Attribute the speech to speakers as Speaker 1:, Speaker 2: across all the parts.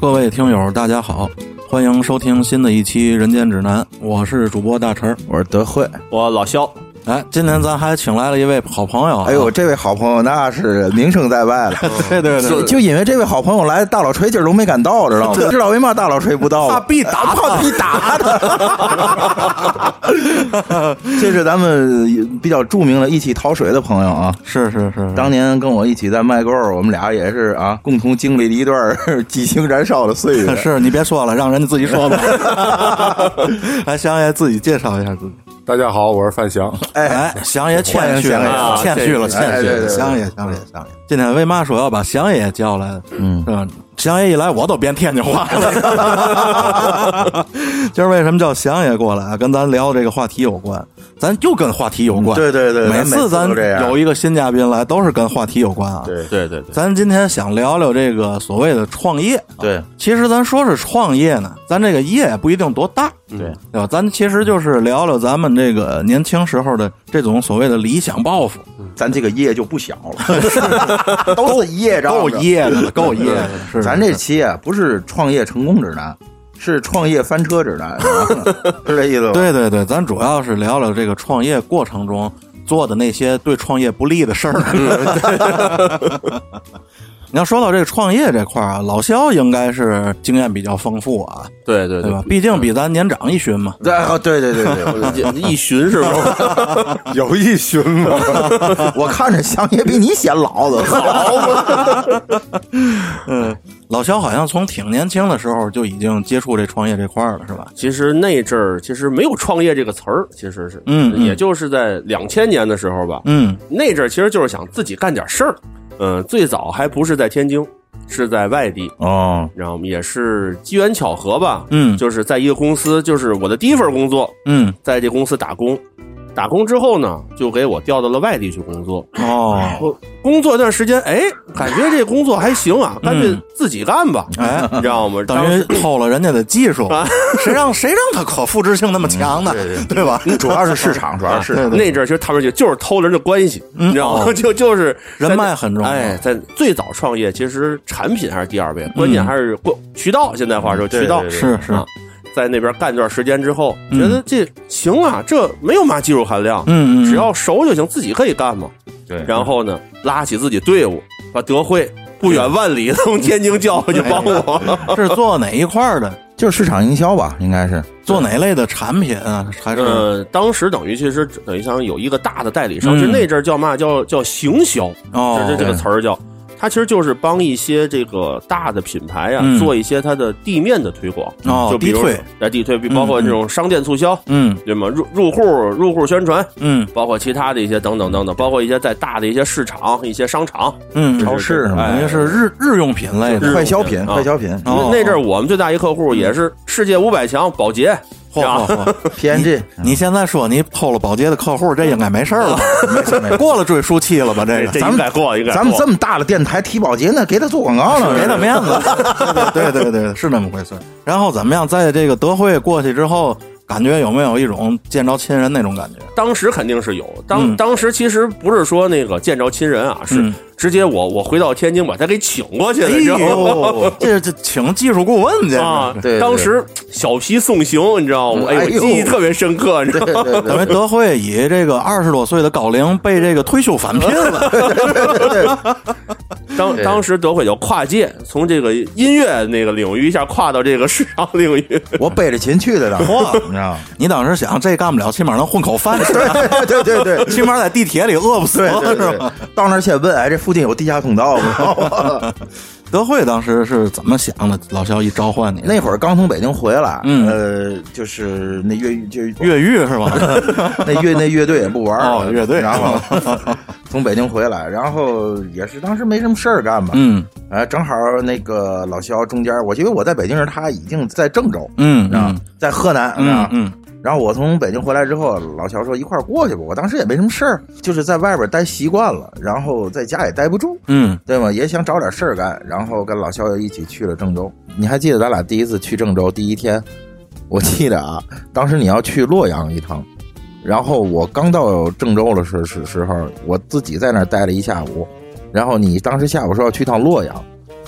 Speaker 1: 各位听友，大家好，欢迎收听新的一期《人间指南》，我是主播大陈儿。
Speaker 2: 我是德惠。
Speaker 3: 我老肖，
Speaker 1: 哎，今天咱还请来了一位好朋友啊、
Speaker 2: 哎 呦，这位好朋友那是名声在外了。
Speaker 1: 对对对，
Speaker 2: 就就因为这位好朋友来，大老锤今儿都没敢到，知道吗？知道为嘛大老锤不到吗？
Speaker 1: 必打
Speaker 2: 怕被打的。 这是咱们比较著名的一起淘水的朋友啊，
Speaker 1: 是是是，
Speaker 2: 当年跟我一起在麦购，我们俩也是啊，共同经历了一段儿激情燃烧的岁 月。
Speaker 1: 是你别说了，让人家自己说 吧。来，祥爷自己介绍一下自己。
Speaker 4: 大家好，我是范 翔。
Speaker 2: 哎，
Speaker 1: 哎，祥爷谦虚
Speaker 2: 欢迎
Speaker 1: 了，
Speaker 3: 祥
Speaker 1: 谦
Speaker 3: 爷
Speaker 1: 虚了，
Speaker 2: 谢谢
Speaker 1: 谦虚
Speaker 2: 哎对
Speaker 1: 了。
Speaker 2: 对对
Speaker 1: 祥爷，祥爷，祥爷，今天为嘛说要把祥爷叫来？嗯，是吧？祥爷一来，我都变天津话 了。今儿为什么叫祥爷过来啊？跟咱聊这个话题有关，咱就跟话题有关。
Speaker 2: 对对对，
Speaker 1: 每次咱
Speaker 2: 都这样
Speaker 1: 有一个新嘉宾来，都是跟话题有关啊。
Speaker 2: 对
Speaker 3: 对对对，
Speaker 1: 咱今天想聊聊这个所谓的创业。啊
Speaker 2: 对
Speaker 1: 其实咱说是创业呢，咱这个业也不一定多大，
Speaker 3: 对
Speaker 1: 对吧？咱其实就是聊聊咱们这个年轻时候的这种所谓的理想抱负，
Speaker 2: 咱这个业就不小了， 都是业障，啊
Speaker 1: 够业的了，够业的了。是
Speaker 2: 咱这期啊，不是创业成功指南，是创业翻车指南，是 吧是这意思吧？
Speaker 1: 对对对，咱主要是聊聊这个创业过程中做的那些对创业不利的事儿。
Speaker 3: 嗯
Speaker 1: 你要说到这个创业这块儿啊，老肖应该是经验比较丰富啊，
Speaker 3: 对对嗯
Speaker 1: 对吧？毕竟比咱年长一旬嘛。
Speaker 2: 对，哦对对对对，我
Speaker 3: 对，一巡是吧？
Speaker 4: 有一巡吗？
Speaker 2: 我看着像也比你显老的
Speaker 1: 老肖好像从挺年轻的时候就已经接触这创业这块儿了，是吧？
Speaker 3: 其实那阵儿其实没有“创业”这个词儿，其实是，
Speaker 1: 嗯嗯
Speaker 3: 也就是在两千年的时候吧，
Speaker 1: 嗯，
Speaker 3: 那阵儿其实就是想自己干点事儿。嗯，最早还不是在天津，是在外地，
Speaker 2: 哦，
Speaker 3: 然后也是机缘巧合吧，
Speaker 1: 嗯
Speaker 3: 就是在一个公司，就是我的第一份工作，
Speaker 1: 嗯，
Speaker 3: 在这公司打工。打工之后呢，就给我调到了外地去工作。
Speaker 1: 哦，
Speaker 3: 我工作一段时间，哎，感觉这工作还行啊，干脆自己干吧，
Speaker 1: 哎
Speaker 3: 你知道吗？
Speaker 1: 嗯等
Speaker 3: 当
Speaker 1: 于
Speaker 3: 时啊
Speaker 1: 偷了人家的技术，谁让谁让他可复制性那么强
Speaker 3: 嗯
Speaker 1: 呢？对吧？
Speaker 2: 主要是市场，
Speaker 1: 啊
Speaker 2: 主要是市场。
Speaker 3: 那阵儿其实他们就就是偷人的关系，你知道吗？ 就就是
Speaker 1: 嗯哦
Speaker 3: 在
Speaker 1: 人脉很重要
Speaker 3: 哎，在最早创业，其实产品还是第二位，关键还是过渠道。现在话
Speaker 1: 嗯
Speaker 3: 说渠道
Speaker 2: 对
Speaker 1: 是是，
Speaker 3: 啊，在那边干段时间之后，觉得这行啊，这没有嘛技术含量，
Speaker 1: 嗯嗯，
Speaker 3: 只要熟就行，自己可以干嘛。
Speaker 2: 对
Speaker 3: 然后呢，拉起自己队伍，把德惠不远万里从天津叫过去帮我。
Speaker 1: 是做哪一块儿的，
Speaker 2: 就是市场营销吧，应该是
Speaker 1: 做哪类的产品啊？还是
Speaker 3: 呃，当时等于其实等于像有一个大的代理
Speaker 1: 嗯
Speaker 3: 商，就那阵儿叫嘛叫叫行销，
Speaker 1: 哦
Speaker 3: 这这这个
Speaker 2: 对
Speaker 3: 词儿叫，它其实就是帮一些这个大的品牌呀、
Speaker 1: 嗯
Speaker 3: 做一些它的地面的推广，
Speaker 1: 哦
Speaker 3: 就比如
Speaker 1: 地推
Speaker 3: 在地推，比包括这种商店促销，
Speaker 1: 嗯
Speaker 3: 对吗？入入户入户宣传，
Speaker 1: 嗯
Speaker 3: 包括其他的一些等等等等，包括一些在大的一些市场、一些商场，
Speaker 1: 嗯，
Speaker 2: 超市什么
Speaker 1: 等于
Speaker 2: 的
Speaker 1: 是日日用品类的，
Speaker 3: 日
Speaker 2: 快消品，
Speaker 3: 啊
Speaker 2: 快消品
Speaker 1: 哦嗯
Speaker 3: 那那阵儿我们最大一客户也是世界五百强宝洁，
Speaker 1: 嚯嚯
Speaker 3: 啊
Speaker 1: 嚯！
Speaker 2: ，PNG，
Speaker 1: 你现在说你偷了保洁的客户，这应该没事儿了吧，
Speaker 2: 没事没事。
Speaker 1: 过了追溯期了吧？这个
Speaker 3: 这应该过，应该过
Speaker 2: 嗯咱们这么大的电台提保洁呢，给他做广告呢，
Speaker 1: 给他面子， 对对对对，是那么回事儿。然后怎么样，在这个德惠过去之后，感觉有没有一种见着亲人那种感觉？
Speaker 3: 当时肯定是有，当、
Speaker 1: 嗯
Speaker 3: 当时其实不是说那个见着亲人啊，是
Speaker 1: 嗯哎
Speaker 3: 直接我我回到天津把他给请过去了，你知道 吗？
Speaker 1: 呦，这这请技术顾问去，
Speaker 3: 啊，
Speaker 2: 对对
Speaker 3: 当时小皮送行，你知道吗？
Speaker 2: 哎
Speaker 3: 哎，我
Speaker 2: 呦
Speaker 3: 记忆特别深刻，你知道 吗？
Speaker 2: 对对
Speaker 1: 等于
Speaker 2: 对
Speaker 1: 德惠以这个二十多岁的高龄被这个退休返聘了。
Speaker 3: 当当时德惠就跨界，从这个音乐那个领域一下跨到这个市场领域，
Speaker 2: 我背着琴去的呢，你知道吗？
Speaker 1: 你当时想这干不了，起码能混口饭吃，
Speaker 2: 对对对 对。
Speaker 1: 起码在地铁里饿不死
Speaker 2: 对对
Speaker 1: 是
Speaker 2: 对
Speaker 1: 吧？，
Speaker 2: 到那儿先问，哎，这附近有地下通道吗？
Speaker 1: 德惠当时是怎么想的？老肖一召唤你，
Speaker 2: 那会儿刚从北京回来，
Speaker 1: 嗯
Speaker 2: 呃，就是那乐就
Speaker 1: 越狱是吧？
Speaker 2: 那乐那乐队也不玩儿
Speaker 1: 哦乐队
Speaker 2: 然后 从北京回来，然后也是当时没什么事儿干嘛，
Speaker 1: 嗯
Speaker 2: 哎，正好那个老肖中间，我因为我在北京时，他已经在郑州，
Speaker 1: 嗯
Speaker 2: 啊，
Speaker 1: 嗯
Speaker 2: 在河南，
Speaker 1: 嗯
Speaker 2: 啊
Speaker 1: 嗯，
Speaker 2: 然后我从北京回来之后，老乔说一块儿过去吧。我当时也没什么事儿，就是在外边待习惯了，然后在家也待不住，
Speaker 1: 嗯，
Speaker 2: 对吗？也想找点事儿干，然后跟老肖又一起去了郑州。你还记得咱俩第一次去郑州第一天？我记得啊，当时你要去洛阳一趟，然后我刚到郑州的时时时候，我自己在那儿待了一下午，然后你当时下午说要去趟洛阳，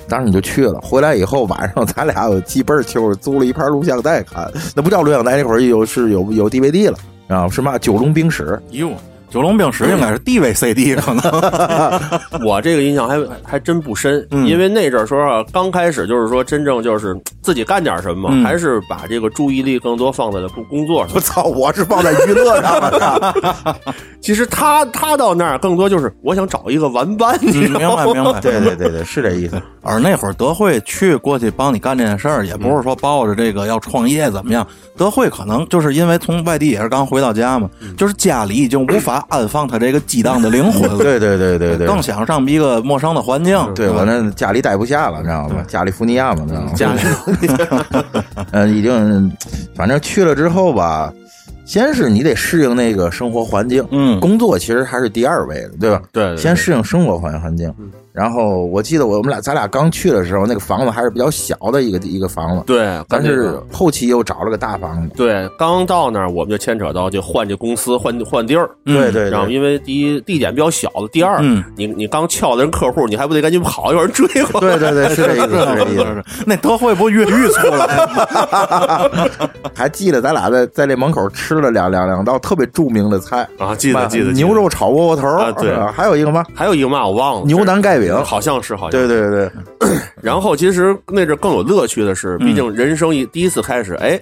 Speaker 2: 当时你就去了。回来以后晚上咱俩有鸡倍儿秋，租了一盘录像带看，那不叫录像带，那会儿有是有有 DVD 了。啊，是嘛？九龙冰史，
Speaker 1: 哟，九龙病史应该是地位 CD 可能，
Speaker 3: 我这个印象还还真不深，
Speaker 1: 嗯
Speaker 3: 因为那阵儿说啊，刚开始就是说真正就是自己干点什么，
Speaker 1: 嗯
Speaker 3: 还是把这个注意力更多放在了工工作上
Speaker 2: 我。 操！我是放在娱乐上了，
Speaker 3: 其实他他到那儿更多就是我想找一个玩伴，你知
Speaker 1: 嗯明
Speaker 3: 道吗？
Speaker 1: 白明 白。
Speaker 2: 对对对对，是这意思。
Speaker 1: 而那会儿德惠去过去帮你干这件事儿，也
Speaker 2: 嗯
Speaker 1: 不是说抱着这个要创业怎么样。德惠可能就是因为从外地也是刚回到家嘛，
Speaker 2: 嗯
Speaker 1: 就是家里已经无法 安放他这个激荡的灵魂了，
Speaker 2: 对对对对对，
Speaker 1: 更想上一个陌生的环境。
Speaker 2: 哦对我那家里待不下
Speaker 3: 嗯
Speaker 2: 了，你知道吗？加利福尼亚嘛，你知道吗？加利福尼亚， 嗯，已经，反正去了之后吧，先是你得适应那个生活环境，
Speaker 1: 嗯
Speaker 2: 工作其实还是第二位的，对吧？
Speaker 3: 嗯对对对嗯
Speaker 2: 先适应生活环环境。然后我记得我们俩咱俩刚去的时候，那个房子还是比较小的一个一个房子，
Speaker 3: 嗯对，
Speaker 2: 但
Speaker 3: 跟那
Speaker 2: 是
Speaker 3: 个
Speaker 2: 后期又找了个大房子，
Speaker 3: 对刚到那儿我们就牵扯到就换这公司换换地儿，
Speaker 2: 对对
Speaker 3: 然后
Speaker 2: 对。
Speaker 3: 因为第一地点比较小的，第二、
Speaker 1: 嗯
Speaker 3: 你你刚撬的人客户，你还不得赶紧跑，有人追 过来。
Speaker 2: 对对 对，是这意思，是这意思。
Speaker 1: 那德惠不越狱出来？
Speaker 2: 还记得咱俩在在这门口吃了两两两道特别著名的菜，
Speaker 3: 啊，记得记得记得
Speaker 2: 牛肉炒窝窝头儿
Speaker 3: 啊对
Speaker 2: 是吧还有一个嘛，
Speaker 3: 还有一个嘛，我忘了
Speaker 2: 牛腩盖饼
Speaker 3: 好像是好像
Speaker 2: 对
Speaker 3: 是。
Speaker 2: 对对，
Speaker 3: 然后其实那阵更有乐趣的是，毕竟人生一第一次开始，哎，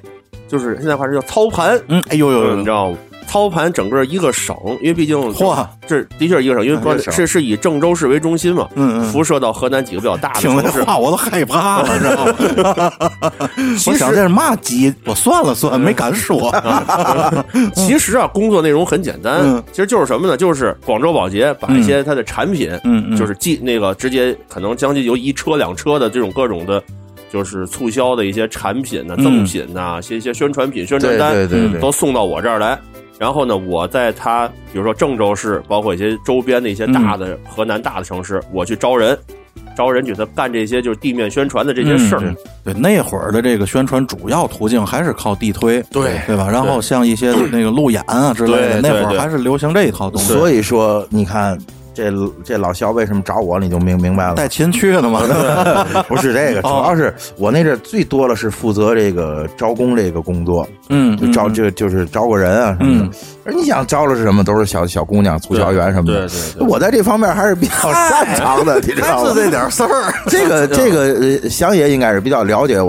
Speaker 3: 就是现在话是叫操盘，
Speaker 1: 嗯，哎呦呦呦
Speaker 3: 你知
Speaker 1: 呦，
Speaker 3: 道吗？操盘整个一个省，因为毕竟
Speaker 1: 嚯，
Speaker 3: 这的确是一个省，因为关
Speaker 2: 一个省
Speaker 3: 是是以郑州市为中心嘛，
Speaker 1: 嗯嗯
Speaker 3: 辐射到河南几个比较大的
Speaker 1: 听
Speaker 3: 城
Speaker 1: 这
Speaker 3: 市。
Speaker 1: 话我都害怕了，知道吗？
Speaker 3: 其
Speaker 1: 我
Speaker 3: 实
Speaker 1: 想这是嘛鸡，我算了算，没敢说。
Speaker 3: 其实啊，工作内容很简单，
Speaker 1: 嗯
Speaker 3: 其实就是什么呢？就是广州保洁把一些它的产品，
Speaker 1: 嗯嗯
Speaker 3: 就是寄那个直接可能将近有一车两车的这种各种的，就是促销的一些产品呐、
Speaker 1: 嗯
Speaker 3: 赠品呐、些一些宣传品、宣传
Speaker 2: 对
Speaker 3: 单，嗯
Speaker 2: 对对对
Speaker 3: 都送到我这儿来。然后呢，我在他比如说郑州市，包括一些周边的一些大的、河南大的城市，我去招人，招人给他干这些就是地面宣传的这些事儿。
Speaker 1: 嗯对，那会儿的这个宣传主要途径还是靠地推，
Speaker 3: 对
Speaker 1: 对吧？然后像一些那个路演啊之类的，
Speaker 3: 对
Speaker 1: 那
Speaker 3: 对
Speaker 1: 会儿
Speaker 3: 对
Speaker 1: 还是流行这一套东西。
Speaker 2: 所以说你看这这老肖为什么找我，你就明明白了。
Speaker 1: 带琴去的嘛，
Speaker 2: 不是
Speaker 1: 哦
Speaker 2: 这个，主要是我那阵儿最多了是负责这个招工这个工作，
Speaker 1: 嗯，
Speaker 2: 就招就就是招个人啊什么
Speaker 1: 嗯
Speaker 2: 的。而你想招了是什么？都是小小姑娘、促销员什么的。
Speaker 3: 对对对
Speaker 2: 我在这方面还是比较擅长的，你知道
Speaker 1: 还
Speaker 2: 吗
Speaker 1: 是？这点事儿。
Speaker 2: 这个这个呃祥爷应该是比较了解我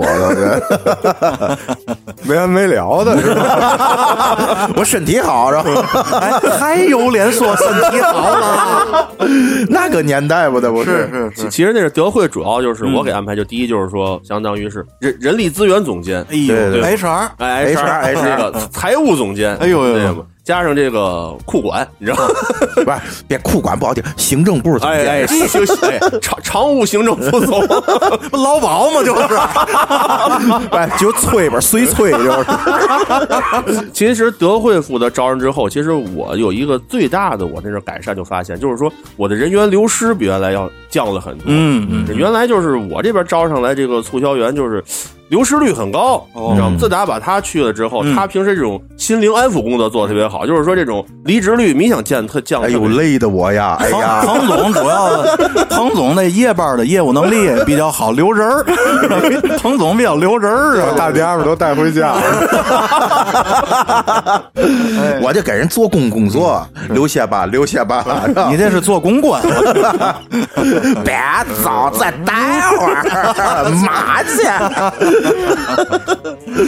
Speaker 2: 的，
Speaker 4: 没完没了的，是吧？
Speaker 2: 我身体好，然后
Speaker 1: 哎，还有脸说身体好了？
Speaker 2: 那个年代不对不
Speaker 1: 是是
Speaker 3: 其
Speaker 1: 是，
Speaker 3: 其实那是嗯德惠，主要就是我给安排，就第一就是说，相当于是人人力资源总监，
Speaker 1: 哎呦，
Speaker 2: 对对
Speaker 1: 白肠，
Speaker 3: 哎
Speaker 2: HR
Speaker 3: 这个财务总监，
Speaker 1: 哎呦呦呦
Speaker 3: 对吧加上这个库管，你知道吗？
Speaker 2: 不是，别库管不好听，行政部
Speaker 1: 哦
Speaker 2: 总监
Speaker 3: 哎哎，行哎，常常务行政副总，
Speaker 1: 不劳保吗？就是，
Speaker 2: 哎，就催吧，随催就是。
Speaker 3: 其实德惠负责招人之后，其实我有一个最大的我那阵改善，就发现就是说我的人员流失比原来要降了很多。
Speaker 1: 嗯嗯，
Speaker 3: 原来就是我这边招上来这个促销员，就是流失率很高，
Speaker 1: 哦
Speaker 3: 你知道吗？自打把他去了之后，
Speaker 1: 嗯
Speaker 3: 他平时这种心灵安抚工作做的特别好，就是说这种离职率明显降特
Speaker 1: 哦
Speaker 3: 降得
Speaker 2: 哎
Speaker 3: 特别。
Speaker 2: 呦，累的我呀，哎
Speaker 1: 彭
Speaker 2: 呀，
Speaker 1: 彭总主 要，彭总那夜班的业务能力比较好，留 人儿。彭总比较留人儿
Speaker 4: 把
Speaker 1: 啊，
Speaker 4: 大家伙都带回家了。
Speaker 2: 我就给人做工工作，
Speaker 1: 嗯
Speaker 2: 留下吧，留下吧，
Speaker 1: 你这是做公关，
Speaker 2: 别走，再待会 儿，嘛去？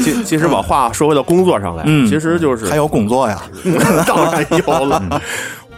Speaker 3: 其其实把话说回到工作上来，
Speaker 1: 嗯
Speaker 3: 其实就是
Speaker 1: 还有工作呀。
Speaker 3: 当然有了。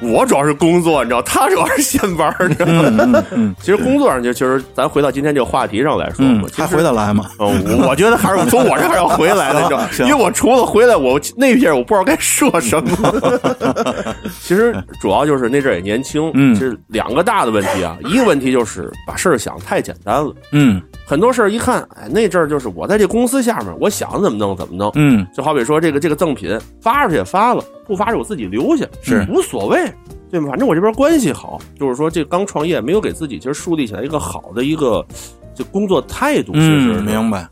Speaker 3: 我主要是工作，你知道，他主要是闲玩儿，你知道
Speaker 1: 嗯
Speaker 3: 吗？其实工作上就其实咱回到今天这个话题上来说
Speaker 1: 嗯
Speaker 3: 嘛，，其
Speaker 1: 还
Speaker 3: 实
Speaker 1: 回得来吗？，
Speaker 3: 嗯，我我觉得还是从我这儿要回来的，你知道
Speaker 1: 行
Speaker 3: 因为我除了回来，我那片儿我不知道该说 什么。其实主要就是那阵儿也年轻，
Speaker 1: 嗯
Speaker 3: 其实两个大的问题啊，一个问题就是把事儿想太简单了，
Speaker 1: 嗯
Speaker 3: 很多事儿一看，哎，那阵儿就是我在这公司下面，我想怎么弄怎么弄，
Speaker 1: 嗯
Speaker 3: 就好比说这个这个赠品发出去也发了，不发出去我自己留下，
Speaker 1: 是
Speaker 3: 无所谓，对吗？反正我这边关系好，就是说这刚创业没有给自己其实树立起来一个好的一个就工作态度，其实
Speaker 1: 嗯，
Speaker 3: 是
Speaker 1: 明白。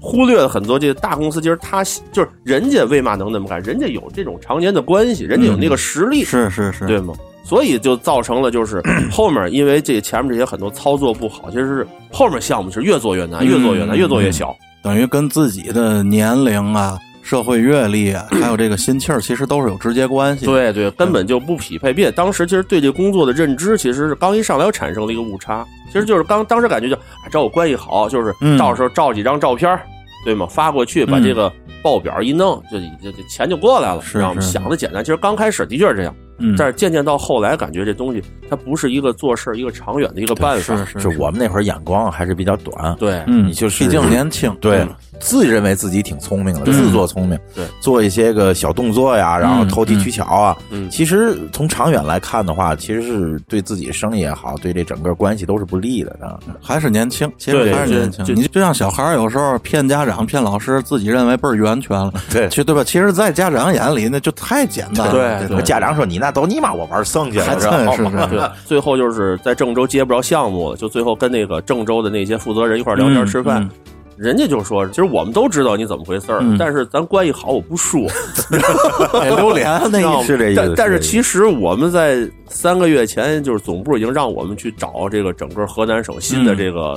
Speaker 3: 忽略了很多这个大公司，其实他就是人家为嘛能那么干，人家有这种常年的关系，人家有那个实力，
Speaker 1: 嗯是是是，
Speaker 3: 对吗？所以就造成了 就是后面因为这前面这些很多操作不好，其实是后面项目是越做越难，越做越难，越做越小。
Speaker 1: 等于跟自己的年龄啊、社会阅历啊，还有这个心气儿，其实都是有直接关系。，
Speaker 3: 对对，根本就不匹配。并且当时其实对这工作的认知，其实是刚一上来又产生了一个误差。其实就是刚当时感觉就，哎，找我关系好，就是
Speaker 1: 嗯
Speaker 3: 到时候照几张照片儿，对吗？发过去，把这个报表一弄，就就就钱就过来了。
Speaker 1: 嗯是
Speaker 3: 让我们
Speaker 1: 是
Speaker 3: 想的简单。其实刚开始的确是这样，
Speaker 1: 嗯，
Speaker 3: 但是渐渐到后来，感觉这东西它不是一个做事儿一个长远的一个办法。
Speaker 1: 是是
Speaker 2: 就，我们那会儿眼光还是比较短，
Speaker 3: 对，
Speaker 1: 嗯，
Speaker 2: 你就是
Speaker 1: 毕竟年轻，
Speaker 2: 对，自认为自己挺聪明的，
Speaker 1: 嗯
Speaker 2: 自作聪明，
Speaker 3: 对，
Speaker 2: 做一些个小动作呀，然后
Speaker 1: 嗯
Speaker 2: 投机取巧啊。
Speaker 3: 嗯
Speaker 2: 其实从长远来看的话，其实是对自己生意也好，对这整个关系都是不利的啊。
Speaker 1: 还是年轻，其
Speaker 3: 对
Speaker 1: 实还是
Speaker 3: 就
Speaker 1: 年轻。
Speaker 3: 就
Speaker 1: 你就像小孩儿有时候骗家长、骗老师，自己认为倍儿圆全了，
Speaker 2: 对
Speaker 1: 其实对吧？其实，在家长眼里那就太简单了，
Speaker 3: 对
Speaker 1: 吧
Speaker 3: 对
Speaker 2: 家长说你那都你妈我玩剩下
Speaker 1: 还
Speaker 2: 了，
Speaker 1: 真
Speaker 2: 吧
Speaker 1: 是是
Speaker 3: 对，最后就是在郑州接不着项目了，就最后跟那个郑州的那些负责人一块儿聊天
Speaker 1: 嗯
Speaker 3: 吃饭。
Speaker 1: 嗯
Speaker 3: 人家就说，其实我们都知道你怎么回事儿，
Speaker 1: 嗯
Speaker 3: 但是咱关系好，我不说。
Speaker 1: 哎榴莲 那
Speaker 3: 让我
Speaker 1: 一
Speaker 3: 们
Speaker 2: 是这意思
Speaker 3: 但
Speaker 2: 是
Speaker 3: 但
Speaker 2: 这意
Speaker 3: 是
Speaker 2: 思
Speaker 3: 其实我们在三个月前，就是总部已经让我们去找这个整个河南省新的
Speaker 1: 嗯
Speaker 3: 这个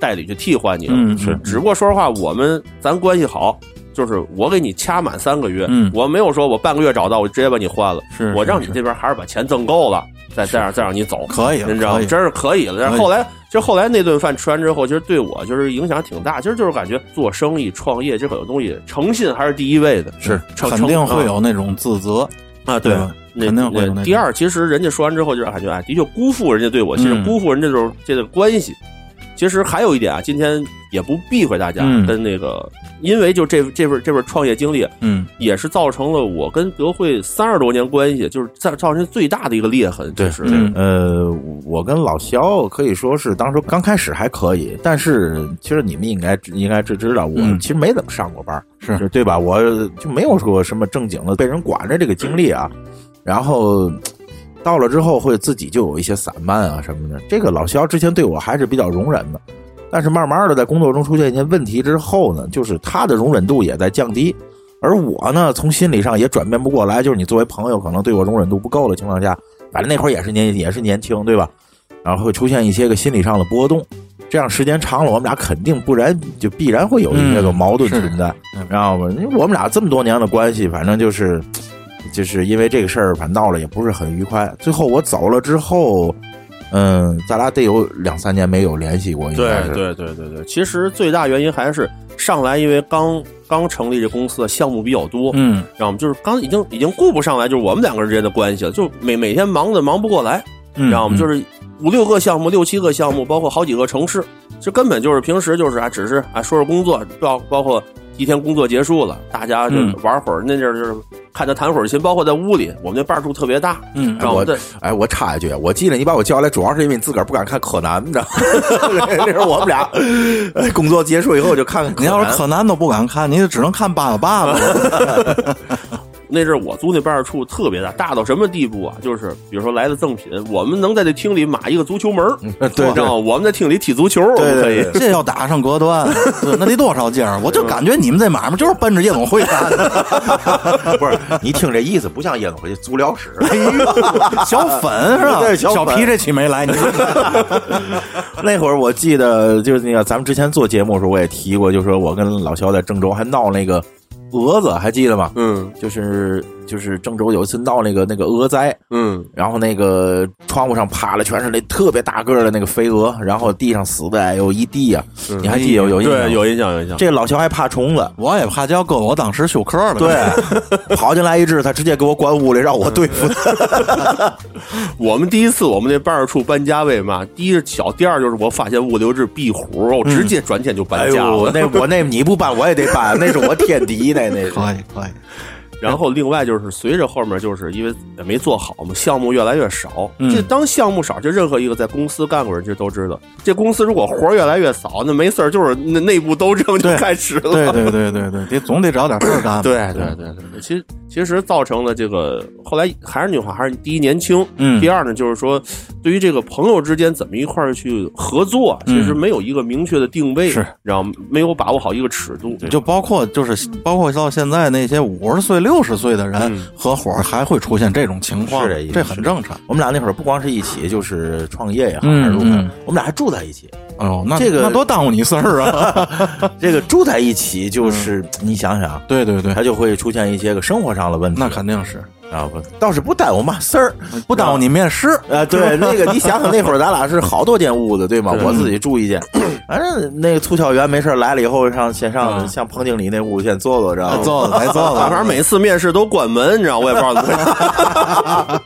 Speaker 3: 代理去替换你了。
Speaker 1: 嗯
Speaker 3: 是
Speaker 1: 嗯，
Speaker 3: 只不过说实话，我们咱关系好。就是我给你掐满三个月，
Speaker 1: 嗯
Speaker 3: 我没有说我半个月找到，我直接把你换了，
Speaker 1: 是
Speaker 3: 我
Speaker 1: 是
Speaker 3: 让你
Speaker 1: 是
Speaker 3: 这边还是把钱挣够了，再再让再让你走，
Speaker 1: 可以了，
Speaker 3: 你知
Speaker 1: 可
Speaker 3: 道吗？
Speaker 1: 以
Speaker 3: 真是可以了。但是
Speaker 1: 可以
Speaker 3: 后来，其实后来那顿饭吃完之后，其实对我就是影响挺大。其实就是感觉做生意、创业这很多东西，诚信还是第一位的。嗯
Speaker 2: 是
Speaker 3: 诚
Speaker 1: 嗯肯定
Speaker 3: 诚
Speaker 1: 会有那种自责，
Speaker 3: 啊，
Speaker 1: 对
Speaker 3: 对
Speaker 1: 吧
Speaker 3: 那
Speaker 1: 肯定会有那种
Speaker 3: 那第二，其实人家说完之后，就是感觉哎，的确辜负人家对我，其实
Speaker 1: 嗯
Speaker 3: 辜负人家就是这个关系。其实还有一点啊，今天也不避讳大家
Speaker 1: 嗯
Speaker 3: 跟那个，因为就这这份这份创业经历，
Speaker 1: 嗯，
Speaker 3: 也是造成了我跟德惠三十多年关系，就是造造成最大的一个裂痕。
Speaker 2: 对
Speaker 3: 是
Speaker 1: 嗯
Speaker 2: 呃，我跟老肖可以说是当时刚开始还可以，但是其实你们应该知应该知知道，我
Speaker 1: 嗯
Speaker 2: 其实没怎么上过班儿，
Speaker 1: 是
Speaker 2: 就对吧？我就没有过什么正经的被人管着这个经历啊。然后到了之后，会自己就有一些散漫啊什么的。这个老肖之前对我还是比较容忍的，但是慢慢的在工作中出现一些问题之后呢，就是他的容忍度也在降低。而我呢，从心理上也转变不过来，就是你作为朋友，可能对我容忍度不够的情况下，反正那会儿也是年也是年轻，对吧？然后会出现一些个心理上的波动，这样时间长了，我们俩肯定不然就必然会有一些个
Speaker 1: 嗯
Speaker 2: 矛盾
Speaker 1: 是
Speaker 2: 存在，
Speaker 1: 嗯
Speaker 2: 知道吗？因为我们俩这么多年的关系，反正就是就是因为这个事儿，反正闹了也不是很愉快。最后我走了之后，嗯，咱俩得有两三年没有联系过，应
Speaker 3: 对
Speaker 2: 该是
Speaker 3: 对对对对，其实最大原因还是上来，因为刚刚成立这公司的项目比较多，
Speaker 1: 嗯
Speaker 3: 然后我们就是刚已经已经顾不上来，就是我们两个人之间的关系了，就每每天忙的忙不过来，
Speaker 1: 嗯，
Speaker 3: 然后我们就是是五六个项目、六七个项目，包括好几个城市，这根本就是平时就是啊，只是啊说说工作，包包括一天工作结束了，大家就
Speaker 1: 嗯
Speaker 3: 玩会儿，那阵儿就是看他弹会儿琴，包括在屋里，我们那伴儿住特别大，
Speaker 1: 嗯
Speaker 3: 然后我们在
Speaker 2: 哎，我插一句，我记得你把我叫来，主要是因为你自个儿不敢看柯南，你知道吗？ 那是我们俩哎工作结束以后就看看柯
Speaker 1: 你
Speaker 2: 南。
Speaker 1: 要是柯南都不敢看，你就只能看爸爸爸爸 了。
Speaker 3: 那阵儿我租那办事处特别大，大到什么地步啊？就是比如说来了赠品，我们能在这厅里码一个足球门儿，
Speaker 2: 对嗯对
Speaker 3: 你知道吗？我们在厅里踢足球，我们可以。
Speaker 1: 这要打上隔断，对那得多少劲儿！我就感觉你们这买卖就是奔着夜总会干 的，
Speaker 2: 不是你听这意思，不像夜总会足疗室。
Speaker 1: 小粉是吧？
Speaker 2: 对小
Speaker 1: 小
Speaker 2: 粉
Speaker 1: 皮这期没来，你
Speaker 2: 那会儿我记得就是那个咱们之前做节目的时候，我也提过，就是说我跟老肖在郑州还闹那个蛾子，还记得吗？
Speaker 3: 嗯
Speaker 2: 就是就是郑州有一次闹那个那个蛾灾，
Speaker 3: 嗯，
Speaker 2: 然后那个窗户上趴了全是那特别大个儿的那个飞蛾，然后地上死的哎有一地呀、你还记得有有印象吗？
Speaker 3: 对，有印象有印象。
Speaker 2: 这老肖还怕虫子，
Speaker 1: 我也怕叫哥，我当时休克了。
Speaker 2: 对， 跑进来一只，他直接给我关屋里，让我对 付他。
Speaker 3: 我们第一次我们那办事处搬家为嘛？第一是小，第二就是我发现物流是壁虎，我直接转天就搬家了。
Speaker 2: 哎 那我那你不搬我也得搬，那是我天敌，那那是。
Speaker 1: 可以可以，
Speaker 3: 然后另外就是随着后面就是因为也没做好嘛，项目越来越少。
Speaker 1: 嗯
Speaker 3: 这当项目少，就任何一个在公司干过人，其实都知道，这公司如果活儿越来越少，那没事儿就是内内部斗争就
Speaker 1: 对
Speaker 3: 开始了。
Speaker 1: 对对对对对，得总得找点事儿干。
Speaker 3: 对对对对对，其实其实造成了这个后来还是那句话，还是第一年轻，
Speaker 1: 嗯
Speaker 3: 第二呢就是说，对于这个朋友之间怎么一块儿去合作，
Speaker 1: 嗯
Speaker 3: 其实没有一个明确的定位，
Speaker 1: 是
Speaker 3: 然后没有把握好一个尺度，
Speaker 1: 就包括就是包括到现在那些五十岁、六十岁的人
Speaker 3: 嗯
Speaker 1: 合伙还会出现这种情况，
Speaker 2: 是这意思
Speaker 1: 这很正常。
Speaker 2: 我们俩那会儿不光是一起，就是创业也好，
Speaker 1: 嗯
Speaker 2: 还是入门
Speaker 1: 嗯，
Speaker 2: 我们俩还住在一起。
Speaker 1: 哎呦，那
Speaker 2: 这个
Speaker 1: 那多耽误你事儿啊！
Speaker 2: 这个住在一起，就是你想想，
Speaker 1: 对对对
Speaker 2: 他，就会出现一些个生活上的问题。
Speaker 1: 那肯定是
Speaker 2: 啊，不倒是不耽误嘛事 儿，
Speaker 1: 不耽误你面试。
Speaker 2: 啊， 对，那个你想想，那会儿咱俩是好多间屋子，对吗？
Speaker 3: 对
Speaker 2: 我自己住一 间，反正那个促销员没事儿来了以后，上先上
Speaker 1: 嗯
Speaker 2: 像彭经理那屋先坐坐，知道吗？
Speaker 1: 坐了，来坐
Speaker 3: 反
Speaker 1: 了。
Speaker 3: 正每次面试都关门，你知道，我也不知道怎么 回事。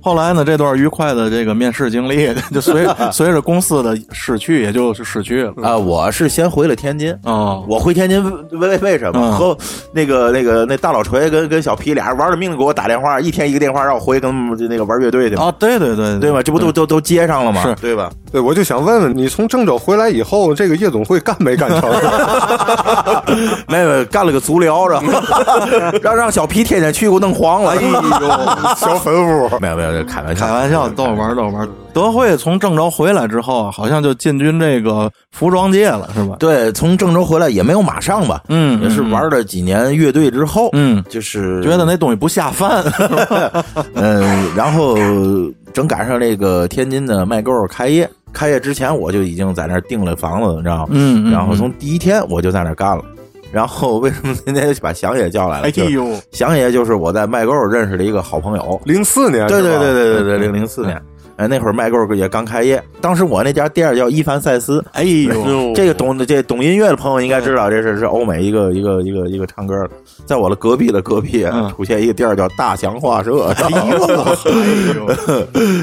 Speaker 1: 后来呢，这段愉快的这个面试经历， 就随随着公司的逝去，也就逝去了。
Speaker 2: 啊，我是先回了天津。
Speaker 1: 哦，
Speaker 2: 我回天津为为为什么？
Speaker 1: 嗯
Speaker 2: 和那个那个那大老锤跟跟小皮俩人玩了命的给我打电话，一天一个电话让我回跟他们那个玩乐队去嘛，
Speaker 1: 啊，对对对
Speaker 2: 对吧？这不都都都接上了吗？
Speaker 1: 嗯是
Speaker 2: 对吧？
Speaker 4: 对，我就想问问你，从郑州回来以后，这个夜总会干没干 成？
Speaker 2: 没有干了个足疗，然后 让让小皮天天去给我弄黄了。
Speaker 4: 小粉屋，
Speaker 2: 没有没有，这开玩笑，
Speaker 1: 哎开玩笑，逗玩儿逗玩儿。德惠从郑州回来之后，好像就进军这个服装界了，是吧？
Speaker 2: 对，从郑州回来也没有马上吧，
Speaker 1: 嗯
Speaker 2: 也是玩了几年乐队之后，
Speaker 1: 嗯
Speaker 2: 就是
Speaker 1: 觉得那东西不下饭。
Speaker 2: 嗯，然后正赶上那个天津的麦购开业，开业之前我就已经在那儿订了房子，你知道吗？
Speaker 1: 嗯嗯
Speaker 2: 然后从第一天我就在那儿干了。然后为什么今天就把祥爷叫来了？就是，
Speaker 1: 哎呦，
Speaker 2: 祥爷就是我在麦购认识的一个好朋友，
Speaker 4: 零四年，
Speaker 2: 对对
Speaker 4: 哎是吧
Speaker 2: 对，对对对，零零四年。哎，那会儿麦购也刚开业，当时我那家店儿叫伊凡塞
Speaker 3: 哦
Speaker 2: 斯，
Speaker 1: 哎呦，
Speaker 2: 这个懂这懂音乐的朋友应该知道，这是是欧美一个一个一个一个唱歌的，在我的隔壁的隔壁啊
Speaker 1: 嗯
Speaker 2: 出现一个地儿叫大祥画社，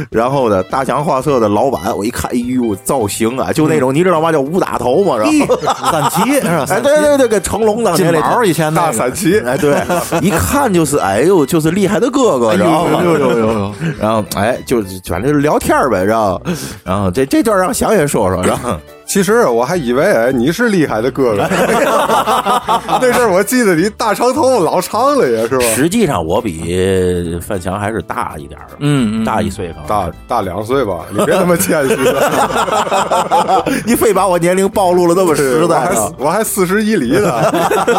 Speaker 2: 然后呢，大祥画社的老板，我一看，哎呦，造型啊，就那种你知道吗？叫五打头嘛，是吧？
Speaker 1: 散 骑是吧？
Speaker 2: 哎，
Speaker 1: 散
Speaker 2: 对对对，跟成龙当
Speaker 1: 金
Speaker 2: 年那
Speaker 1: 毛以前那
Speaker 4: 大
Speaker 1: 个
Speaker 4: 散骑，
Speaker 2: 哎，对，一看就是，哎呦，就是厉害的哥哥，知道吗？
Speaker 1: 哎呦呦呦呦！
Speaker 2: 然后，哎，就是反正就是聊天儿呗，然后，然后这这段让祥爷说说，然后。
Speaker 4: 其实我还以为哎你是厉害的哥哥， 那阵儿我记得你大长头发老长了也是吧？
Speaker 2: 实际上我比范强还是大一点儿，
Speaker 1: 嗯嗯
Speaker 2: 大一岁吧。
Speaker 4: 大大两岁吧，你别那么谦 虚了，
Speaker 2: 你非把我年龄暴露了那么实
Speaker 4: 我
Speaker 2: 在
Speaker 4: 还
Speaker 2: 啊！
Speaker 4: 我还四十一厘 呢，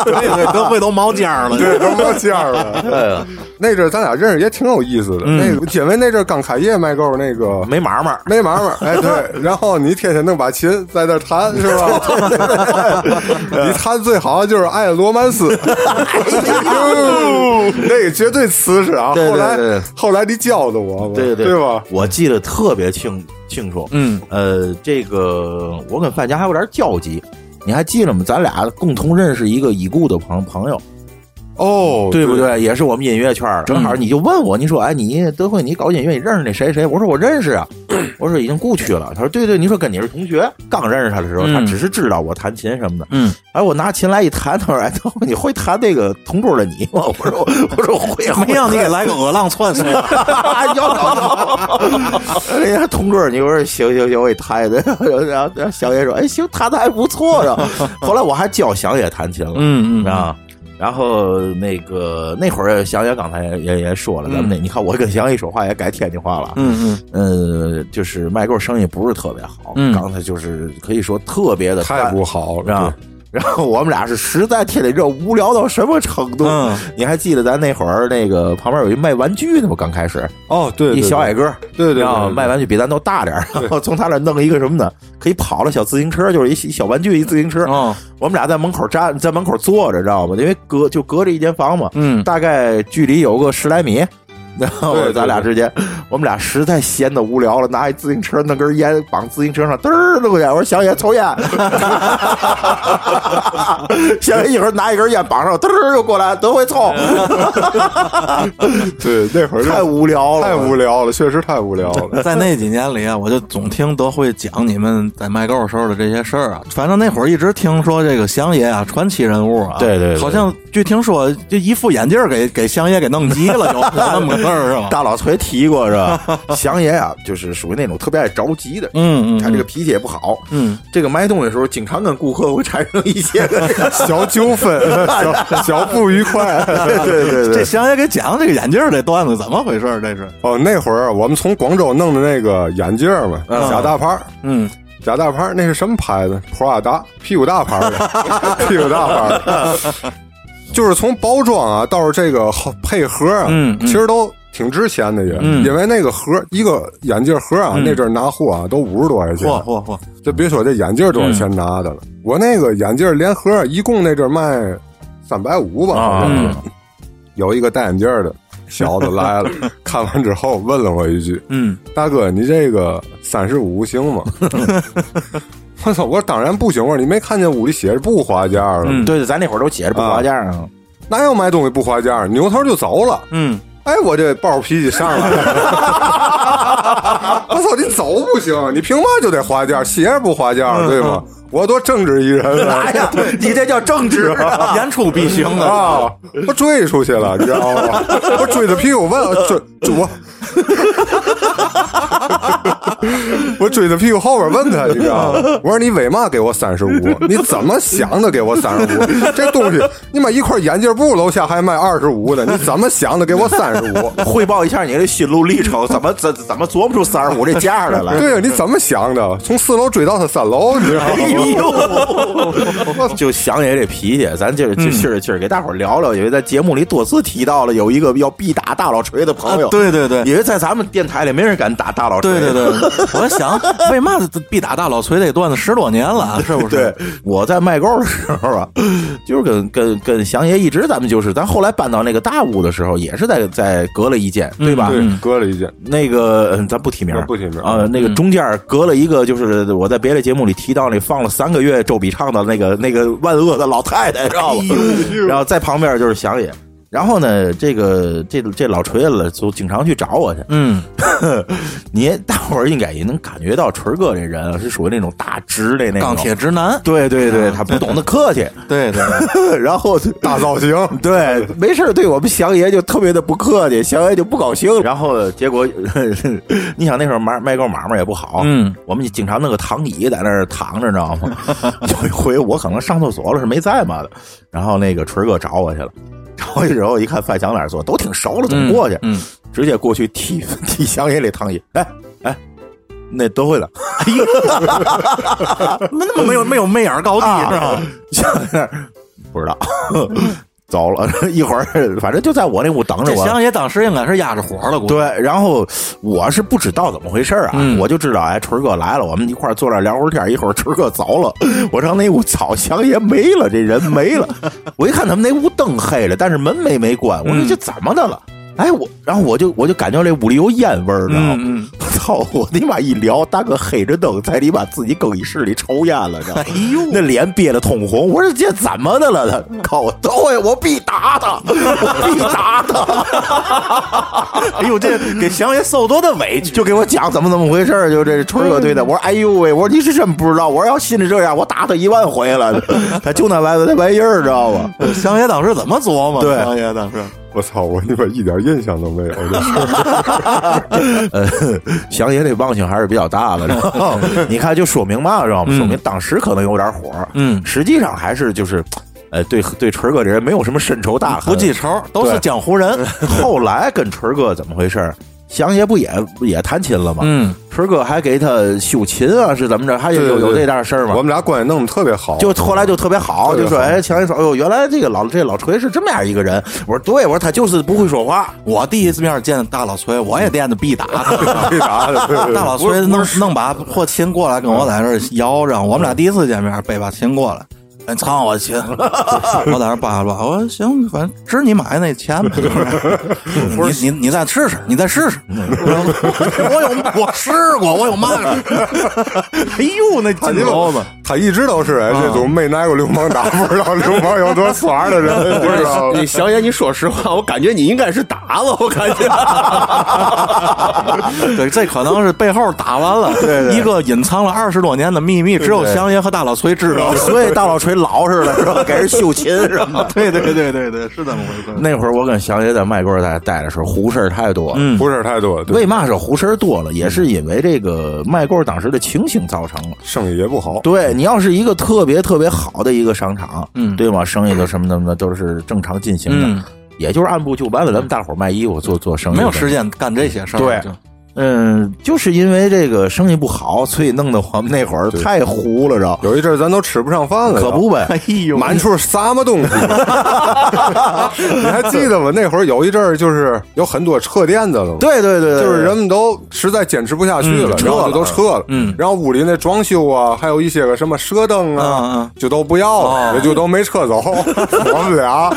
Speaker 1: 对对，德惠都毛尖儿了。
Speaker 4: 对，都冒尖儿了。
Speaker 2: 对啊，
Speaker 4: 那阵儿咱俩认识也挺有意思的，那个因为那阵儿刚开业卖够那个
Speaker 2: 没毛毛。
Speaker 4: 没毛毛，哎对，然后你天天弄把琴在那弹 是吧？你弹最好就是爱罗曼斯， 哎呦那个绝对瓷实啊。
Speaker 2: 对对
Speaker 4: 后来
Speaker 2: 对
Speaker 4: 后来你教的我，
Speaker 2: 对
Speaker 4: 对
Speaker 2: 对
Speaker 4: 吧？
Speaker 2: 我记得特别清清楚。
Speaker 1: 嗯，
Speaker 2: 呃，这个我跟范强还有点交集，你还记着吗？咱俩共同认识一个已故的朋朋友，
Speaker 4: 哦，
Speaker 2: 对不对？也是我们音乐圈儿的。正好你就问我，你说，哎，你德惠，你搞音乐，你认识那谁谁？我说我认识啊，我说已经故去了。他说对对，你说跟你是同学，刚认识他的时候，他
Speaker 1: 嗯
Speaker 2: 只是知道我弹琴什么的。
Speaker 1: 嗯，
Speaker 2: 哎，我拿琴来一弹，他说，哎，德惠，你会弹那个同桌的你吗？ 我说我我说会，会
Speaker 1: 没让你给来个鹅浪窜出来。
Speaker 2: 摇摇摇！人家同桌，你说行行行，我给弹一顿。然后然后小野说：“哎，行，弹的还不错呀。”后来我还教小野弹琴了，
Speaker 1: 嗯嗯
Speaker 2: 啊。然后那个那会儿，小野刚才也也也说了，咱们那、你看我跟小野说话也改天津话了，
Speaker 1: 嗯
Speaker 2: 嗯、就是麦购生意不是特别好，
Speaker 1: 嗯
Speaker 2: 刚才就是可以说特别的
Speaker 4: 太不好
Speaker 2: 是吧
Speaker 4: 了，？
Speaker 2: 然后我们俩是实在天天热，无聊到什么程度？
Speaker 1: 嗯
Speaker 2: 你还记得咱那会儿那个旁边有一卖玩具的吗？刚开始，
Speaker 4: 哦，对，对
Speaker 2: 一小，矮个儿，
Speaker 4: 对对对
Speaker 2: 然后
Speaker 4: 对对
Speaker 2: 卖玩具比咱都大点儿，然后从他那儿弄一个什么呢？可以跑了小自行车，就是一一小玩具一自行车
Speaker 1: 嗯。哦
Speaker 2: 我们俩在门口站，在门口坐着，知道吗？因为隔就隔着一间房嘛，
Speaker 1: 嗯，
Speaker 2: 大概距离有个十来米。然后
Speaker 4: 对对对
Speaker 2: 咱俩之间，我们俩实在闲的无聊了，拿一自行车弄根烟绑自行车上，嘚儿弄去。我说小野抽烟， 小野一会儿拿一根烟绑上，嘚儿又过来，等会
Speaker 4: 哎
Speaker 2: 抽，
Speaker 4: 对，那会儿就
Speaker 2: 太无聊了，
Speaker 4: 太无聊了，确实太无聊 了。
Speaker 1: 在那几年里啊，我就总听德惠讲你们在卖购时候的这些事儿啊。反正那会儿一直听说这个祥爷啊，传奇人物啊。
Speaker 2: 对对对
Speaker 1: 好像据听说，这一副眼镜儿给给祥爷给弄急 了，有有那么个事儿是吧？
Speaker 2: 大老锤提过是吧？祥爷啊，就是属于那种特别爱着急的，
Speaker 1: 嗯嗯，
Speaker 2: 他这个脾气也不好。
Speaker 1: 嗯，
Speaker 2: 这个买东西的时候，经常跟顾客会产生一些个，
Speaker 4: 小纠纷， 小小不愉快。
Speaker 2: 对对
Speaker 1: 这
Speaker 2: 对，
Speaker 1: 祥爷给讲这个眼镜儿这段子怎么回事儿？这是
Speaker 4: 哦，那会儿我们从广州弄的那个眼镜儿嘛，假大牌儿，
Speaker 1: 嗯
Speaker 4: 假大牌儿那 是什么牌子？普拉达，屁股大牌儿的，屁股大牌儿的。 就是从包装啊到这个好配盒啊，
Speaker 1: 嗯嗯
Speaker 4: 其实都挺值钱的也，
Speaker 1: 嗯
Speaker 4: 因为那个盒一个眼镜盒啊，那阵儿拿货啊都五十多块钱，
Speaker 1: 嚯嚯嚯，
Speaker 4: 就别说这眼镜多少钱拿的了，我那个眼镜连盒儿一共那阵儿卖三百五吧，好像是
Speaker 1: 嗯
Speaker 4: 有一个戴眼镜儿的小子来了， 看完之后问了我一句
Speaker 1: 嗯，：“
Speaker 4: 大哥，你这个三十五行吗？”我操！我说当然不行，我说你没看见屋里写着不花价了，
Speaker 1: 嗯
Speaker 2: 对对，咱那会儿都写着不划价啊，
Speaker 4: 哪有买东西不花价？扭头就走了。
Speaker 1: 嗯，
Speaker 4: 哎，我这暴脾气上来了！ 我操，你走不行，你凭嘛就得花价？鞋不花价，对吗？我多正直一人啊！
Speaker 2: 呀，你这叫正直啊！
Speaker 1: 言出必行啊，
Speaker 4: 啊！我追出去了，你知道吗？我追着屁股问，追追我，我追着屁股后边问他，你知道吗？我说你为嘛给我三十五？你怎么想的给我三十五？这东西你妈一块眼镜布楼下还卖二十五的，你怎么想的给我三十五？
Speaker 2: 啊汇报一下你这心路历程，怎么怎怎么琢磨出三十五这价来了？
Speaker 4: 对呀，你怎么想的？从四楼追到他三楼，你知道吗？
Speaker 2: 呦， 就想起这脾气，咱就是就气儿气儿，给大伙儿聊聊。因为在节目里多次提到了有一个要必打大老锤的朋友，
Speaker 1: 啊对对对
Speaker 2: 因为在咱们电台里没人敢打大老锤，
Speaker 1: 对对对，我 想为嘛必打大老锤这段子十多年了，啊是不是
Speaker 2: 对？，我在卖购的时候啊，就是跟跟跟祥爷一直咱们就是，咱后来搬到那个大屋的时候，也是在在隔了一间，对
Speaker 1: 嗯
Speaker 2: 吧？
Speaker 4: 对，割了一件，
Speaker 2: 那个嗯咱不提名儿，
Speaker 4: 不提名儿
Speaker 2: 啊。那
Speaker 1: 嗯
Speaker 2: 个中间儿隔了一个，就是我在别的节目里提到那放了三个月周笔畅的那个那个万恶的老太太，知
Speaker 1: 哎
Speaker 2: 道吗？
Speaker 4: 哎
Speaker 2: 然后在旁边就是祥爷。然后呢，这个这这老锤子了就经常去找我去。
Speaker 1: 嗯，
Speaker 2: 你大伙儿应该也能感觉到，锤儿哥这人啊是属于那种大直的那种
Speaker 1: 钢铁。嗯直男，
Speaker 2: 对对对，他不懂得客气，
Speaker 1: 对对，
Speaker 2: 然后
Speaker 4: 大造型，
Speaker 2: 对，没事儿对我们祥爷就特别的不客气，祥爷就不高兴。然后结果， 你想那时候买卖购买卖也不好，
Speaker 1: 嗯，
Speaker 2: 我们就经常弄个躺椅在那儿躺着，知道吗？ 有一回我可能上厕所了，是没在嘛的，然后那个锤哥找我去了， 找我去之后一看范翔在那儿坐，都挺熟了，怎么过去？
Speaker 1: 嗯，
Speaker 2: 直接过去踢 踢祥爷那躺椅，哎哎，那都会了。
Speaker 1: 没那么没有没有媚眼高低嗯啊
Speaker 2: 啊
Speaker 1: 是吧？
Speaker 2: 想那儿不知道， 走了 一会儿，反正就在我那屋等着
Speaker 1: 这
Speaker 2: 我。
Speaker 1: 香爷当时应该是压着火了，估计。
Speaker 2: 对，然后我是不知道怎么回事儿啊，
Speaker 1: 嗯
Speaker 2: 我就知道哎，锤儿哥来了，我们一块儿坐那儿聊会儿天儿，一会儿锤儿哥走了，我上那屋草祥爷没了，这人没 了，我一看他们那屋灯黑了，但是门没没关，我说
Speaker 1: 嗯
Speaker 2: 这怎么的了？哎，我然后我就我就感觉这屋里有烟味儿，知道吗？
Speaker 1: 嗯嗯
Speaker 2: 我操！我他妈一聊，大哥黑着灯在你妈自己更衣室里抽烟了，知道吗？
Speaker 1: 哎
Speaker 2: 那脸憋得通红。我说这怎么的了？他靠！我都会，我必打他，我必打他！ 哎呦，这给祥爷受多大委屈，就给我讲怎么怎么回事儿就这春哥对的。我说哎呦喂，我说你是真不知道，我说要信是这样，我打他一万回 了。他就那玩意儿，那玩意儿，知道吗？
Speaker 1: 香爷当时怎么琢磨？
Speaker 2: 对
Speaker 1: 香爷当时，
Speaker 4: 我操，我他妈一点印象都没有，这
Speaker 2: 哎
Speaker 4: 事儿
Speaker 2: 呃，祥爷这忘性还是比较大的，知道吗 你看就说明嘛，知道吗？说明当时可能有点火，
Speaker 1: 嗯
Speaker 2: 实际上还是就是，呃，对对，锤哥这人没有什么深仇大 恨，
Speaker 1: 不记仇，都是
Speaker 2: 对
Speaker 1: 江湖 人。
Speaker 2: 后来跟锤哥怎么回事儿？祥爷不也也谈亲了吗？
Speaker 1: 嗯，
Speaker 2: 锤哥还给他修琴啊，是怎么着？还有
Speaker 4: 对对
Speaker 2: 有有
Speaker 4: 对
Speaker 2: 这档事儿吗？
Speaker 4: 我们俩关系弄得特别好，
Speaker 2: 就后来就特别好，
Speaker 4: 特别
Speaker 2: 就
Speaker 4: 好
Speaker 2: 说哎，强爷说，哎呦，原来这个老这老锤是这么样一个人。我说对，我说他就是不会说话，
Speaker 1: 我第一次面见大老崔，我也惦着 必打 他。
Speaker 4: 为啥的？对对对
Speaker 1: 大老崔弄弄把破琴过来，跟我在这儿摇，让我们俩第一次见面，背把琴过来，你藏我琴， 我在这扒拉扒拉，我说行，反正值你买那钱呗，就是嗯你你你再试试，你再试试，我有我试过，我有嘛 事？哎呦，那
Speaker 4: 他
Speaker 1: 金头子，
Speaker 4: 他一直都是
Speaker 2: 啊
Speaker 4: 哎，这种没挨过流氓打，不知道流氓有多酸的人，不知 道。
Speaker 3: 你小野，你说实话，我感觉你应该是打了，我感觉。
Speaker 1: 对，这可能是背后打完了，一个隐藏了二十多年的秘密，只有香爷和大老崔 知道。
Speaker 2: 所以大老锤老实了，是吧？给人修琴是吧？
Speaker 1: 对对对对对，是这么回事。
Speaker 2: 那会儿我跟祥爷在麦锅在待的时候，胡事儿太多了。
Speaker 1: 嗯
Speaker 4: 不是太多，对
Speaker 2: 为嘛说胡事儿多了？也是因为这个麦购当时的情形造成的。
Speaker 4: 生意也不好。
Speaker 2: 对你要是一个特别特别好的一个商场，
Speaker 1: 嗯
Speaker 2: 对吗？生意都什么什么的都是正常进行的，
Speaker 1: 嗯
Speaker 2: 也就是按部就班的。咱们大伙儿卖衣服做做生意，
Speaker 1: 没有时。间干这些事儿，
Speaker 2: 对
Speaker 1: 就
Speaker 2: 嗯，就是因为这个生意不好，所以弄得我们那会儿太糊了着，
Speaker 4: 有一阵儿咱都吃不上饭了，
Speaker 2: 可不呗。
Speaker 1: 哎呦，
Speaker 4: 满处撒么东西。 你还记得吗？那会儿有一阵儿就是有很多撤店的了嘛，
Speaker 2: 对对对对，
Speaker 4: 就是人们都实在坚持不下去了，然后就都撤了。
Speaker 1: 嗯
Speaker 4: 然后屋里那装修啊，还有一些个什么射灯
Speaker 1: 嗯
Speaker 4: 啊
Speaker 1: 嗯，
Speaker 4: 就都不要
Speaker 2: 哦
Speaker 4: 了，也就都没 撤走。我们俩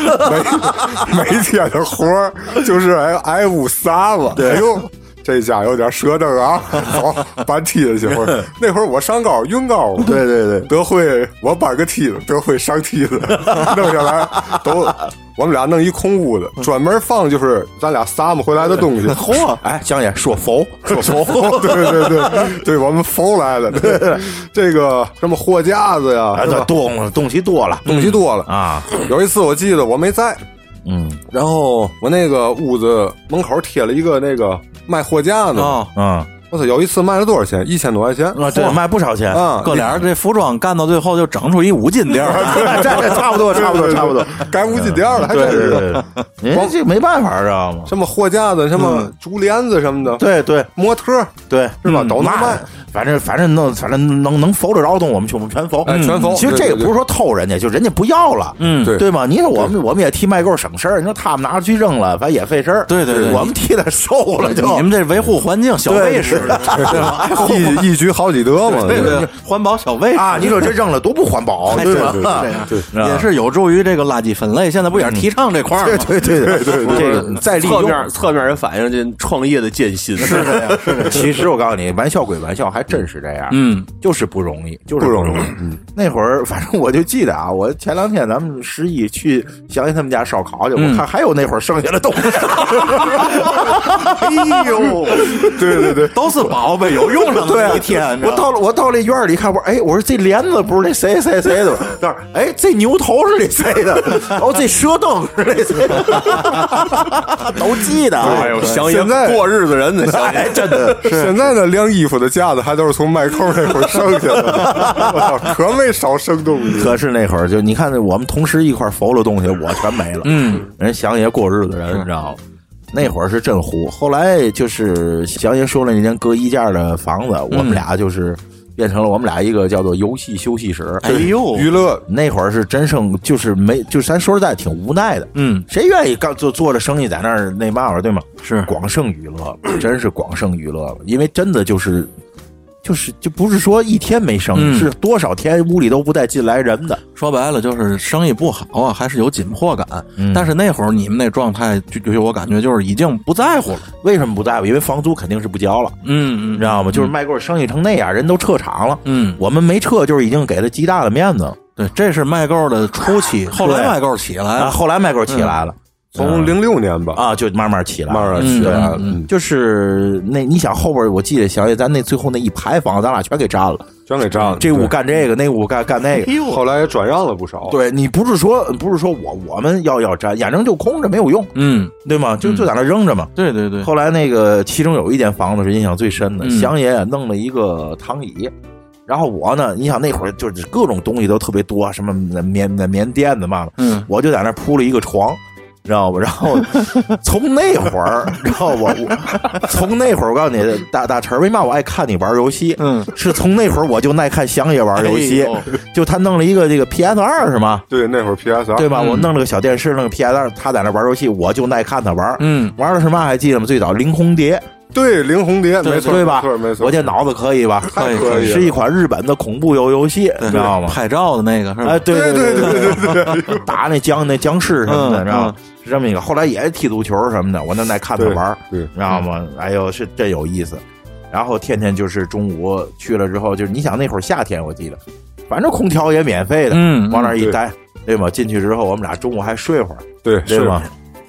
Speaker 4: 每每天的活儿就是哎挨屋撒吧，哎呦。这家有点折腾啊， 走搬梯子去。会儿那会儿我上高运高嘛，
Speaker 2: 嗯对对对，
Speaker 4: 德惠，我搬个梯子，德惠上 梯子，弄下来都，我们俩弄一空屋子，专门放就是咱俩撒么回来的东西。
Speaker 2: 嚯！哎，江姐说佛，说佛，
Speaker 4: 对对对，对我们佛来的，对这个什么货架子呀，
Speaker 2: 哎，
Speaker 4: 是
Speaker 2: 这
Speaker 4: 吧
Speaker 2: 多了，东西多了
Speaker 4: 东西多了。
Speaker 2: 啊，
Speaker 4: 有一次我记得我没在，
Speaker 2: 嗯
Speaker 4: 然后我那个屋子门口贴了一个那个卖货架子，
Speaker 1: 啊，
Speaker 2: 嗯，
Speaker 4: 我操，有一次卖了多少钱？一千多块钱
Speaker 2: 啊，对，卖不少钱，
Speaker 4: 啊！
Speaker 1: 哥俩人这服装干到最后就整出一五金店儿，
Speaker 2: 这这差不多，差不多，差不多。
Speaker 4: 该五金店了，还
Speaker 2: 对
Speaker 4: 真
Speaker 2: 对
Speaker 4: 是
Speaker 2: 对，对人家这没办法，知道吗？
Speaker 4: 什么货架子、什么竹帘子什么的，
Speaker 2: 对对
Speaker 4: 模特儿
Speaker 2: 对，
Speaker 4: 是吧
Speaker 2: 嗯
Speaker 4: 都能
Speaker 2: 那
Speaker 4: 卖
Speaker 2: 反正反正能反正能能否着着动，我们全部全否，
Speaker 4: 哎全否
Speaker 2: 嗯其实
Speaker 4: 对
Speaker 2: 这
Speaker 4: 对
Speaker 2: 个不是说偷人家，就人家不要了，
Speaker 1: 嗯
Speaker 4: 对
Speaker 2: 对吧？你说我们我们也替卖购省事儿，你说他们拿出去扔了，反正也费事儿，
Speaker 1: 对对对
Speaker 2: 我们替他收了就
Speaker 1: 你们这维护环境小卫士，
Speaker 4: 一一举好几得嘛，
Speaker 1: 对
Speaker 4: 这个
Speaker 1: 对，环保小卫士
Speaker 2: 啊，你说这扔了多不环保，
Speaker 1: 哎
Speaker 2: 对
Speaker 1: 对
Speaker 2: 吧？
Speaker 1: 对
Speaker 2: 啊
Speaker 1: 这样
Speaker 4: 对
Speaker 1: 也是有助于这个垃圾分类，现在不也是提倡这块儿吗？
Speaker 2: 啊对对对对对，这个再利
Speaker 3: 侧
Speaker 2: 用。
Speaker 3: 面侧面也反映这创业的艰辛。是的呀，
Speaker 2: 其实我告诉你，玩笑归玩笑，还真是这样，
Speaker 1: 嗯，
Speaker 2: 就是不容易，就是
Speaker 4: 不容
Speaker 2: 易嗯
Speaker 4: 易。
Speaker 2: 那会儿反正我就记得啊，我前两天咱们十一去祥爷他们家烧烤去，我看还有那会儿剩下的东西， 哎呦，
Speaker 4: 对对对，
Speaker 1: 都是宝贝，有用上
Speaker 2: 对啊
Speaker 1: 的一天。
Speaker 2: 我到了，我到这院儿里一看，我说，哎，我说这帘子不是那谁谁谁的吗？那儿，哎，这牛头是那谁 的？哦，这蛇灯是那谁的？都记得啊，
Speaker 3: 哎呦，祥爷
Speaker 4: 现在
Speaker 3: 过日子人 呢，祥爷
Speaker 2: 哎，真 的
Speaker 4: 现在的晾衣服的架子还都是从麦扣那会儿剩下的， 我操，可没少剩东
Speaker 1: 嗯
Speaker 4: 西。
Speaker 2: 可是那会儿就你看，我们同时一块儿佛了东西，我全没了。嗯，人祥爷过日子人，你知道吗？那会儿是真糊。后来就是祥爷说了那间隔衣架的房子，
Speaker 1: 嗯
Speaker 2: 我们俩就是变成了我们俩一个叫做游戏休息室。
Speaker 1: 哎呦，
Speaker 4: 娱乐
Speaker 2: 那会儿是真剩，就是没，就是咱说实在挺无奈的。
Speaker 1: 嗯，
Speaker 2: 谁愿意干做做着生意在那儿那嘛玩意儿对吗？
Speaker 1: 是
Speaker 2: 广盛娱乐，真是广盛娱乐了，因为真的就是。就是就不是说一天没生意，
Speaker 1: 嗯
Speaker 2: 是多少天屋里都不带进来人的。
Speaker 1: 说白了就是生意不好啊，还是有紧迫感。
Speaker 2: 嗯
Speaker 1: 但是那会儿你们那状态，就就我感觉就是已经不在乎了。
Speaker 2: 为什么不在乎？因为房租肯定是不交了，
Speaker 1: 嗯
Speaker 2: 你知道吗？就是卖购生意成那样，人都撤场了，
Speaker 1: 嗯，
Speaker 2: 我们没撤，就是已经给了极大的面子了。
Speaker 1: 对，这是卖购的初期，啊后来
Speaker 2: 对
Speaker 1: 卖购起来
Speaker 2: 啊，
Speaker 1: 了。
Speaker 2: 后来卖购起来了，
Speaker 4: 从零六年吧，
Speaker 2: 啊，就嗯慢慢起来了，
Speaker 4: 慢慢起来了，
Speaker 2: 嗯
Speaker 4: 嗯，
Speaker 2: 就是那你想后边，我记得想起咱那最后那一排房，咱俩全给占了，
Speaker 4: 全给占了。
Speaker 2: 这屋
Speaker 4: 对
Speaker 2: 干这个，那屋干干那个。
Speaker 4: 后来也转让了不少，
Speaker 2: 对你不是说不是说我我们要要占，眼睁就空着没有用，
Speaker 1: 嗯，
Speaker 2: 对吗？就就在那扔着嘛。
Speaker 1: 对对对，
Speaker 2: 后来那个其中有一间房子是印象最深的，
Speaker 1: 嗯
Speaker 2: 祥爷啊弄了一个躺椅，然后我呢，你想那会儿就是各种东西都特别多，什么棉棉棉垫子嘛的，
Speaker 1: 嗯
Speaker 2: 我就在那儿铺了一个床。知道吧？然后从那会儿，知道吧？我从那会儿，我告诉你，大大陈儿为嘛我爱看你玩游戏？
Speaker 1: 嗯，
Speaker 2: 是从那会儿我就爱看祥爷玩游戏
Speaker 1: 哎呦。
Speaker 2: 就他弄了一个这个 PS 二是吗？
Speaker 4: 对，那会儿 PS
Speaker 1: 嗯
Speaker 2: 对
Speaker 4: 二，
Speaker 2: 吧？我弄了个小电视，弄个 PS 二，他在那玩游戏，我就爱看他玩。
Speaker 1: 嗯，
Speaker 2: 玩的是嘛？还记得吗？最早凌空蝶，
Speaker 4: 对，零红蝶，没错，
Speaker 2: 对吧？
Speaker 4: 没错，没错，
Speaker 2: 我这脑子可以吧？
Speaker 1: 可以
Speaker 4: 可以
Speaker 2: 是一款日本的恐怖游游戏，你知道吗？
Speaker 1: 拍照的那个是吧？
Speaker 2: 哎，对
Speaker 4: 对
Speaker 2: 对
Speaker 4: 对对
Speaker 2: 对对，打那僵那僵尸什么的，
Speaker 1: 嗯
Speaker 2: 知道吗？是这么一个。后来也踢足球什么的，我那爱看他
Speaker 4: 对
Speaker 2: 玩儿，
Speaker 4: 对
Speaker 2: 知道吗？哎呦，是真有意思。然后天天就是中午去了之后，就是你想那会儿夏天，我记得，反正空调也免费的，
Speaker 1: 嗯
Speaker 2: 往那儿一待，对吗？进去之后，我们俩中午还睡会儿，
Speaker 4: 对
Speaker 2: 对
Speaker 4: 是
Speaker 2: 吗？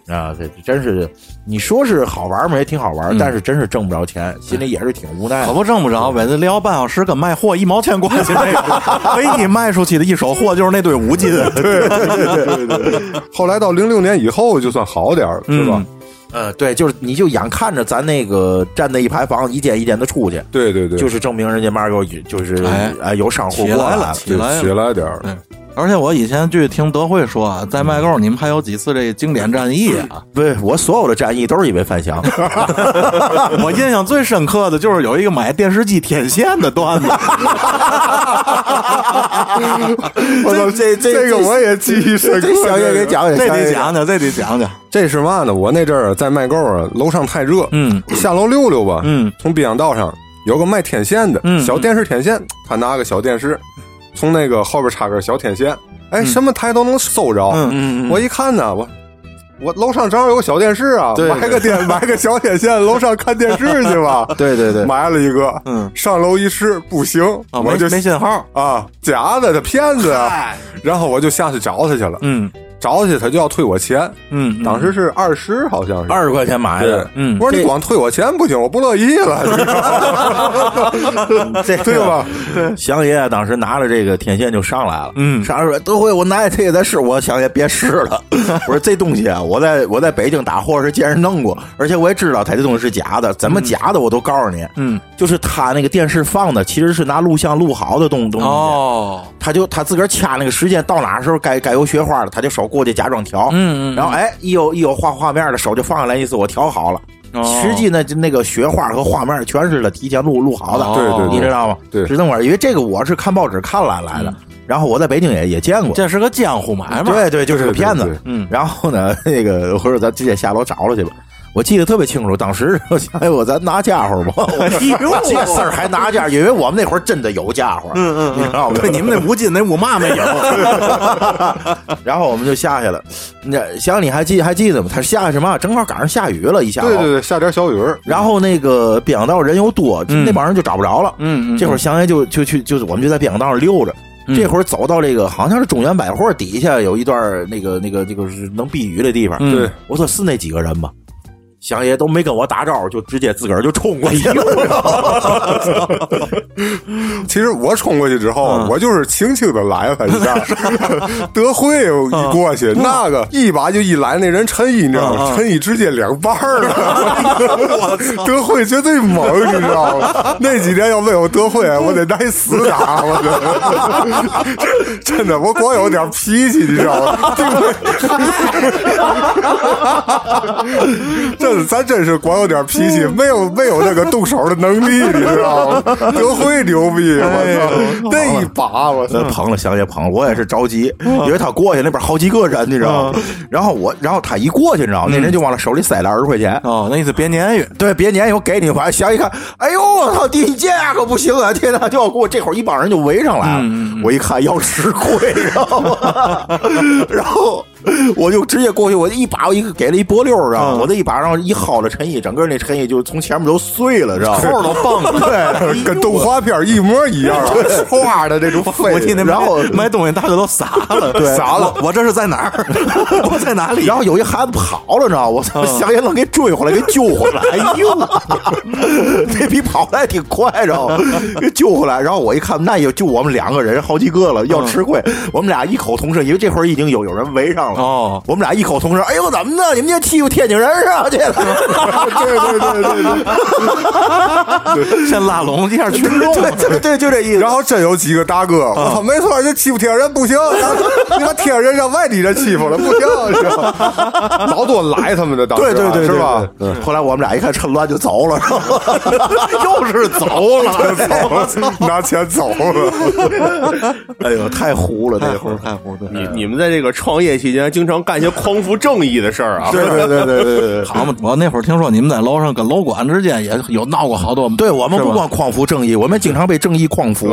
Speaker 2: 啊，这真是，你说是好玩嘛，也挺好玩，但是真是挣不着钱，心里也是挺无奈
Speaker 1: 可
Speaker 2: 的。
Speaker 1: 不挣不着呗，这聊半小时跟卖货一毛钱关系 没有。唯一卖出去的一手货就是那堆五金。
Speaker 4: 后来到零六年以后就算好点儿了，是
Speaker 1: 嗯
Speaker 4: 吧？
Speaker 2: 呃，对，就是你就眼看着咱那个站那一排房，一间一间的出去，
Speaker 4: 对对对，
Speaker 2: 就是证明人家嘛有就是
Speaker 1: 哎
Speaker 2: 哎有商户
Speaker 1: 起
Speaker 2: 过
Speaker 1: 来
Speaker 2: 了嗯
Speaker 1: 了，，起来
Speaker 4: 起
Speaker 1: 了，
Speaker 4: 来点儿
Speaker 1: 对，而且我以前据听德惠说啊，在麦购你们还有几次这经典战役啊。
Speaker 2: 对我所有的战役都是因为范翔，
Speaker 1: 我印象最深刻的就是有一个买电视机天线的段 子，
Speaker 5: 我操，这
Speaker 4: 这个我也记忆深刻。
Speaker 5: 这小月给讲讲，
Speaker 1: 这
Speaker 5: 小
Speaker 1: 得
Speaker 5: 月
Speaker 1: 讲讲，这得讲讲。
Speaker 4: 这是嘛呢？我那阵儿在麦购啊，楼上太热，
Speaker 1: 嗯，
Speaker 4: 下楼溜溜吧，
Speaker 1: 嗯，
Speaker 4: 从滨江道上有个卖天线的，
Speaker 1: 嗯
Speaker 4: 小电视天线，他拿个小电视，从那个后边插根小天线，哎，什么台都能搜着，
Speaker 1: 嗯
Speaker 2: 嗯
Speaker 4: 我一看呢，我。我楼上正好有个小电视啊，
Speaker 5: 对
Speaker 4: 买个电买个小天线，楼上看电视去吧。
Speaker 5: 对对对，
Speaker 4: 买了一个，
Speaker 1: 嗯，
Speaker 4: 上楼一试不行，
Speaker 1: 啊，
Speaker 4: 我
Speaker 1: 没
Speaker 4: 就
Speaker 1: 没信号，
Speaker 4: 啊，假的，他骗子啊！然后我就下去找他去了，
Speaker 1: 嗯
Speaker 4: 找他去他就要退我钱，
Speaker 1: 嗯，
Speaker 4: 当时是二十，好像是。
Speaker 2: 二十块钱买
Speaker 4: 对
Speaker 2: 的，，
Speaker 1: 嗯
Speaker 4: 我说你光退我钱不行，我不乐意 了，你知道吗
Speaker 2: 这
Speaker 4: 对吧？
Speaker 2: 祥爷啊当时拿着这个天线就上来了，
Speaker 1: 嗯
Speaker 2: 上来说德惠，我拿你这个咱试，我祥爷别试 了。我说这东西啊，我在我在北京打货是见人弄过，而且我也知道他这东西是假的，怎么假的我都告诉你，
Speaker 1: 嗯
Speaker 2: 就是他那个电视放的其实是拿录像录好的东东西，
Speaker 1: 哦，
Speaker 2: 他就他自个儿掐那个时间到哪时候该该有雪花了，他就手过去假装调，
Speaker 1: 嗯嗯
Speaker 2: 然后哎一有一有画画面了，手就放下来意思我调好了，
Speaker 1: 哦
Speaker 2: 实际呢就那个雪花和画面全是他提前录录好的，
Speaker 1: 哦
Speaker 4: 对对对
Speaker 2: 你知道吗？
Speaker 4: 对
Speaker 2: 是那会儿，因为这个我是看报纸看来来的，然后我在北京也也见过，
Speaker 1: 这是个江湖买卖，
Speaker 2: 对对，就是个骗
Speaker 4: 对
Speaker 2: 子
Speaker 4: 对。
Speaker 1: 嗯
Speaker 2: 然后呢，那个我说咱直接下楼找了去吧。我记得特别清楚，当时我想，哎我咱拿家伙 吧，我
Speaker 1: 哎
Speaker 2: 这事儿还拿家伙，因为我们那会儿真的有家伙，嗯嗯，你知道吗？
Speaker 1: 对，你们那五金那屋嘛 没有？
Speaker 2: 然后我们就下去了。那想你还记还记得吗？他下去什么？正好赶上下雨了，一下
Speaker 4: 对对
Speaker 2: 午。
Speaker 4: 对，下点小雨儿，
Speaker 2: 然后那个边港道人又多，
Speaker 1: 嗯
Speaker 2: 那帮人就找不着了。
Speaker 1: 嗯
Speaker 2: 这会儿祥爷就就去就是我们就在边港道上溜着。
Speaker 1: 嗯
Speaker 2: 这会儿走到这个好像是中原百货底下有一段那个那个那个是能避雨的地方，
Speaker 1: 嗯
Speaker 4: 对，
Speaker 2: 我说是那几个人吗？祥爷都没跟我打招呼，就直接自个儿就冲过去
Speaker 1: 哎
Speaker 2: 了。
Speaker 4: 其实我冲过去之后，我就是轻轻的来了一下，德惠一过去，那个一把就一来，那人陈毅你知道吗？陈毅直接两半儿 了，德惠绝对猛，你知道吗？那几天要没有德惠，我得挨死打，我真真的，我光有点脾气，你知道吗？这咱真是光有点脾 气，没有没有那个动手的能力，你知道吗？德惠牛逼，啊我操，那一把我
Speaker 1: 嗯
Speaker 4: 操，
Speaker 2: 捧了祥爷捧了，我也是着急，因为他过去那边好几个人，你知道吗？
Speaker 1: 嗯
Speaker 2: 然后我，然后他一过去，你知道吗？那人就往他手里塞了二十块钱。
Speaker 1: 哦，那意思别鲶鱼，
Speaker 2: 对，别撵，我给你还。祥一看，哎呦，我操，弟，你这样可不行啊！天哪，就要给我这会儿一帮人就围上来了。
Speaker 1: 嗯
Speaker 2: 我一看要吃亏，知道吗？ 然后我就直接过去，我一把我一个给了一波溜儿，然后、
Speaker 1: 嗯
Speaker 2: 我这一把，然后一薅了陈毅，整个那陈毅就是从前面都碎了，知道吗？
Speaker 1: 扣都蹦了。哎
Speaker 2: 对，
Speaker 4: 跟动画片一模一样， 唰的这种
Speaker 1: 我记
Speaker 4: 飞。
Speaker 1: 得
Speaker 2: 然后
Speaker 1: 买买东西大哥都傻 了，
Speaker 2: 对
Speaker 1: 傻了。我这是在哪儿？我在哪里？
Speaker 2: 然后有一孩子跑了，知道吗？我操，祥爷愣给追回来，给救回来。嗯 哎呦， 这比跑的还挺快，知道吗？给救回来。然后我一看，那也就我们两个人，好几个了，要吃亏。我们俩异口同声，因为这会儿已经有有人围上了。
Speaker 1: 哦
Speaker 2: 我们俩异口同声，哎呦，怎么的？你们这欺负天津人是吧？这
Speaker 4: 对对对对对，
Speaker 1: 先拉拢一下群众。
Speaker 2: 对对对，就这意思。
Speaker 4: 然后真有几个大哥，我操，没错，这欺负天人不行，你把天人让外地人欺负了不行，是吧？老多来他们的，当
Speaker 2: 对
Speaker 4: 时
Speaker 2: 对对，
Speaker 4: 是
Speaker 2: 对
Speaker 4: 吧？？
Speaker 2: 对啊后来我们俩一看趁乱就走了，是吧 又是走了，
Speaker 4: 走了，拿钱走了，
Speaker 2: 哎呦，太糊了，那会儿
Speaker 1: 太糊涂，
Speaker 3: 你你们在这个创业期间，经常干一些匡扶正义的事儿啊。
Speaker 2: 对对对对对对。
Speaker 1: 好嘛！我那会儿听说你们在楼上跟楼管之间也有闹过好多，
Speaker 2: 对我们
Speaker 1: 是吧哦
Speaker 2: 不光匡扶正义，我们经常被正义匡扶。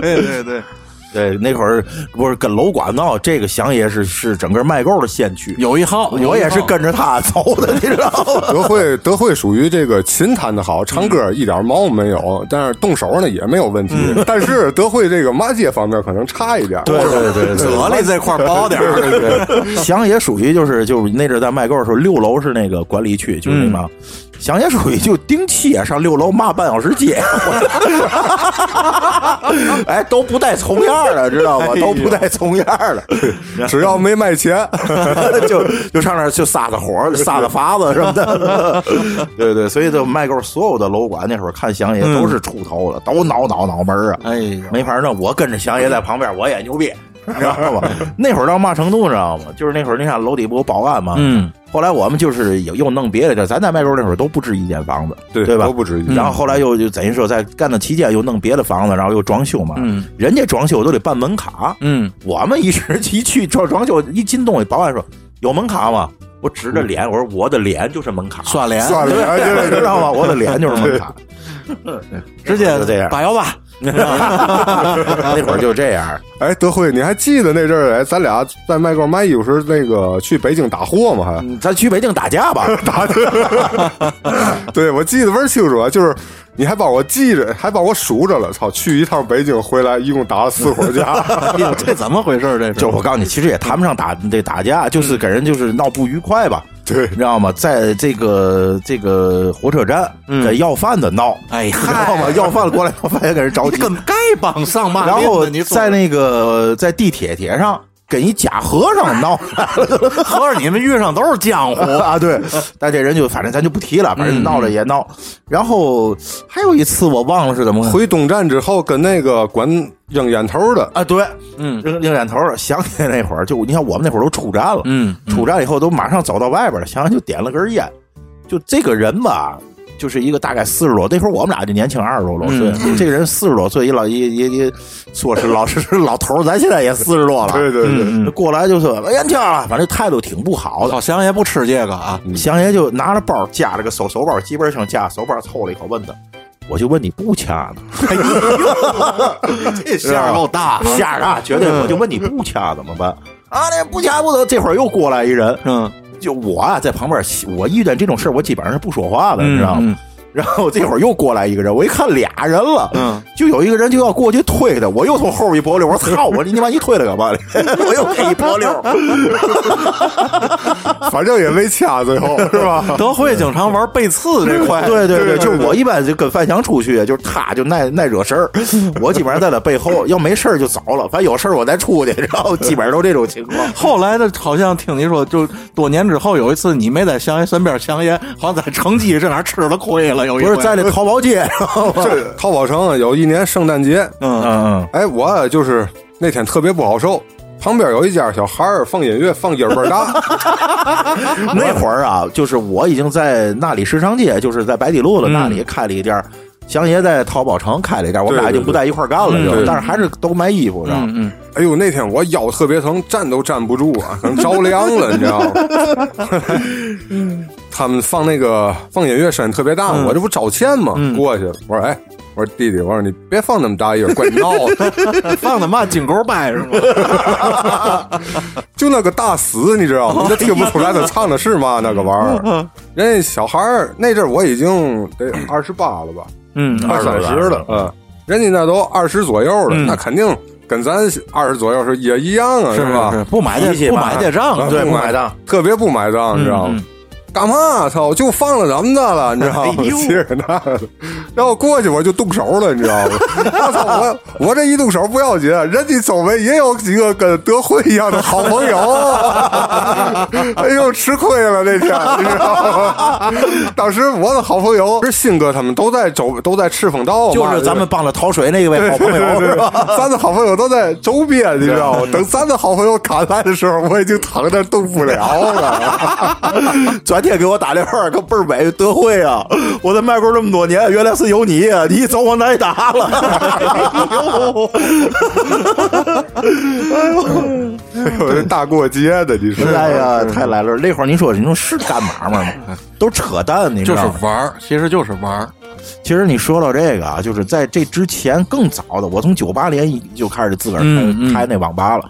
Speaker 1: 对对对，
Speaker 2: 对，那会儿不是跟楼管闹，这个祥爷是是整个麦购的先驱，
Speaker 1: 有一号，
Speaker 2: 我也是
Speaker 1: 有一号
Speaker 2: 跟着他走的，你知道 吗？
Speaker 4: 德惠 德惠属于这个琴弹的好，唱歌一点毛病没有，但是动手呢也没有问题。但是德惠这个骂街方面可能差一点。对
Speaker 2: 嗯对对
Speaker 1: 责力这块儿薄点儿。
Speaker 2: 对，祥爷属于就是就是那阵儿在麦购的时候，六楼是那个管理区，就是
Speaker 1: 嗯
Speaker 2: 那嘛。祥爷属于就定期 也上六楼骂半小时街，哎，都不带重样样的，知道吗？
Speaker 1: 哎呦
Speaker 2: 都不带从样的，
Speaker 4: 只要没卖钱，
Speaker 2: 就就上那儿就撒撒火、撒撒法子什么的。 对对，所以就麦购所有的楼管那会儿看祥爷都是出头的，都挠挠脑门儿啊。
Speaker 1: 哎呦，
Speaker 2: 没法弄，我跟着祥爷在旁边，我也牛逼，你知道吗？那会儿到嘛程度，你知道吗？就是那会儿，你看楼底不有保安吗？
Speaker 1: 嗯，
Speaker 2: 后来我们就是有又弄别的地儿，咱在麦沟那会儿都不止一间房子，对吧
Speaker 4: 都？不嗯至于。
Speaker 2: 然后后来又就等于说在干的期间又弄别的房子，然后又装修嘛。
Speaker 1: 嗯，
Speaker 2: 人家装修都得办门卡，
Speaker 1: 嗯，
Speaker 2: 我们一时一去装装修，一进洞，保安说有门卡吗？我指着脸，我说我的脸就是门卡，
Speaker 1: 刷脸，
Speaker 4: 算 了，哎对
Speaker 2: 知
Speaker 4: 对
Speaker 2: 道吗？我的脸就是门卡，
Speaker 1: 直接
Speaker 2: 就这样
Speaker 1: 打幺 八，
Speaker 2: 那会儿就这样。
Speaker 4: 哎，德辉，你还记得那阵儿？哎，咱俩在麦购卖艺术时，那个去北京打货吗？还
Speaker 2: 咱去北京打架吧，
Speaker 4: 对，我记得倍儿清楚啊，就是你还帮我记着，还帮我数着了。操，去一趟北京回来，一共打了四 回架。
Speaker 1: 哎呦，这怎么回事儿？这是
Speaker 2: 就是我告诉你，其实也谈不上打这打架，就是给人就是闹不愉快吧，
Speaker 4: 对
Speaker 2: 你知道吗？在这个这个火车站给要饭的闹，
Speaker 1: 哎
Speaker 2: 你知道
Speaker 1: 嗨，
Speaker 2: 吗？要饭过来要饭也给人着
Speaker 1: 你
Speaker 2: 急，
Speaker 1: 跟丐帮上骂
Speaker 2: 然
Speaker 1: 令
Speaker 2: 后
Speaker 1: 的你
Speaker 2: 在那个在地铁铁上跟一假和 尚闹
Speaker 1: 合着你们遇上都是江湖，
Speaker 2: 啊，对，但这人就反正咱就不提了，反正
Speaker 1: 嗯
Speaker 2: 闹了也闹。然后还有一次我忘了是怎么回事
Speaker 4: 回东站之后，跟那个管扔烟头的，
Speaker 2: 啊，对，
Speaker 1: 嗯
Speaker 2: 扔扔眼头了。想起来那会儿，就你看我们那会儿都出站了，
Speaker 1: 嗯
Speaker 2: 出站以后都马上走到外边了，想想就点了根烟。就这个人吧，就是一个大概四十多，那会儿我们俩就年轻二十多
Speaker 1: 嗯
Speaker 2: 岁。这个人四十多岁，一老一一一说是老是老头儿，咱现在也四十多了，
Speaker 4: 对对对，
Speaker 1: 嗯
Speaker 2: 过来就说哎烟翘了，啊反正态度挺不好的。
Speaker 1: 好像也不吃这个啊，
Speaker 2: 祥爷就拿着包夹了个手手包，基本上夹手包凑了一口，问他，我就问你不掐呢？
Speaker 1: 这 馅儿够大，啊嗯
Speaker 2: 馅儿大，绝对！我就问你不掐怎么办？啊，那不掐不得。这会儿又过来一人，
Speaker 1: 嗯
Speaker 2: 就我啊在旁边，我遇见这种事儿我基本上是不说话的，你知道
Speaker 1: 嗯
Speaker 2: 吗？ 然后这会儿又过来一个人，我一看俩人了，
Speaker 1: 嗯，
Speaker 2: 就有一个人就要过去推他，我又从后边一拨溜，我说操，我说你妈你推他干嘛？ 我又给一拨溜，
Speaker 4: 反正也没掐，最后是吧？
Speaker 1: 德惠经常玩背刺这块，
Speaker 2: 对对对，就我一般就跟范翔出去，就是他就耐耐惹事儿，我基本上在他背后，要没事儿就走了，反正有事儿我再出去，然后基本上都这种情况。
Speaker 1: 后来的，好像听你说，就多年之后有一次你没在香爷身边，香爷好像在城基这哪儿吃了亏了，有一
Speaker 2: 不
Speaker 1: 回
Speaker 2: 是在那淘宝街，
Speaker 4: 这淘宝城啊有一年圣诞节，
Speaker 1: 嗯
Speaker 2: 嗯，
Speaker 4: 哎，我啊就是那天特别不好受。旁边有一家小孩儿放音乐，放音儿倍儿 大，
Speaker 2: 那会儿啊，就是我已经在那里时尚街，就是在白底路的那里开了一店。祥爷在淘宝城开了一店，我们俩就不在一块儿干了，就
Speaker 4: 对
Speaker 2: 但是还是都卖衣服，是吧？
Speaker 1: 嗯
Speaker 4: 哎呦，那天我腰特别疼，站都站不住啊，可能着凉 了，你知道吗？他们放那个放音乐声音特别大，我这不找钱吗？过去了，我说哎，我说弟弟，我说你别放那么大音儿，怪闹的，
Speaker 1: 嗯，放的嘛金钩掰 是吗？
Speaker 4: 就那个大死，你知道吗？你都听不出来他唱的是 嘛那个玩意儿。人家小孩儿那阵儿我已经得二十八了吧，
Speaker 1: 嗯
Speaker 4: 二三十了，嗯，人家那都二十左右了，那肯定跟咱二十左右是也一样啊，
Speaker 1: 是
Speaker 4: 吧？
Speaker 1: 是不买这不买这账，
Speaker 2: 对不买账，
Speaker 4: 特别不买账，你知
Speaker 2: 嗯
Speaker 4: 道吗？干嘛？操！就放了咱们的了，你知道吗？
Speaker 2: 哎
Speaker 4: 气人大了。然后过去我就动手了，你知道吗？ 我操！我我这一动手不要紧，人家周围也有几个跟德惠一样的好朋友。 哎呦，吃亏了那天，你知道吗？当时我的好朋友是新哥，他们都在周都在赤峰道嘛，
Speaker 2: 就是咱们帮着淘水那位好朋友，是吧？
Speaker 4: 咱的好朋友都在周边，你知道吗？等咱的好朋友赶来的时候，我已经躺那儿动不了了。
Speaker 2: 转天给我打电话，个倍儿美德惠啊！我在麦沟这么多年，原来是有你，啊你一走我挨打了。
Speaker 4: 我这大过节的，你说？
Speaker 2: 哎呀，太来了！那会儿你说你说是干嘛嘛吗？都扯淡，你知
Speaker 1: 就是
Speaker 2: 道吗？
Speaker 1: 玩儿，其实就是玩儿，
Speaker 2: 其实你说到这个啊，就是在这之前更早的，我从九八年就开始自个儿开、
Speaker 1: 嗯嗯
Speaker 2: 开那网吧了。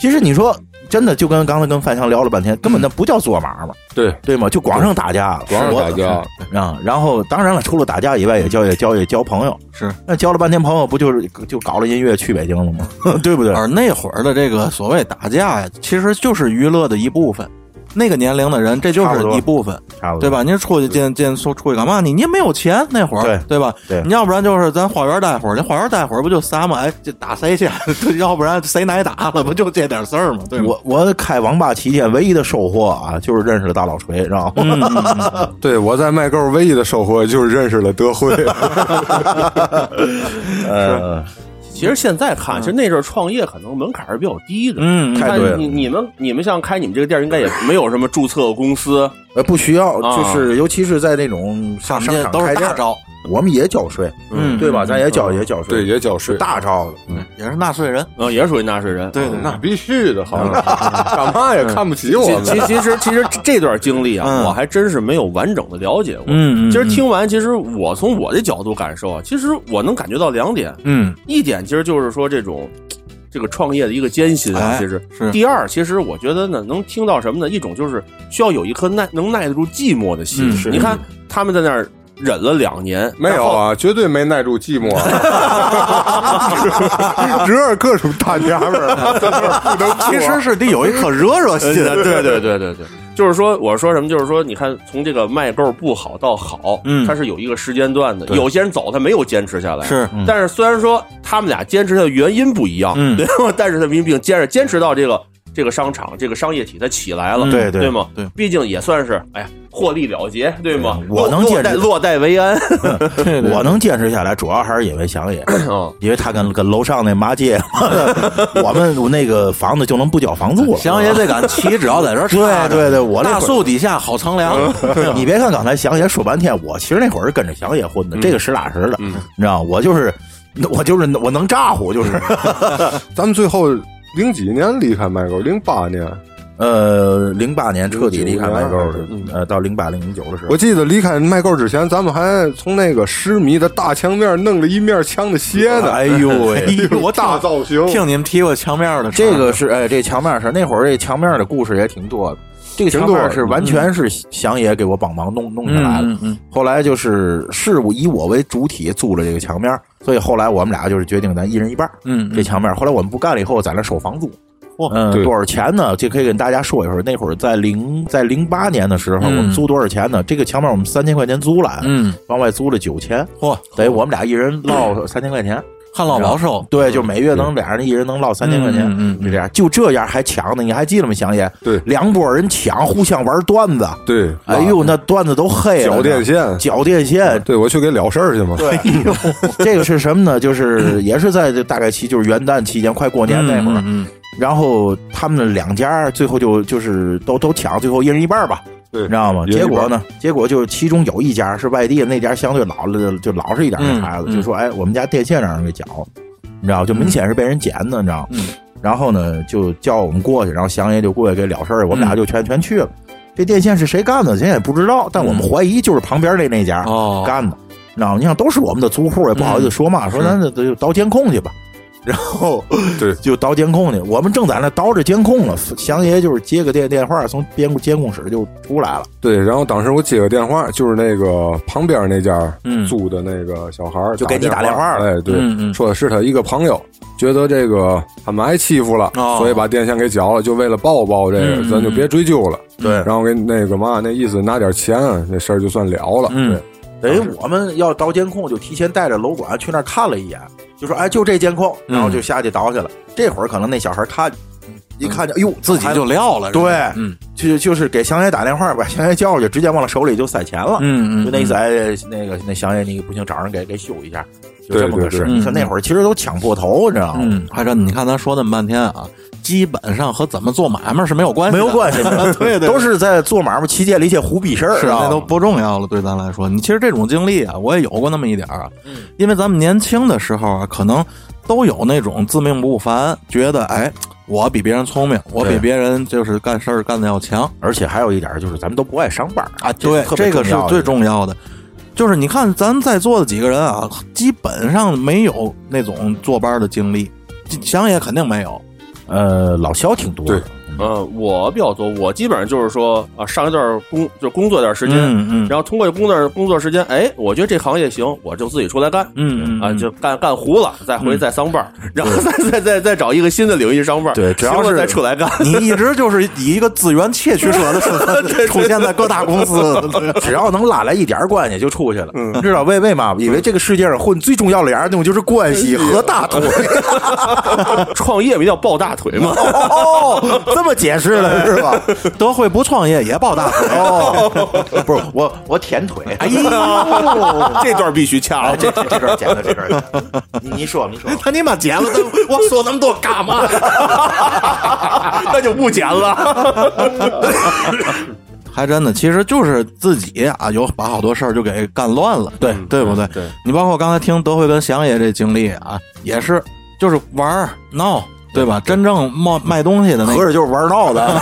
Speaker 2: 其实你说真的，就跟刚才跟范强聊了半天，根本那不叫做买卖，
Speaker 4: 对
Speaker 2: 对吗？就光剩打架了，
Speaker 4: 光是打架
Speaker 2: 我啊。然后当然了，除了打架以外，也交也交也交朋友。
Speaker 1: 是，
Speaker 2: 那交了半天朋友，不就是就搞了音乐去北京了 吗？对不对？
Speaker 1: 而那会儿的这个所谓打架呀，其实就是娱乐的一部分。那个年龄的人，这就
Speaker 2: 差不
Speaker 1: 是
Speaker 2: 多
Speaker 1: 一部分，
Speaker 2: 差不多
Speaker 1: 对？吧？您出去见见说出去干嘛？你你也没有钱那会儿，
Speaker 2: 对
Speaker 1: 吧？
Speaker 2: 对
Speaker 1: 你要不然就是咱花园待会儿，那花园待会儿不就仨吗？哎，这打谁去？ 要不然谁挨打了？不就这点事儿吗？对吧？
Speaker 2: 我我开网吧期间唯一的收获啊，就是认识了大老锤，知道吗？
Speaker 4: 对我在麦购唯一的收获就是认识了德惠，
Speaker 1: 嗯
Speaker 2: 呃，
Speaker 3: 其实现在看，其实那阵儿创业可能门槛儿是比较低的。
Speaker 1: 嗯
Speaker 3: 你
Speaker 2: 太
Speaker 3: 看
Speaker 2: 对了
Speaker 3: 你你们你们像开你们这个店儿，应该也没有什么注册公司，
Speaker 2: 呃，不需要，
Speaker 3: 啊
Speaker 2: 就是尤其是在那种
Speaker 1: 我
Speaker 2: 上
Speaker 1: 们
Speaker 2: 商
Speaker 1: 这
Speaker 2: 场
Speaker 1: 都
Speaker 2: 开
Speaker 1: 是
Speaker 2: 店
Speaker 1: 大，招，
Speaker 2: 我们也交税，
Speaker 1: 嗯
Speaker 2: 对吧？咱也交也交税，
Speaker 4: 对，也缴税，
Speaker 2: 大招的，
Speaker 1: 也是纳税人，
Speaker 3: 呃，也是属于纳税人。
Speaker 1: 对对对
Speaker 4: 嗯那必须的，好像干嘛也看不起我
Speaker 3: 其
Speaker 4: 们。
Speaker 3: 其其实其实这这段经历啊，
Speaker 1: 嗯
Speaker 3: 我还真是没有完整的了解过。
Speaker 1: 嗯嗯
Speaker 3: 其实听完，其实我从我的角度感受啊，其实我能感觉到两点，
Speaker 1: 嗯，
Speaker 3: 一点其实就是说这种这个创业的一个艰辛啊，
Speaker 1: 哎
Speaker 3: 其实
Speaker 1: 是
Speaker 3: 第二，其实我觉得呢，能听到什么呢？一种就是需要有一颗耐能耐得住寂寞的心
Speaker 1: 嗯。是
Speaker 3: 你看他们在那儿忍了两年，
Speaker 4: 没有啊，绝对没耐住寂寞，啊 只是各种大娘们儿啊在那儿不能
Speaker 1: 其实是得有一颗热热 心，
Speaker 3: 对对对对对对，就是说，我说什么，就是说，你看，从这个卖够不好到好，
Speaker 1: 嗯
Speaker 3: 它是有一个时间段的。有些人走，他没有坚持下来，
Speaker 1: 是
Speaker 3: 但是虽然说他们俩坚持的原因不一样，
Speaker 1: 嗯
Speaker 3: 对吗？ 但是他们毕竟坚持坚持到这个这个商场这个商业体它起来了，
Speaker 1: 嗯
Speaker 2: 对对
Speaker 3: 对吗？
Speaker 1: 对
Speaker 3: 毕竟也算是哎呀获利了结，对吗？
Speaker 2: 我能
Speaker 3: 落
Speaker 2: 坚持
Speaker 3: 落袋落袋为安，
Speaker 2: 我能坚持下来，主要还是因为祥爷，
Speaker 3: 嗯，
Speaker 2: 因为他跟跟楼上那麻街，我们那个房子就能不交房租了。
Speaker 1: 祥爷这杆旗只要在这儿插
Speaker 2: 对
Speaker 1: 着，
Speaker 2: 对对，我那
Speaker 1: 大
Speaker 2: 会
Speaker 1: 树底下好乘凉，
Speaker 2: 儿， 你别看刚才祥爷说半天，我其实那会儿是跟着祥爷混的，
Speaker 1: 嗯
Speaker 2: 这个实打实的，你知道吗，我就是我就是我能咋呼，就是
Speaker 4: 咱们最后零几年离开麦狗，零八年，
Speaker 1: 嗯
Speaker 2: 呃，零八年彻底离开麦沟的
Speaker 4: 嗯，
Speaker 2: 呃，到零八零九的时候
Speaker 4: 我，记得离开麦购之前，咱们还从那个十米的大墙面弄了一面墙的鞋呢。
Speaker 2: 哎呦喂，
Speaker 4: 我大造型，
Speaker 1: 听你们提过墙面的事儿
Speaker 2: 这个是哎，这墙面是那会儿这墙面的故事也挺多的。这个
Speaker 4: 挺
Speaker 2: 墙
Speaker 4: 多的
Speaker 2: 面是完全是祥爷给我帮忙弄弄下来的。
Speaker 1: 嗯嗯嗯嗯
Speaker 2: 后来就是是我以我为主体租了这个墙面，所以后来我们俩就是决定咱一人一半儿。
Speaker 1: 嗯嗯
Speaker 2: 这墙面后来我们不干了以后，咱俩收房租。
Speaker 1: 嚯
Speaker 2: 嗯，
Speaker 4: 对
Speaker 2: 多少钱呢？这可以跟大家说一说。那会儿在零在零八年的时候，
Speaker 1: 嗯
Speaker 2: 我们租多少钱呢？这个墙面我们三千块钱租了，
Speaker 1: 嗯，
Speaker 2: 往外租了九千，
Speaker 1: 嚯，嗯
Speaker 2: 等于我们俩一人落三千块钱。
Speaker 1: 旱涝保收，
Speaker 2: 对，就每月能俩人一人能落三千块钱，
Speaker 1: 嗯嗯嗯
Speaker 2: 就这样，就这样还抢呢，你还记得吗，祥爷？
Speaker 4: 对
Speaker 2: 两拨人抢，互相玩段
Speaker 1: 啊
Speaker 2: 子，
Speaker 4: 对，
Speaker 2: 哎呦，那段子都黑了，
Speaker 4: 绞电线
Speaker 2: 绞电线。
Speaker 4: 对我去给了事儿去嘛。
Speaker 2: 对， 这个是什么呢？就是 也是在这大概期，就是元旦期间，快过年那会儿，
Speaker 1: 嗯，
Speaker 2: 然后他们两家最后就就是都都抢，最后一人一半吧，
Speaker 4: 对
Speaker 2: 你知道吗？
Speaker 4: 一人一
Speaker 2: 结
Speaker 4: 半
Speaker 2: 果呢？结果就其中有一家是外地的，那家相对老了，就老实一点的孩子，
Speaker 1: 嗯嗯
Speaker 2: 就说：“哎，我们家电线让人给绞了，你知道，
Speaker 4: 嗯
Speaker 2: 就明显是被人捡的，你知道。
Speaker 1: 嗯”
Speaker 2: 然后呢，就叫我们过去，然后祥爷就过去给了事儿，我
Speaker 4: 嗯
Speaker 2: 们俩就全全去了。这电线是谁干的，谁也不知道，但我
Speaker 4: 嗯
Speaker 2: 们怀疑就是旁边这那家
Speaker 1: 哦
Speaker 2: 干的，你知道吗？你想都是我们的租户，也不好意思说嘛，说咱就倒监控去吧。然后
Speaker 4: 对
Speaker 2: 就倒监控去。我们正在那倒着监控呢，祥爷就是接个电电话，从监控监控室就出来了。
Speaker 4: 对，然后当时我接个电话，就是那个旁边那家
Speaker 1: 嗯
Speaker 4: 租的那个小孩儿
Speaker 2: 就给你打电话
Speaker 4: 话，哎，对，
Speaker 1: 嗯嗯
Speaker 4: 说的是他一个朋友，觉得这个他们挨欺负了，
Speaker 1: 哦
Speaker 4: 所以把电线给绞了，就为了报报这个，
Speaker 1: 嗯嗯
Speaker 4: 咱就别追究了。
Speaker 2: 对
Speaker 4: 然后给那个嘛，那意思拿点钱，啊那事儿就算了了。
Speaker 1: 嗯
Speaker 4: 对，
Speaker 2: 等于我们要倒监控，就提前带着楼管去那儿看了一眼，就说：“哎，就这监控。”然后就下去倒去了。这会儿可能那小孩看一看见，哎呦，
Speaker 1: 自己就撂了，
Speaker 2: 对，
Speaker 1: 嗯
Speaker 2: 就就是给祥爷打电话，把祥爷叫过去，直接往他手里就塞钱了。
Speaker 1: 嗯嗯，
Speaker 2: 就那意思，哎，那个那祥爷，你不行，找人给给修一下，就这么个
Speaker 4: 对对
Speaker 2: 事。
Speaker 1: 对
Speaker 2: 你看那会儿其实都抢破头，你知道吗？
Speaker 1: 嗯，还真，你看咱说那么半天啊，基本上和怎么做买卖是没有关系，
Speaker 2: 没有关 系，
Speaker 1: 对对
Speaker 2: 都是在做买卖期间的一些胡逼事儿，
Speaker 1: 是
Speaker 2: 啊，
Speaker 1: 那都不重要了，对咱来说。你其实这种经历啊，我也有过那么一点儿啊，因为咱们年轻的时候啊，可能都有那种自命不凡，觉得哎，我比别人聪明，我比
Speaker 2: 对
Speaker 1: 别人就是干事儿干的要强
Speaker 2: 而且还有一点就是，咱们都不爱上班
Speaker 1: 啊。对，
Speaker 2: 特
Speaker 1: 这
Speaker 2: 别
Speaker 1: 个是
Speaker 2: 重要的
Speaker 1: 最重要的。就是你看咱在座的几个人啊，基本上没有那种坐班的经历，想也肯定没有。
Speaker 2: 呃，老肖挺多的，
Speaker 3: 呃，我比较多，我基本上就是说啊，上一段工就工作一段时间，
Speaker 1: 嗯嗯
Speaker 3: 然后通过工作工作时间，哎，我觉得这行业行，我就自己出来干。
Speaker 1: 嗯嗯
Speaker 3: 啊，就干干糊了，再回去再商伴儿，然后再再再再找一个新的领域商伴儿，
Speaker 2: 对只要
Speaker 3: 行了
Speaker 2: 是
Speaker 3: 再出 来 干，
Speaker 1: 你一直就是以一个资源窃取者的身份 出现在各大公司，
Speaker 2: 只要能拉来一点儿关系就出去了，你知道为为嘛吗？以为这个世界上混最重要的两样东西就是关系和大腿。
Speaker 3: 创业不一定要抱大腿嘛，
Speaker 2: 哦，这么解释了 是吧？
Speaker 1: 德惠不创业也抱大腿。
Speaker 2: 哦，不是我，
Speaker 6: 呃我我舔腿，哎呀，
Speaker 3: 这段必须掐了。哎
Speaker 6: 这这这段剪了，这段剪了，你你说你说，
Speaker 1: 他你妈剪了，
Speaker 3: 我说那么多干嘛？ 那就不剪了。
Speaker 1: 还真的，其实就是自己啊，有把好多事儿就给干乱了，对对不对？
Speaker 3: 对
Speaker 1: 你包括刚才听德惠跟祥爷这经历啊，也是就是玩儿闹，对吧？真正卖卖东西的那
Speaker 2: 合
Speaker 1: 个，
Speaker 2: 着就是玩闹的，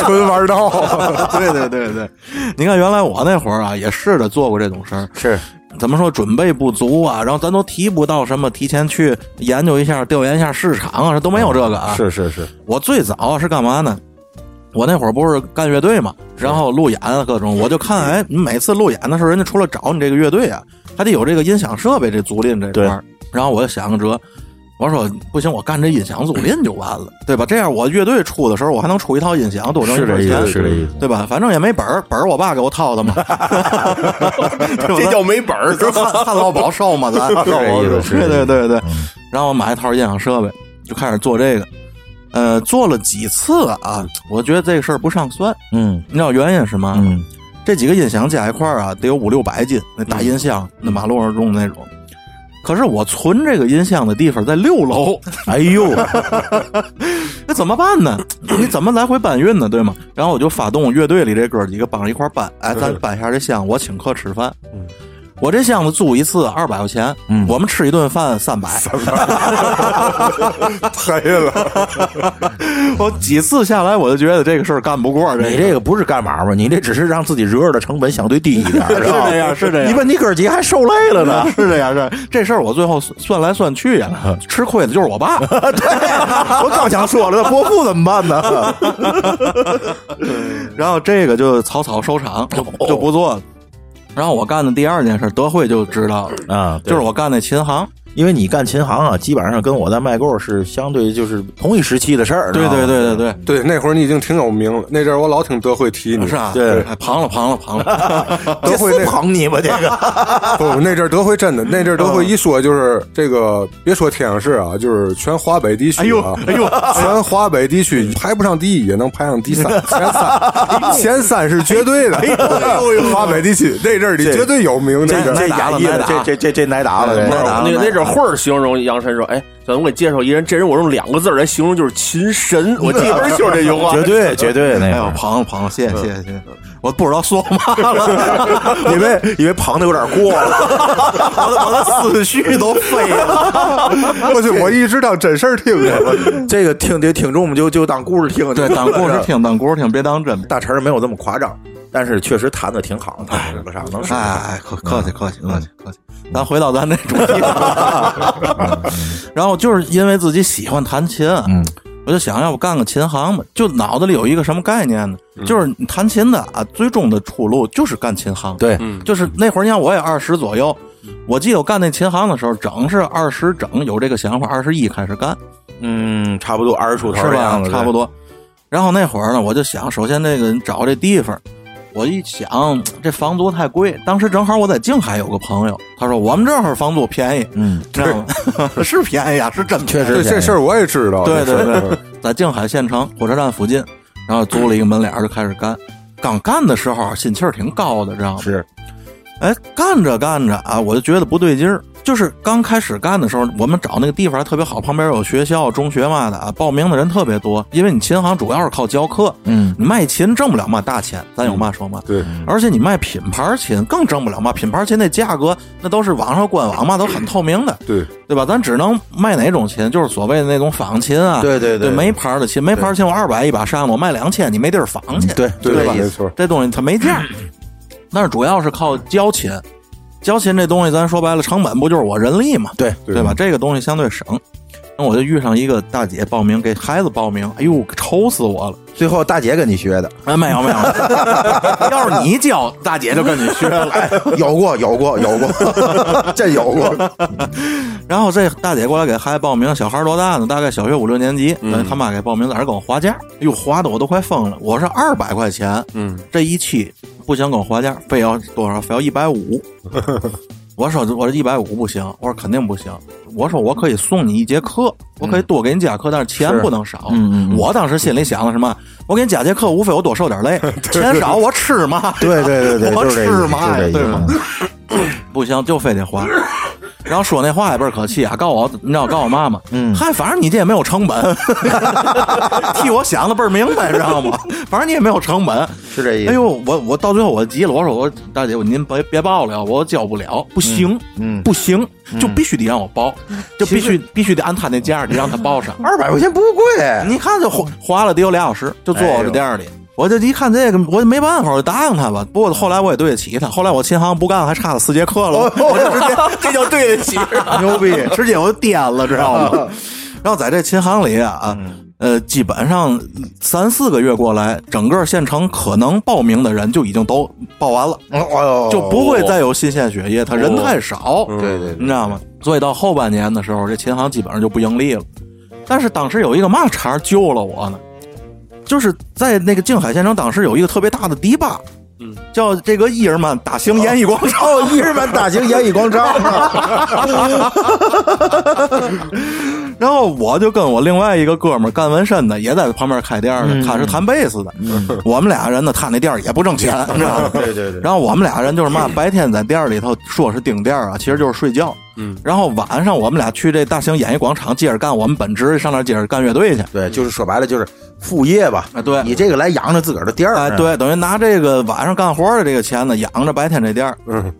Speaker 4: 纯玩闹，
Speaker 1: 对对对对。你看原来我那会儿啊，也试着做过这种事儿，
Speaker 2: 是
Speaker 1: 怎么说准备不足啊，然后咱都提不到什么提前去研究一下、调研一下市场啊，都没有这个啊。
Speaker 2: 是是是，
Speaker 1: 我最早是干嘛呢？我那会儿不是干乐队嘛，然后路演啊各种，我就看，哎，你每次路演的时候，人家除了找你这个乐队啊，还得有这个音响设备这租赁这块儿。然后我就想个辙，我说不行，我干这音响租赁就完了，对吧？这样我乐队出的时候，我还能出一套音响，多挣一
Speaker 2: 是这
Speaker 1: 点
Speaker 2: 意
Speaker 1: 钱
Speaker 2: 思，，是这意思。
Speaker 1: 对吧？反正也没本儿，本儿我爸给我掏 的嘛，
Speaker 3: 这叫没本儿，
Speaker 1: 这汉汉老宝烧嘛，咱
Speaker 2: 是这意思是这
Speaker 1: 对
Speaker 2: 意
Speaker 1: 对
Speaker 2: 思
Speaker 1: 对对。然后我买一套音响设备，就开始做这个。呃，做了几次啊，我觉得这个事儿不上算。
Speaker 2: 嗯
Speaker 1: 你知道原因是什么？啊
Speaker 2: 嗯，
Speaker 1: 这几个音响加一块儿啊，得有五六百斤，那大音箱，那马路上用的那种。可是我存这个音箱的地方在六楼，
Speaker 2: 哎呦，
Speaker 1: 那怎么办呢？ 你怎么来回搬运呢？对吗？然后我就发动乐队里这哥几个帮着一块儿搬，哎，咱搬一下这箱，我请客吃饭。我这箱子租一次二百块钱，
Speaker 2: 嗯
Speaker 1: 我们吃一顿饭三百。
Speaker 4: 赔了。
Speaker 1: 我几次下来，我就觉得这个事儿干不过
Speaker 2: 你
Speaker 1: 这
Speaker 2: 这个不是干嘛吧？你这只是让自己热热的成本相对低一点， 是吧？
Speaker 1: 是这样是这样
Speaker 2: 你把你哥几个还受累了呢
Speaker 1: 个，。是这样是这事儿，我最后算来算去呀，吃亏的就是我 爸。
Speaker 2: 我刚想说了，那伯父怎么 办呢？
Speaker 1: 然后这个就草草收场，就就不做了。然后我干的第二件事，德惠就知道了，
Speaker 2: 啊，
Speaker 1: 就是我干那琴行。
Speaker 2: 因为你干琴行啊，基本上跟我在卖购是相对就是同一时期的事儿。
Speaker 1: 对对
Speaker 2: 知道吗，
Speaker 1: 对对对，
Speaker 4: 对，那会儿你已经挺有名了，那阵儿我老听德惠提你，
Speaker 1: 是啊，
Speaker 2: 对
Speaker 1: 哎庞了庞了庞 了。
Speaker 4: 德惠
Speaker 2: 这
Speaker 4: 那
Speaker 2: 是捧你吧，这个
Speaker 4: 不，那阵儿德惠真的，那阵儿德惠一说就是这个，别说天津市啊，就是全华北地区啊，哎呦，全华北地区排不上第一也能排上第三，前三，前三是绝对的。华北地区那阵儿你绝对有名，那阵
Speaker 2: 这
Speaker 4: 儿
Speaker 2: 压抑
Speaker 1: 挨
Speaker 2: 了，
Speaker 1: 打
Speaker 2: 这这这这挨打了，这
Speaker 1: 挨打
Speaker 3: 哎那那阵混儿形容杨晨说：“哎，咱我给介绍一人，这人我用两个字儿来形容，就是琴神。” 我记本就是这句话
Speaker 2: 绝。对绝对那
Speaker 1: 哎呦，
Speaker 2: 个。
Speaker 1: 庞了庞了，谢谢谢谢谢谢，我不知道说嘛了，
Speaker 2: 因为因为捧的有点过了，
Speaker 1: 我的我的思绪都飞了。
Speaker 4: 我去，我一直当真事儿听的。
Speaker 2: 这个听这听众们就就当故事听，
Speaker 1: 对，
Speaker 2: 就
Speaker 1: 当故事。听，当故事听，别当真。
Speaker 2: 大陈儿没有这么夸张，但是确实弹的挺好，弹的上能
Speaker 1: 哎
Speaker 2: 说。
Speaker 1: 哎，客客气客气客气客气，嗯咱回到咱这主题。 然后就是因为自己喜欢弹琴，啊
Speaker 2: 嗯，
Speaker 1: 我就想要不干个琴行吧，就脑子里有一个什么概念呢？就是你弹琴的啊，最终的出路就是干琴行。，
Speaker 2: 对，
Speaker 1: 就是那会儿，你看我也二十左右，我记得我干那琴行的时候，整是二十整有这个想法，二十一开始干，
Speaker 2: 嗯，差不多二十出头
Speaker 1: 是
Speaker 2: 的
Speaker 1: 吧
Speaker 2: 样？子，
Speaker 1: 差不。多。然后那会儿呢，我就想，首先那个你找这地方，我一想这房租太贵，当时正好我在静海有个朋友，他说我们这儿房租便宜，
Speaker 2: 嗯，
Speaker 1: 知道吗？ 是便宜呀、是真便宜
Speaker 2: 确实
Speaker 4: 对，这事儿我也知道。
Speaker 1: 对
Speaker 4: 这事
Speaker 1: 对
Speaker 4: 儿
Speaker 1: 对，在静海县城火车站附近，然后租了一个门脸儿就开始干。刚干的时候啊心气儿挺高的，知道吗？
Speaker 2: 是
Speaker 1: 哎，干着干着啊，我就觉得不对劲儿。就是刚开始干的时候，我们找那个地方还特别好，旁边有学校、中学嘛的啊，报名的人特别多。因为你琴行主要是靠教课，
Speaker 2: 嗯，
Speaker 1: 你卖琴挣不了嘛大钱，咱有嘛说嘛。
Speaker 4: 对，
Speaker 1: 而且你卖品牌琴更挣不了嘛，品牌琴那价格那都是网上官网嘛，都很透明的。
Speaker 4: 对，
Speaker 1: 对吧？咱只能卖哪种琴，就是所谓的那种仿琴啊。
Speaker 2: 对对
Speaker 1: 对
Speaker 2: 对
Speaker 1: 没牌儿的琴，没牌儿琴我二百一把扇，我卖两千，你没地儿仿去，
Speaker 2: 对
Speaker 4: 对
Speaker 1: 吧？
Speaker 4: 没错
Speaker 1: 这东西它没价儿，但是主要是靠教琴。教琴这东西，咱说白了，成本不就是我人力嘛？
Speaker 2: 对
Speaker 1: 对吧？这个东西相对省。我就遇上一个大姐报名给孩子报名，哎呦，愁死我了！
Speaker 2: 最后大姐跟你学的，
Speaker 1: 啊，没有 没有，要是你教大姐就跟你学了。
Speaker 2: 哎，有过有过有过， 这有过，
Speaker 1: 然后这大姐过来给孩子报名，小孩多大呢？大概小学五六年级。嗯，他妈给报名，在那儿跟我划价，哎呦，划的我都快疯了。我是二百块钱，
Speaker 4: 嗯，
Speaker 1: 这一期不想跟我划价，非要多少？非要一百五。我说我说一百五不行，我说肯定不行。我说我可以送你一节课，我可以多给你加课，但是钱不能少。
Speaker 2: 嗯嗯嗯
Speaker 1: 我当时心里想的什么？我给你加节课，无非我多受点累，钱少我吃嘛。
Speaker 2: 对对对对，
Speaker 1: 我
Speaker 2: 就是这意思
Speaker 1: 吃嘛，
Speaker 2: 就是这
Speaker 1: 对
Speaker 2: 意
Speaker 1: 吗
Speaker 2: 思？
Speaker 1: 不行，就非得还。然后说那话也倍儿可气啊！告我，你知道告我妈妈，嗯，嗨，反正你这也没有成 本，替我想的倍儿明白，知道吗？反正你也没有成本，
Speaker 2: 是这意思。
Speaker 1: 哎，呦，我我到最后我急了，我说我大姐，您别别报了，我交不了，不行，
Speaker 2: 嗯
Speaker 1: 不行，就必须得让我报，就必须必须得按他那价儿得让他报上。
Speaker 2: 二百块钱不贵，
Speaker 1: 你看这花花了得有俩小时，就坐我这店儿里。我这一看这个，我没办法，我就答应他吧。不过后来我也对得起他，后来我琴行不干了，还差他四节课了，哦 我就直接这就对得起，嗯牛逼，直接我就颠了，知道吗？然后在这琴行里啊，呃，基本上三四个月过来，整个县城可能报名的人就已经都报完了，
Speaker 2: 嗯哎呦，
Speaker 1: 就不会再有新鲜血液，他人太少，
Speaker 2: 对对
Speaker 1: 你
Speaker 2: 对，
Speaker 1: 知道吗？所以到后半年的时候，这琴行基本上就不盈利了。但是当时有一个嘛茬儿救了我呢，就是在那个静海县城，当时有一个特别大的迪吧，嗯，叫这个伊尔曼大型演艺广场。
Speaker 2: 哦，一人版大型演艺广场，
Speaker 1: 然后我就跟我另外一个哥们儿干纹身的，也在旁边开店儿的，他是弹贝斯的。我们俩人呢，他那店儿也不挣钱，你知道吗？
Speaker 2: 对对对，
Speaker 1: 然后我们俩人就是嘛，白天在店儿里头说是盯店儿啊，其实就是睡觉。
Speaker 3: 嗯，
Speaker 1: 然后晚上我们俩去这大型演艺广场接着干我们本职，上那儿接着干乐队去。
Speaker 2: 对，就是说白了就是副业吧，
Speaker 1: 啊对
Speaker 2: 你这个来养着自个儿的店儿，嗯
Speaker 1: 哎，对，等于拿这个晚上干活的这个钱呢，养着白天这店儿，
Speaker 4: 嗯，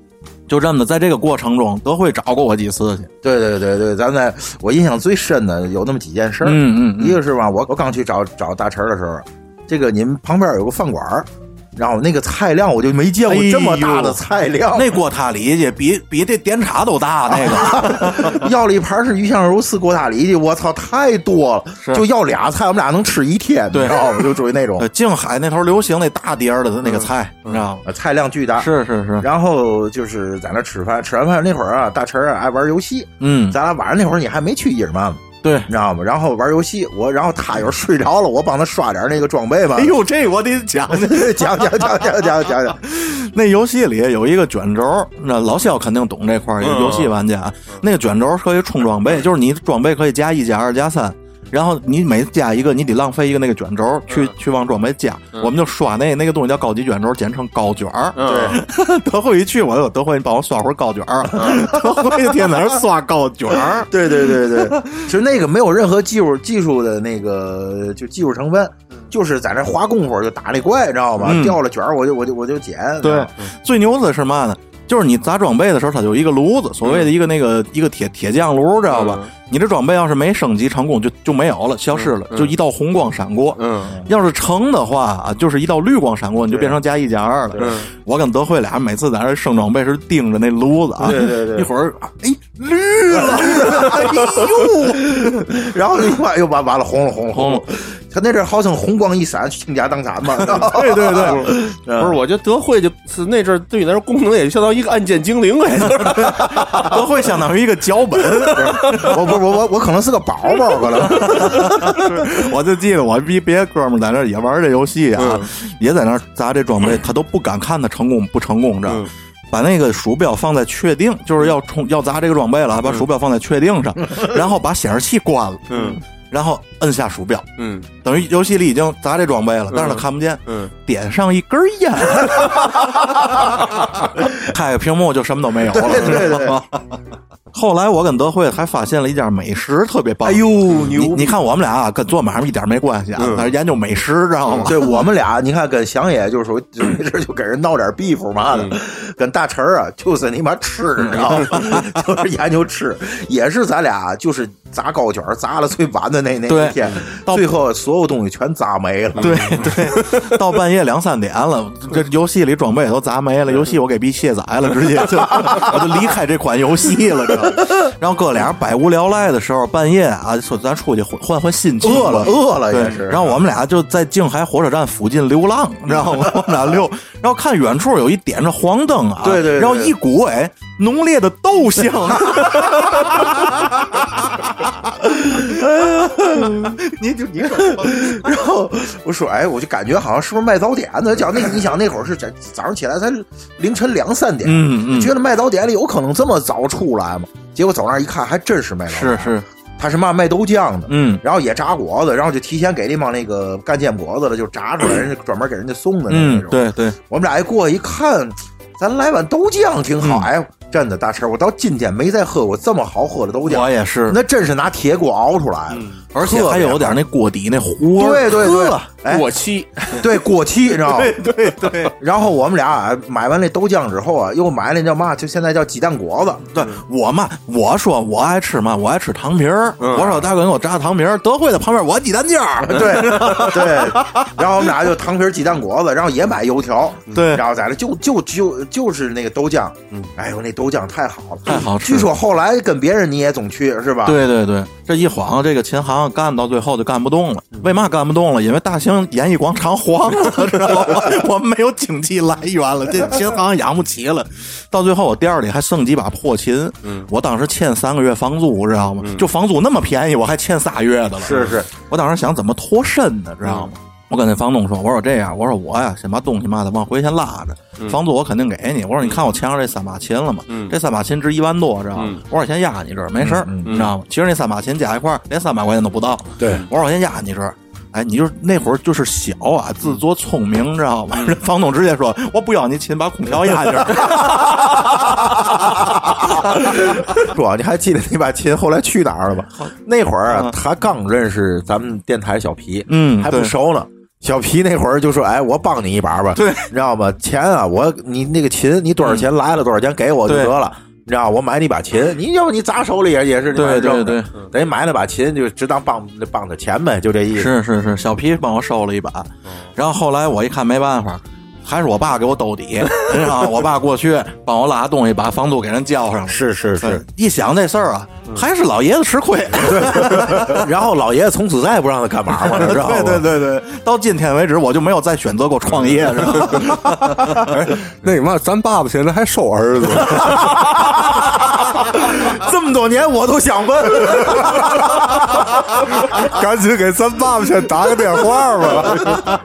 Speaker 1: 就这么的，在这个过程中，德惠找过我几次去，
Speaker 2: 对对对对，咱在我印象最深的有那么几件事儿，
Speaker 1: 嗯嗯嗯
Speaker 2: 一个是吧，我我刚去找找大陈儿的时候，这个您旁边有个饭馆儿，然后那个菜量我就没见过
Speaker 1: 哎呦
Speaker 2: 这么大的菜量，
Speaker 1: 那锅塌里脊比比这点茶都大，那个
Speaker 2: 要了一盘是鱼香肉丝锅塔里脊，我操，太多了，就要俩菜，我们俩能吃一天，
Speaker 1: 对
Speaker 2: 你知道吗？就属于那种
Speaker 1: 呃， 静海那头流行那大碟儿的那个菜，你知道吗？
Speaker 2: 呃菜量巨大。
Speaker 1: 是是是，
Speaker 2: 然后就是在那吃饭，吃完饭那会儿啊，大陈儿啊爱玩游戏，
Speaker 1: 嗯，
Speaker 2: 咱俩晚上那会儿你还没去伊尔曼吗？
Speaker 1: 对。
Speaker 2: 你知道吗？然后玩游戏，我然后他有时候睡着了，我帮他刷点那个装备吧。
Speaker 1: 哎呦，这我得讲
Speaker 2: 讲讲讲讲讲讲讲，
Speaker 1: 那游戏里有一个卷轴，那老肖肯定懂这块儿，有游戏玩家。那个卷轴可以充装备，就是你装备可以加一、加二、加三，然后你每加一个，你得浪费一个那个卷轴去、去往装备加。我们就刷那那个东西叫高级卷轴，简称高卷儿。
Speaker 3: 嗯，
Speaker 1: 德惠一去，我就德惠，你帮我刷会儿高卷儿。 德惠天天在那儿刷高卷儿。
Speaker 2: 对对对对，其实那个没有任何技术技术的那个就技术成分，就是在那花功夫就打那怪，知道吗？
Speaker 1: 嗯
Speaker 2: 掉了卷儿我就我就我就捡。
Speaker 1: 对，最牛的是嘛呢？就是你砸装备的时候，它有一个炉子，所谓的一个那个、一个铁铁匠炉，知道吧？你这装备要是没升级成功，就就没有了，消失了，就一道红光闪过。
Speaker 4: 嗯，
Speaker 1: 要是成的话啊，就是一道绿光闪过，你就变成加一加二了。我跟德惠俩人每次在那升装备时盯着那炉子啊，
Speaker 2: 对对对
Speaker 1: 一会儿哎绿了，哎
Speaker 2: 然后一块又完完了，红了红了
Speaker 1: 红了
Speaker 2: 了。他那阵儿号称红光一闪，倾家荡产嘛。
Speaker 1: 呦，对对对，
Speaker 3: 不是，我觉得德惠就是那阵儿对你来说功能也相当于一个按键精灵哎，
Speaker 1: 德惠相当于一个脚本。
Speaker 2: 我不我我我可能是个宝宝，可能。
Speaker 1: 我就记得我一别哥们儿在那儿也玩这游戏啊，也在那儿砸这装备，他都不敢看他成功不成功，知道吗？把那个鼠标放在确定，就是要冲要砸这个装备了，把鼠标放在确定上，然后把显示器关了，嗯，然后摁下鼠标，
Speaker 3: 嗯，
Speaker 1: 等于游戏里已经砸这装备了，但是他看不见，
Speaker 3: 嗯，
Speaker 1: 点上一根烟，开个屏幕就什么都没有了，
Speaker 2: 对对对
Speaker 1: 后来我跟德惠还发现了一家美食特别棒，哎呦你你看我们俩啊，跟做买卖一点没关系啊，但是研究美食知道吗？
Speaker 2: 对我们俩，你看跟祥爷就是说，就没事儿就给人闹点 beef 嘛
Speaker 1: 嗯
Speaker 2: 的， 跟大陈儿啊，就是你妈吃， 你知道吗？就是研究吃，也是咱俩就是砸高卷儿砸了最晚的的那那
Speaker 1: 对
Speaker 2: 一天，
Speaker 1: 到
Speaker 2: 最后所有东西全砸没了。
Speaker 1: 对对，到半夜两三点了，这游戏里装备也都砸没了，游戏我给逼卸载了，直接就 我就离开这款游戏了。这，然后哥俩百无聊赖的时候，半夜啊，说咱出去换换心情吧，
Speaker 2: 饿了饿了也
Speaker 1: 对，
Speaker 2: 是
Speaker 1: 然后我们俩就在静海火车站附近流浪，你知道吗？我们俩溜，然后看远处有一点着黄灯啊，
Speaker 2: 对对对
Speaker 1: 然后一股哎浓烈的豆 香，
Speaker 2: 你就你， 然后我说，哎，我就感觉好像是不是卖早点的？讲那你想那会儿是早早上起来才凌晨两三点，
Speaker 1: 嗯嗯
Speaker 2: 觉得卖早点里有可能这么早出来吗？结果走那儿一看，还真是卖早
Speaker 1: 是
Speaker 2: 点，
Speaker 1: 是，
Speaker 2: 他是嘛卖豆浆的，
Speaker 1: 嗯
Speaker 2: 然后也炸果子，然后就提前给那帮那个干煎果子的就炸出来，人家专门给人家送的那
Speaker 1: 嗯
Speaker 2: 种。，
Speaker 1: 对对，
Speaker 2: 我们俩一过去一看，咱来碗豆浆挺好，
Speaker 1: 嗯
Speaker 2: 哎，真的大陈，我到今天没再喝过这么好喝的豆浆，
Speaker 1: 我也是，嗯
Speaker 2: 那真是拿铁锅熬出来的。
Speaker 1: 而且还有点那锅底那糊味儿，
Speaker 2: 对对对，哎，
Speaker 3: 过期，
Speaker 2: 对过期，你知 道吗？
Speaker 1: 对对对，
Speaker 2: 然后我们俩啊买完那豆浆之后啊，又买了那叫嘛，就现在叫鸡蛋果子，
Speaker 1: 对我嘛，我说我爱吃嘛，我爱吃糖皮儿。
Speaker 2: 嗯
Speaker 1: 我说大哥给我炸糖皮儿，德惠的旁边我鸡蛋卷 儿。
Speaker 2: 对对。然后我们俩就糖皮儿鸡蛋果子，然后也买油条，
Speaker 1: 对
Speaker 2: 然后在那就就就就是那个豆浆，哎呦，那豆浆太哎好了，
Speaker 1: 太好吃
Speaker 2: 据说后来跟别人你也总去是吧？，
Speaker 1: 对对对，这一晃，这个琴行干到最后就干不动了。
Speaker 2: 嗯
Speaker 1: 为嘛干不动了？因为大兴演艺广场黄 了，知道吗？我们没有经济来源了，这琴行养不起了。到最后，我店儿里还剩几把破琴。
Speaker 2: 嗯
Speaker 1: 我当时欠三个月房租，知道吗？就房租那么便宜，我还欠仨月的了。
Speaker 2: 是是，嗯
Speaker 1: 我当时想怎么脱身呢，知道吗？我跟那房东说，我说这样，我说我呀，先把东西嘛的往回先拉着，房租我肯定给你。我说你看我墙上这三把琴了吗？这三把琴值一万多，知道吗？我说我先压你这儿，没事儿，
Speaker 2: 嗯
Speaker 1: 你知道吗？其实那三把琴加一块儿连三百块钱都不到。
Speaker 4: 对
Speaker 1: 我说我先压你这儿。哎，你就是那会儿就是小啊，自作聪明，知道吗？这 房东直接说：“我不要你琴，把空调压这 儿。
Speaker 2: 说你还记得那把琴后来去哪儿了吧？那会儿啊，他刚认识咱们电台小皮，
Speaker 1: 嗯
Speaker 2: 还不
Speaker 1: 对
Speaker 2: 熟呢。小皮那会儿就说：“哎，我帮你一把吧，
Speaker 1: 对，嗯
Speaker 2: 你知道吗？钱啊，我你那个琴，你多少钱来了，多少钱给我就
Speaker 1: 对
Speaker 2: 得了，你知道，我买你把琴，你要不你砸手里也也是你
Speaker 1: 对对
Speaker 2: 买扔的
Speaker 1: 对，
Speaker 2: 等于买了把琴就只当帮帮他钱呗，就这意”思。
Speaker 1: 是是是，小皮帮我收了一把，然后后来我一看没办法，还是我爸给我兜底，然后我爸过去帮我拉东西，把房租给人交上了。呃
Speaker 2: 是是是，
Speaker 1: 一想这事儿啊，还是老爷子吃亏。
Speaker 2: 然后老爷子从此再也不让他干嘛嘛，知道吗？
Speaker 1: 对对对对，到今天为止，我就没有再选择过创业，是吧？
Speaker 4: 那个嘛，咱爸爸现在还收儿子，
Speaker 2: 这么多年我都想问，
Speaker 4: 赶紧给咱爸爸先打个电话吧。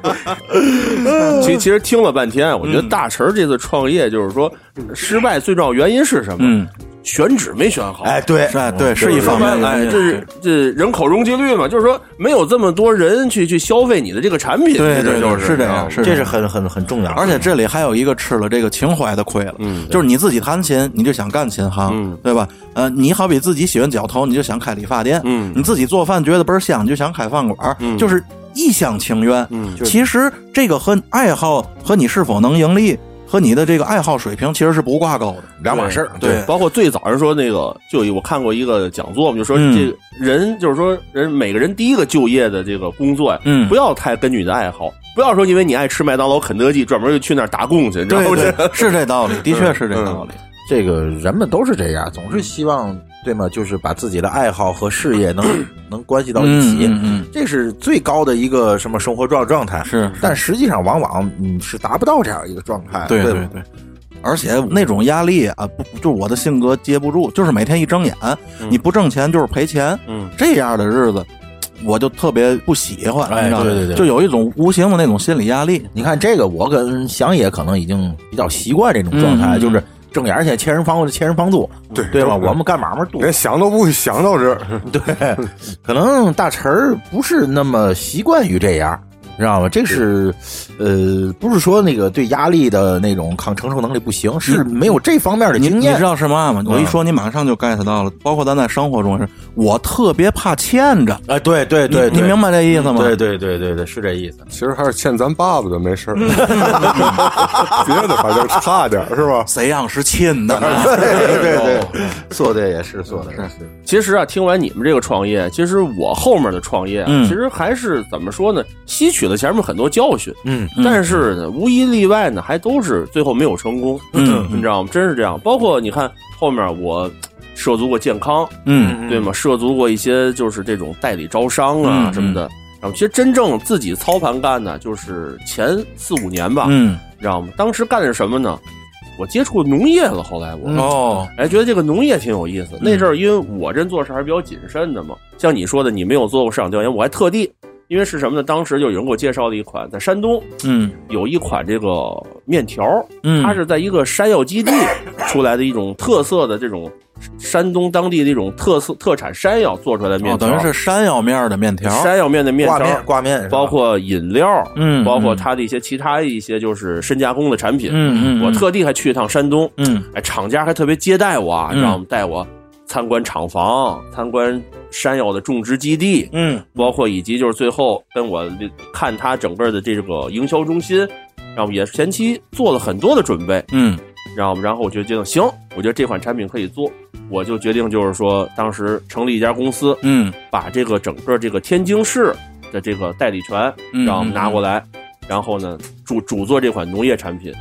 Speaker 1: 嗯
Speaker 3: 其其实听了半天，啊我觉得大陈儿这次创业就是说失败最重要原因是什么？
Speaker 1: 嗯，
Speaker 3: 选址没选好。
Speaker 2: 哎，对，
Speaker 1: 是，啊对，是一方面，
Speaker 3: 哎，这是这人口容积率嘛，就是说没有这么多人去去消费你的这个产品，
Speaker 1: 对
Speaker 3: 这
Speaker 1: 对
Speaker 3: 就
Speaker 1: 对，是这
Speaker 3: 啊
Speaker 1: 样，是
Speaker 2: 这是很很很重要，
Speaker 1: 而且这里还有一个吃了这个情怀的亏了，就是你自己弹琴，你就想干琴行，对吧？呃，你好比自己喜欢绞头，你就想开理发店，
Speaker 3: 嗯
Speaker 1: 你自己做饭觉得倍儿香，你就想开饭馆，就是一厢情愿。
Speaker 3: 嗯
Speaker 1: 其实这个和爱好和你是否能盈利和你的这个爱好水平其实是不挂钩的。
Speaker 2: 两码事儿，
Speaker 1: 对
Speaker 3: 包括最早人说那个，就有我看过一个讲座嘛，就说
Speaker 1: 嗯
Speaker 3: 这个人就是说人每个人第一个就业的这个工作呀，
Speaker 1: 嗯
Speaker 3: 不要太根据你的爱好，不要说因为你爱吃麦当劳、肯德基，专门就去那儿打工去，你知道吗？
Speaker 1: 对，对是这道理，的确是这道理。
Speaker 2: 这个人们都是这样，总是希望对吗？就是把自己的爱好和事 业能能关系到一起，
Speaker 1: 嗯嗯嗯
Speaker 2: 这是最高的一个什么生活状状态。
Speaker 1: 是是
Speaker 2: 但实际上往往你是达不到这样一个状态。
Speaker 1: 对
Speaker 2: 对
Speaker 1: 对
Speaker 2: 吧，
Speaker 1: 对，而且那种压力啊，不就我的性格接不住，就是每天一睁眼，你不挣钱就是赔钱，
Speaker 3: 嗯，
Speaker 1: 这样的日子。我就特别不喜欢，
Speaker 2: 哎
Speaker 1: 你知道吗
Speaker 2: 对对对
Speaker 1: 就有一种无形的那种心理压力。
Speaker 2: 你看这个，我跟祥野可能已经比较习惯这种状态，
Speaker 1: 嗯嗯
Speaker 2: 就是正眼儿现在欠人房欠人房租，
Speaker 4: 对
Speaker 2: 对吧？
Speaker 4: 就是
Speaker 2: 我们干嘛嘛多
Speaker 1: 哎
Speaker 4: 连想都不会想到这儿，
Speaker 2: 对，可能大陈儿不是那么习惯于这样。嗯
Speaker 6: 你知道吗？这是，呃，不是说那个对压力的那种抗承受能力不行，是没有这方面的
Speaker 1: 你
Speaker 6: 经
Speaker 1: 你
Speaker 6: 验
Speaker 1: 知。道是嘛吗？
Speaker 3: 嗯
Speaker 1: 我一说你马上就 get 到了，包括咱在生活中也是，我特别怕欠着，
Speaker 6: 哎，对对对，
Speaker 1: 你
Speaker 6: 对
Speaker 1: 明白这意思吗？
Speaker 6: 对对对对对，是这意思。
Speaker 4: 其实还是欠咱爸爸的没 事儿，别的反正差点儿是吧？
Speaker 1: 谁让是亲的呢？
Speaker 6: 对对对，做的也是，做的也是。
Speaker 3: 其实啊，听完你们这个创业，其实我后面的创业啊，
Speaker 1: 嗯
Speaker 3: 其实还是怎么说呢？吸取了前面很多教训，
Speaker 6: 嗯，
Speaker 3: 但是呢，无一例外呢，还都是最后没有成功，
Speaker 1: 嗯
Speaker 3: 你知道吗？真是这样。包括你看后面我涉足过健康，
Speaker 1: 嗯
Speaker 3: 对吗？涉足过一些就是这种代理招商啊
Speaker 1: 嗯
Speaker 3: 什么的。然后其实真正自己操盘干的，就是前四五年吧，
Speaker 1: 嗯
Speaker 3: 你知道吗？当时干的是什么呢？我接触农业了，后来我，
Speaker 1: 哦
Speaker 3: 哎，觉得这个农业挺有意思。那
Speaker 1: 嗯
Speaker 3: 阵儿因为我这人做事还是比较谨慎的嘛，像你说的，你没有做过市场调研，我还特地，因为是什么呢？当时就有人给我介绍了一款，在山东
Speaker 1: 嗯
Speaker 3: 有一款这个面条，
Speaker 1: 嗯，
Speaker 3: 它是在一个山药基地出来的一种特色的这种山东当地的一种特色特产山药做出来的面
Speaker 1: 哦，
Speaker 3: 条，
Speaker 1: 等于是山药面儿的面条儿，
Speaker 3: 山药面的面
Speaker 6: 挂
Speaker 3: 条，
Speaker 6: 面挂面是吧，
Speaker 3: 包括饮料，
Speaker 1: 嗯
Speaker 3: 包括
Speaker 1: 嗯
Speaker 3: 它的一些其他一些就是深加工的产品，
Speaker 1: 嗯嗯，
Speaker 3: 我
Speaker 1: 嗯
Speaker 3: 特地还去一趟山东，
Speaker 1: 嗯
Speaker 3: 哎，厂家还特别接待我啊，
Speaker 1: 嗯
Speaker 3: 让我们带我参观厂房，参观山药的种植基地，
Speaker 1: 嗯
Speaker 3: 包括以及就是最后跟我看他整个的这个营销中心，然后也前期做了很多的准备，
Speaker 1: 嗯
Speaker 3: 然后然后我就决定行，我觉得这款产品可以做，我就决定就是说当时成立一家公司，
Speaker 1: 嗯
Speaker 3: 把这个整个这个天津市的这个代理权，
Speaker 1: 嗯
Speaker 3: 让我们拿过来，然后呢主主做这款农业产品，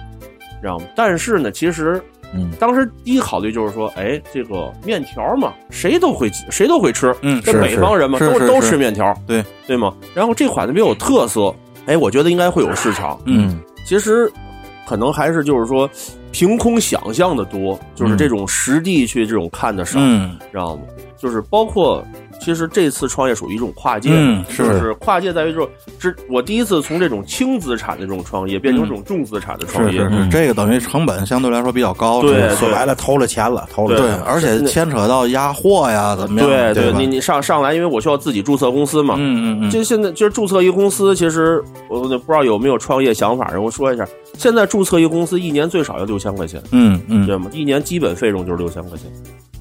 Speaker 3: 让我们但是呢，其实
Speaker 6: 嗯
Speaker 3: 当时第一考虑就是说，哎，这个面条嘛，谁都会谁都会吃，
Speaker 1: 嗯
Speaker 3: 这
Speaker 1: 是
Speaker 3: 北方人嘛，
Speaker 1: 是
Speaker 3: 都
Speaker 1: 是
Speaker 3: 都
Speaker 1: 是
Speaker 3: 吃面条，
Speaker 1: 对
Speaker 3: 对吗？然后这款呢比较有特色，哎，我觉得应该会有市场。
Speaker 1: 嗯
Speaker 3: 其实可能还是就是说凭空想象的多，就是这种实地去这种看的少，
Speaker 1: 嗯
Speaker 3: 知道吗？就是包括其实这次创业属于一种跨界，
Speaker 1: 嗯是
Speaker 3: 就是跨界在于就是之我第一次从这种轻资产的这种创业变成这种重资产的
Speaker 1: 嗯
Speaker 3: 创
Speaker 1: 是
Speaker 3: 业，
Speaker 1: 是是，这个等于成本相对来说比较高，
Speaker 3: 嗯对
Speaker 1: 是吧
Speaker 6: 说白了偷了钱了，偷了
Speaker 1: 对
Speaker 6: 钱，了。
Speaker 1: 而且牵扯到压货呀，怎么样？
Speaker 3: 对
Speaker 1: 对吧，
Speaker 3: 你你上上来，因为我需要自己注册公司嘛。
Speaker 1: 嗯嗯嗯，
Speaker 3: 就现在，就是注册一个公司，其实我我不知道有没有创业想法，然后说一下。现在注册一个公司，一年最少要六千块钱，
Speaker 1: 嗯嗯
Speaker 3: 对吗？一年基本费用就是六千块钱，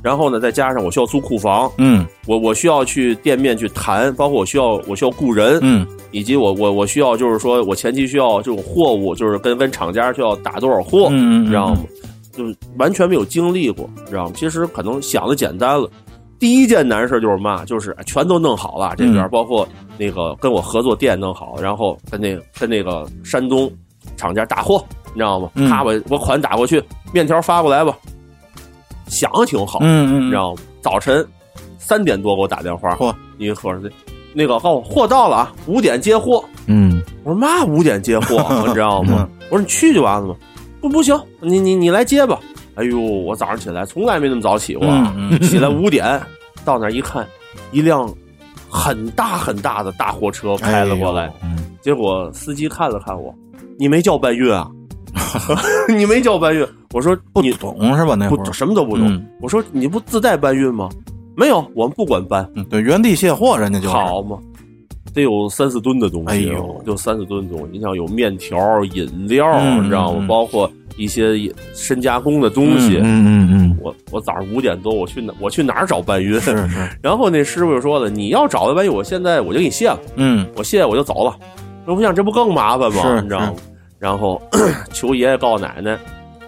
Speaker 3: 然后呢，再加上我需要租库房，
Speaker 1: 嗯
Speaker 3: 我我需要去店面去谈，包括我需要我需要雇人，
Speaker 1: 嗯
Speaker 3: 以及我我我需要就是说我前期需要这种货物，就是跟跟厂家需要打多少货，
Speaker 1: 嗯，
Speaker 3: 你知道吗？就是完全没有经历过，你知道吗？其实可能想的简单了。第一件难事就是嘛，就是哎全都弄好了，这边、
Speaker 1: 嗯
Speaker 3: 包括那个跟我合作店弄好，然后跟那个跟那个山东厂家打货，你知道吗？
Speaker 1: 嗯
Speaker 3: 啪，我我款打过去，面条发过来吧。想的挺好，
Speaker 1: 嗯嗯，
Speaker 3: 你知道吗？早晨三点多给我打电话，
Speaker 1: 嚯
Speaker 3: 一个客人，那个哦，货到了啊，五点接货。
Speaker 6: 嗯，
Speaker 3: 我说妈，五点接货， 你知道吗？
Speaker 1: 嗯
Speaker 3: 我说你去就完了吗？不不行，你你你来接吧。哎呦，我早上起来从来没那么早起过啊，
Speaker 1: 嗯嗯
Speaker 3: 起来五点到那儿一看，一辆很大很大的大货车开了过
Speaker 1: 哎
Speaker 3: 来，
Speaker 1: 嗯
Speaker 3: 结果司机看了看我，你没叫搬运啊？ 你没叫搬运？我说
Speaker 1: 不
Speaker 3: 你
Speaker 1: 懂是吧？那会
Speaker 3: 不
Speaker 1: 儿，
Speaker 3: 什么都不懂。
Speaker 1: 嗯
Speaker 3: 我说你不自带搬运吗？没有，我们不管搬，
Speaker 1: 嗯对，原地卸货，人家就是，
Speaker 3: 好嘛，得有三四吨的东西，
Speaker 1: 啊哎呦
Speaker 3: 就三四吨的东西。你想有面条、饮料，
Speaker 1: 嗯
Speaker 3: 你知道吗？
Speaker 1: 嗯
Speaker 3: 包括一些深加工的东西。
Speaker 6: 嗯嗯
Speaker 3: 我我早上五点多，我去哪我去哪儿找搬运？
Speaker 1: 是是，
Speaker 3: 然后那师傅就说了，你要找的搬运，我现在我就给你卸了，
Speaker 1: 嗯
Speaker 3: 我卸我就走了。我想这不更麻烦吗？
Speaker 1: 是
Speaker 3: 你知道吗？然后 求爷爷告奶奶，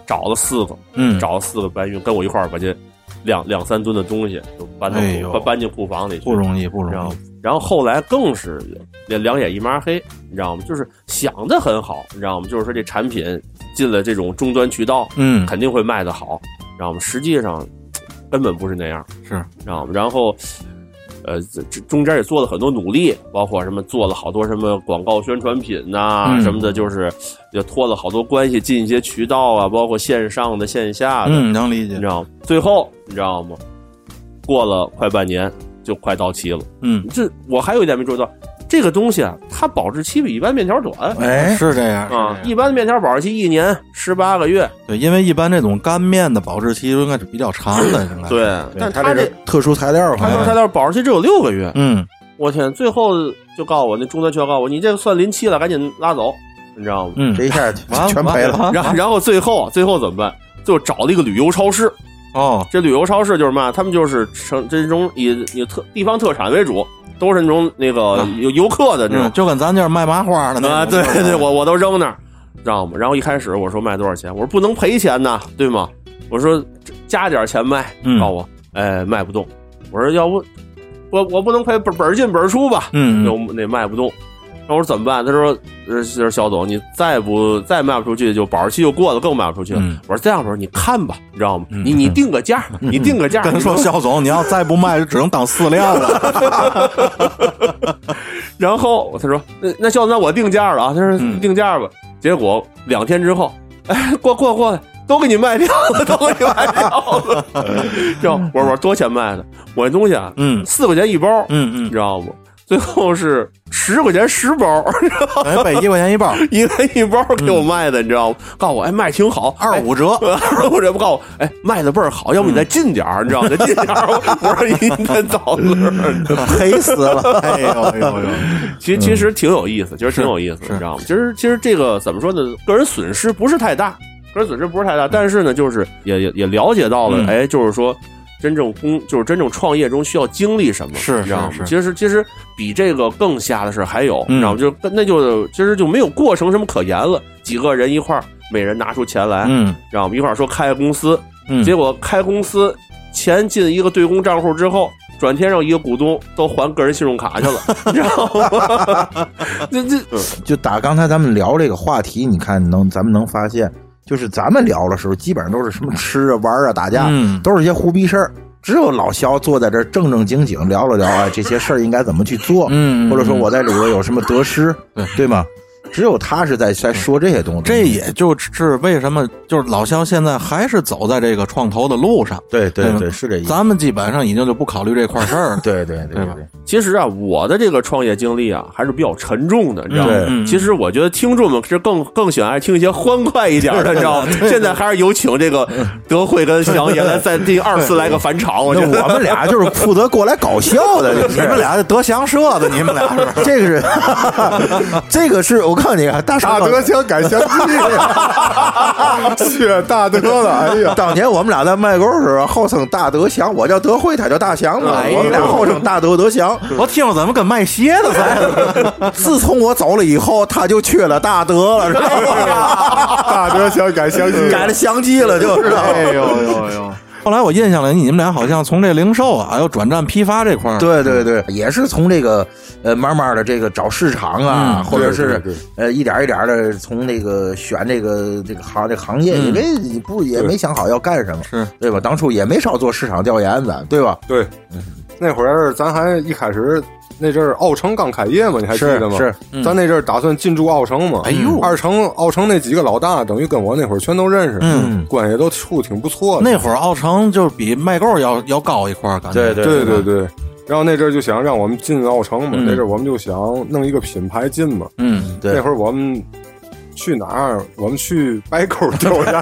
Speaker 3: 找了四个，
Speaker 1: 嗯，
Speaker 3: 找了四个搬运，跟我一块儿把这两两三吨的东西就搬到库、
Speaker 1: 哎呦嗯
Speaker 3: 搬搬进库房里去
Speaker 1: 不。容易不
Speaker 3: 然
Speaker 1: 容
Speaker 3: 后
Speaker 1: 易，，
Speaker 3: 然后后来更是两两眼一抹黑，你知道吗？就是想的很好，你知道吗？就是说这产品进了这种终端渠道，
Speaker 1: 嗯
Speaker 3: 肯定会卖的好，你知道吗？实际上呃根本不是那样，
Speaker 1: 是，
Speaker 3: 你知道吗？然后。呃，这这中间也做了很多努力，包括什么做了好多什么广告宣传品呐、
Speaker 1: 嗯
Speaker 3: 什么的，就是也托了好多关系进一些渠道啊，包括线上的、线下的，
Speaker 1: 嗯能理
Speaker 3: 你
Speaker 1: 解
Speaker 3: 知，道吗？最后你知道吗？过了快半年，就快到期了。
Speaker 1: 嗯
Speaker 3: 这我还有一点没注意到，这个东西啊，它保质期比一般面条
Speaker 2: 啊
Speaker 3: 短
Speaker 6: 哎，
Speaker 1: 是这样
Speaker 3: 啊，
Speaker 1: 是这样
Speaker 3: 一般的面条保质期一年十八个月，
Speaker 1: 对，因为一般这种干面的保质期应该是比较长的，应该，
Speaker 3: 对，但它
Speaker 4: 这
Speaker 3: 这
Speaker 4: 是特殊材料
Speaker 3: 它说它要保质期只有六个月，
Speaker 1: 嗯
Speaker 3: 我天！最后就告诉我，那中介就要告诉我，你这个算临期了，赶紧拉走，你知道吗？
Speaker 1: 嗯
Speaker 2: 这，一下
Speaker 1: 完
Speaker 2: 全赔了。
Speaker 1: 完
Speaker 3: 然后，然后最后最后怎么办？就找了一个旅游超市。
Speaker 1: 哦，
Speaker 3: 这旅游超市就是嘛，他们就是成这种以以特地方特产为主，都是那种那个游游客的那种
Speaker 1: 嗯就跟咱这儿卖麻花的那
Speaker 3: 啊，
Speaker 1: 种
Speaker 3: 对对，我我都扔那儿，知道吗？然后一开始我说卖多少钱，我说不能赔钱呐，对吗？我说加点钱卖，
Speaker 1: 嗯
Speaker 3: 告我，哎，卖不动。我说要不我我不能赔，本本进本出吧，那
Speaker 1: 嗯，
Speaker 3: 我那卖不动。那我说怎么办？他说：“呃，是小董，你再不再卖不出去，就保质期就过了，更卖不出去了。
Speaker 1: 嗯
Speaker 3: 我说：“这样吧，你看吧，你知道吗？你你定个价，你定个价。
Speaker 1: 嗯跟
Speaker 3: 你
Speaker 1: 说
Speaker 3: 能
Speaker 1: 肖总，你要再不卖，只能当饲料了。
Speaker 3: 然后他说：“那那小子，那我定价了啊。”他
Speaker 1: 嗯
Speaker 3: 说：“定价吧。结果两天之后，哎，过过过来，都给你卖掉了，都给你卖掉 了。知道吗我说我说多少钱卖的？我这东西啊，
Speaker 1: 嗯
Speaker 3: 四块钱一包，你
Speaker 1: 嗯
Speaker 3: 知道不？最后是十块钱十包，
Speaker 1: 嗯，人背一块钱一包，
Speaker 3: 一人一包给我卖的，你知道吗？告诉嗯我，哎，嗯卖挺好，
Speaker 1: 二五折。
Speaker 3: 二五人不告诉我，哎，卖的倍儿好，要不你再进点儿，你知道吗？再进点儿， 我说你再走了。
Speaker 1: 赔死了！哎呦哎呦哎呦！
Speaker 3: 其实其实挺有意思，其实挺有意思，你知道吗？其实其实这个怎么说呢？个人损失不是太大，个人损失不是太大，但是呢，就是也也也了解到了，
Speaker 1: 嗯
Speaker 3: 哎，就是说。真正工就是真正创业中需要经历什么，
Speaker 1: 是
Speaker 3: 你知道吗？
Speaker 1: 是是
Speaker 3: 其实其实比这个更瞎的事还有，
Speaker 1: 嗯
Speaker 3: 你知道吗？就那就其实就没有过程什么可言了，几个人一块儿，每人拿出钱来，
Speaker 1: 嗯
Speaker 3: 知道吗？一块儿说开个公司，
Speaker 1: 嗯，
Speaker 3: 结果开公司钱进一个对公账户之后，转天让一个股东都还个人信用卡去了，你知道吗？ 这这
Speaker 1: 嗯
Speaker 2: 就打刚才咱们聊这个话题，你看能咱们能发现，就是咱们聊的时候，基本上都是什么吃啊、玩啊、打架，
Speaker 1: 嗯
Speaker 2: 都是一些胡逼事儿。只有老肖坐在这儿正正经经聊了聊，哎，这些事儿应该怎么去做，
Speaker 1: 嗯嗯
Speaker 2: 或者说我在里边有什么得失，对吗？只有他是在在说这些东西，
Speaker 1: 这也就是为什么，就是老肖现在还是走在这个创投的路上。
Speaker 2: 对对
Speaker 1: 对
Speaker 2: 对，是这意思，
Speaker 1: 咱们基本上已经就不考虑这块事儿了。
Speaker 2: 对对对
Speaker 1: 吧
Speaker 2: 对，
Speaker 3: 其实啊，我的这个创业经历啊，还是比较沉重的，你知道吗？
Speaker 1: 嗯
Speaker 3: 其实我觉得听众们是更更喜欢爱听一些欢快一点的，你知道吗？
Speaker 2: 嗯
Speaker 3: 现在还是有请这个德惠跟祥爷来再第二次来个返场，我觉
Speaker 2: 那
Speaker 3: 得
Speaker 2: 我 们俩就是负责过来搞笑 的，就是
Speaker 1: 你们俩德祥社的，你们俩是
Speaker 2: 这个是，这个是我 告诉你啊，大傻
Speaker 4: 大 德想改相机，学大德了，哎呀，
Speaker 2: 当年我们俩在麦沟的时候，号称大德祥，我叫德惠，他叫大祥嘛，
Speaker 1: 哎呦
Speaker 2: 我们俩号称大德德祥。
Speaker 1: 我听着怎么跟卖鞋的似的。
Speaker 2: 自从我走了以后，他就缺了大德了，知道吗？
Speaker 4: 大德想改相机，
Speaker 2: 改了祥记了，就是。
Speaker 4: 哎呦呦呦，
Speaker 1: 后来我印象里，你们俩好像从这零售啊，又转战批发这块儿。，
Speaker 2: 对对对，也是从这个呃，慢慢的这个找市场啊，
Speaker 1: 嗯
Speaker 2: 或者是
Speaker 4: 对对对
Speaker 2: 呃，一点一点的从那个选这个这个行这行业，
Speaker 1: 嗯
Speaker 2: 因为你不也没想好要干什么，
Speaker 1: 是
Speaker 2: 对吧？当初也没少做市场调研，咱对吧？
Speaker 4: 对，那会儿咱还一开始那阵儿奥城刚开业嘛，你还记
Speaker 2: 是
Speaker 4: 得吗？嗯
Speaker 2: 是，
Speaker 4: 咱那阵儿打算进驻奥城嘛。嗯
Speaker 1: 哎呦
Speaker 4: 二城奥城那几个老大，等于跟我那会儿全都认识，
Speaker 1: 嗯，
Speaker 4: 关系都处挺不错的。
Speaker 1: 那会儿奥城就比麦购要要高一块儿，感觉。
Speaker 2: 对
Speaker 4: 对对对。然后那阵儿就想让我们进奥城嘛，
Speaker 1: 嗯
Speaker 4: 那阵儿我们就想弄一个品牌进嘛。
Speaker 1: 嗯，
Speaker 2: 对
Speaker 4: 那会儿我们去哪儿？我们去白沟调研，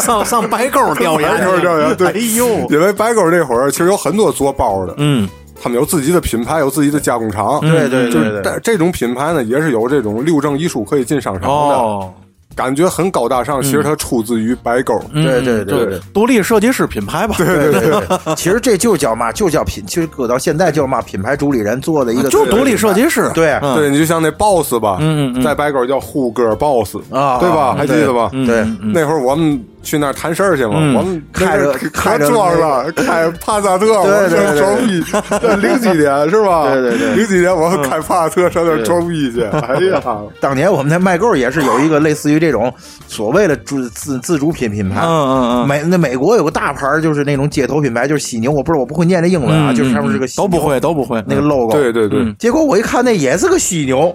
Speaker 1: 上上白购调
Speaker 4: 啊 白沟调研。啊
Speaker 3: 哎
Speaker 2: 哎
Speaker 4: 对，
Speaker 1: 呦，
Speaker 4: 因为白沟那会儿其实有很多做包的，
Speaker 1: 嗯
Speaker 4: 他们有自己的品牌，有自己的加工厂。
Speaker 2: 对对对
Speaker 4: 就是
Speaker 2: 对对。
Speaker 4: 但这种品牌呢，也是有这种六证一书可以进商场的，
Speaker 1: 哦，
Speaker 4: 感觉很高大上。其实它出自于白沟，
Speaker 1: 嗯
Speaker 2: 对对对对，
Speaker 1: 独立设计师品牌吧。对
Speaker 2: 对对对，其实这就叫嘛，就叫品，其实搁到现在就叫嘛，品牌主理人做的一个
Speaker 1: 啊就独立设计师。
Speaker 2: 对
Speaker 1: 嗯
Speaker 4: 对你就像那 boss 吧，
Speaker 1: 嗯嗯嗯
Speaker 4: 在白沟叫胡歌 boss
Speaker 2: 啊
Speaker 4: 对吧？
Speaker 2: 嗯
Speaker 4: 还记得吧？
Speaker 1: 嗯
Speaker 2: 对
Speaker 1: 嗯嗯
Speaker 4: 那会儿我们去那儿谈事儿去嘛，
Speaker 1: 嗯
Speaker 4: 我们
Speaker 2: 开着
Speaker 4: 开
Speaker 2: 开着
Speaker 4: 装 了，开帕萨特，
Speaker 2: 对
Speaker 4: 我
Speaker 2: 对
Speaker 4: 上
Speaker 2: 对
Speaker 4: 装逼，这零几年是吧？
Speaker 2: 对对对
Speaker 4: 零几年我
Speaker 1: 嗯
Speaker 4: 们开帕萨特上那儿装逼去，哎 呀，
Speaker 2: 当年我们在麦购也是有一个类似于这种所谓的主自自主品品牌。
Speaker 1: 嗯嗯嗯，
Speaker 2: 美那美国有个大牌儿就是那种街头品牌，就是犀牛。我不是我不会念这英文啊，
Speaker 1: 嗯
Speaker 2: 就是上面是个
Speaker 1: 都不
Speaker 2: 犀牛
Speaker 1: 会都不会
Speaker 2: 那个 logo。
Speaker 4: 对对对
Speaker 1: 嗯，
Speaker 2: 结果我一看那也是个犀牛，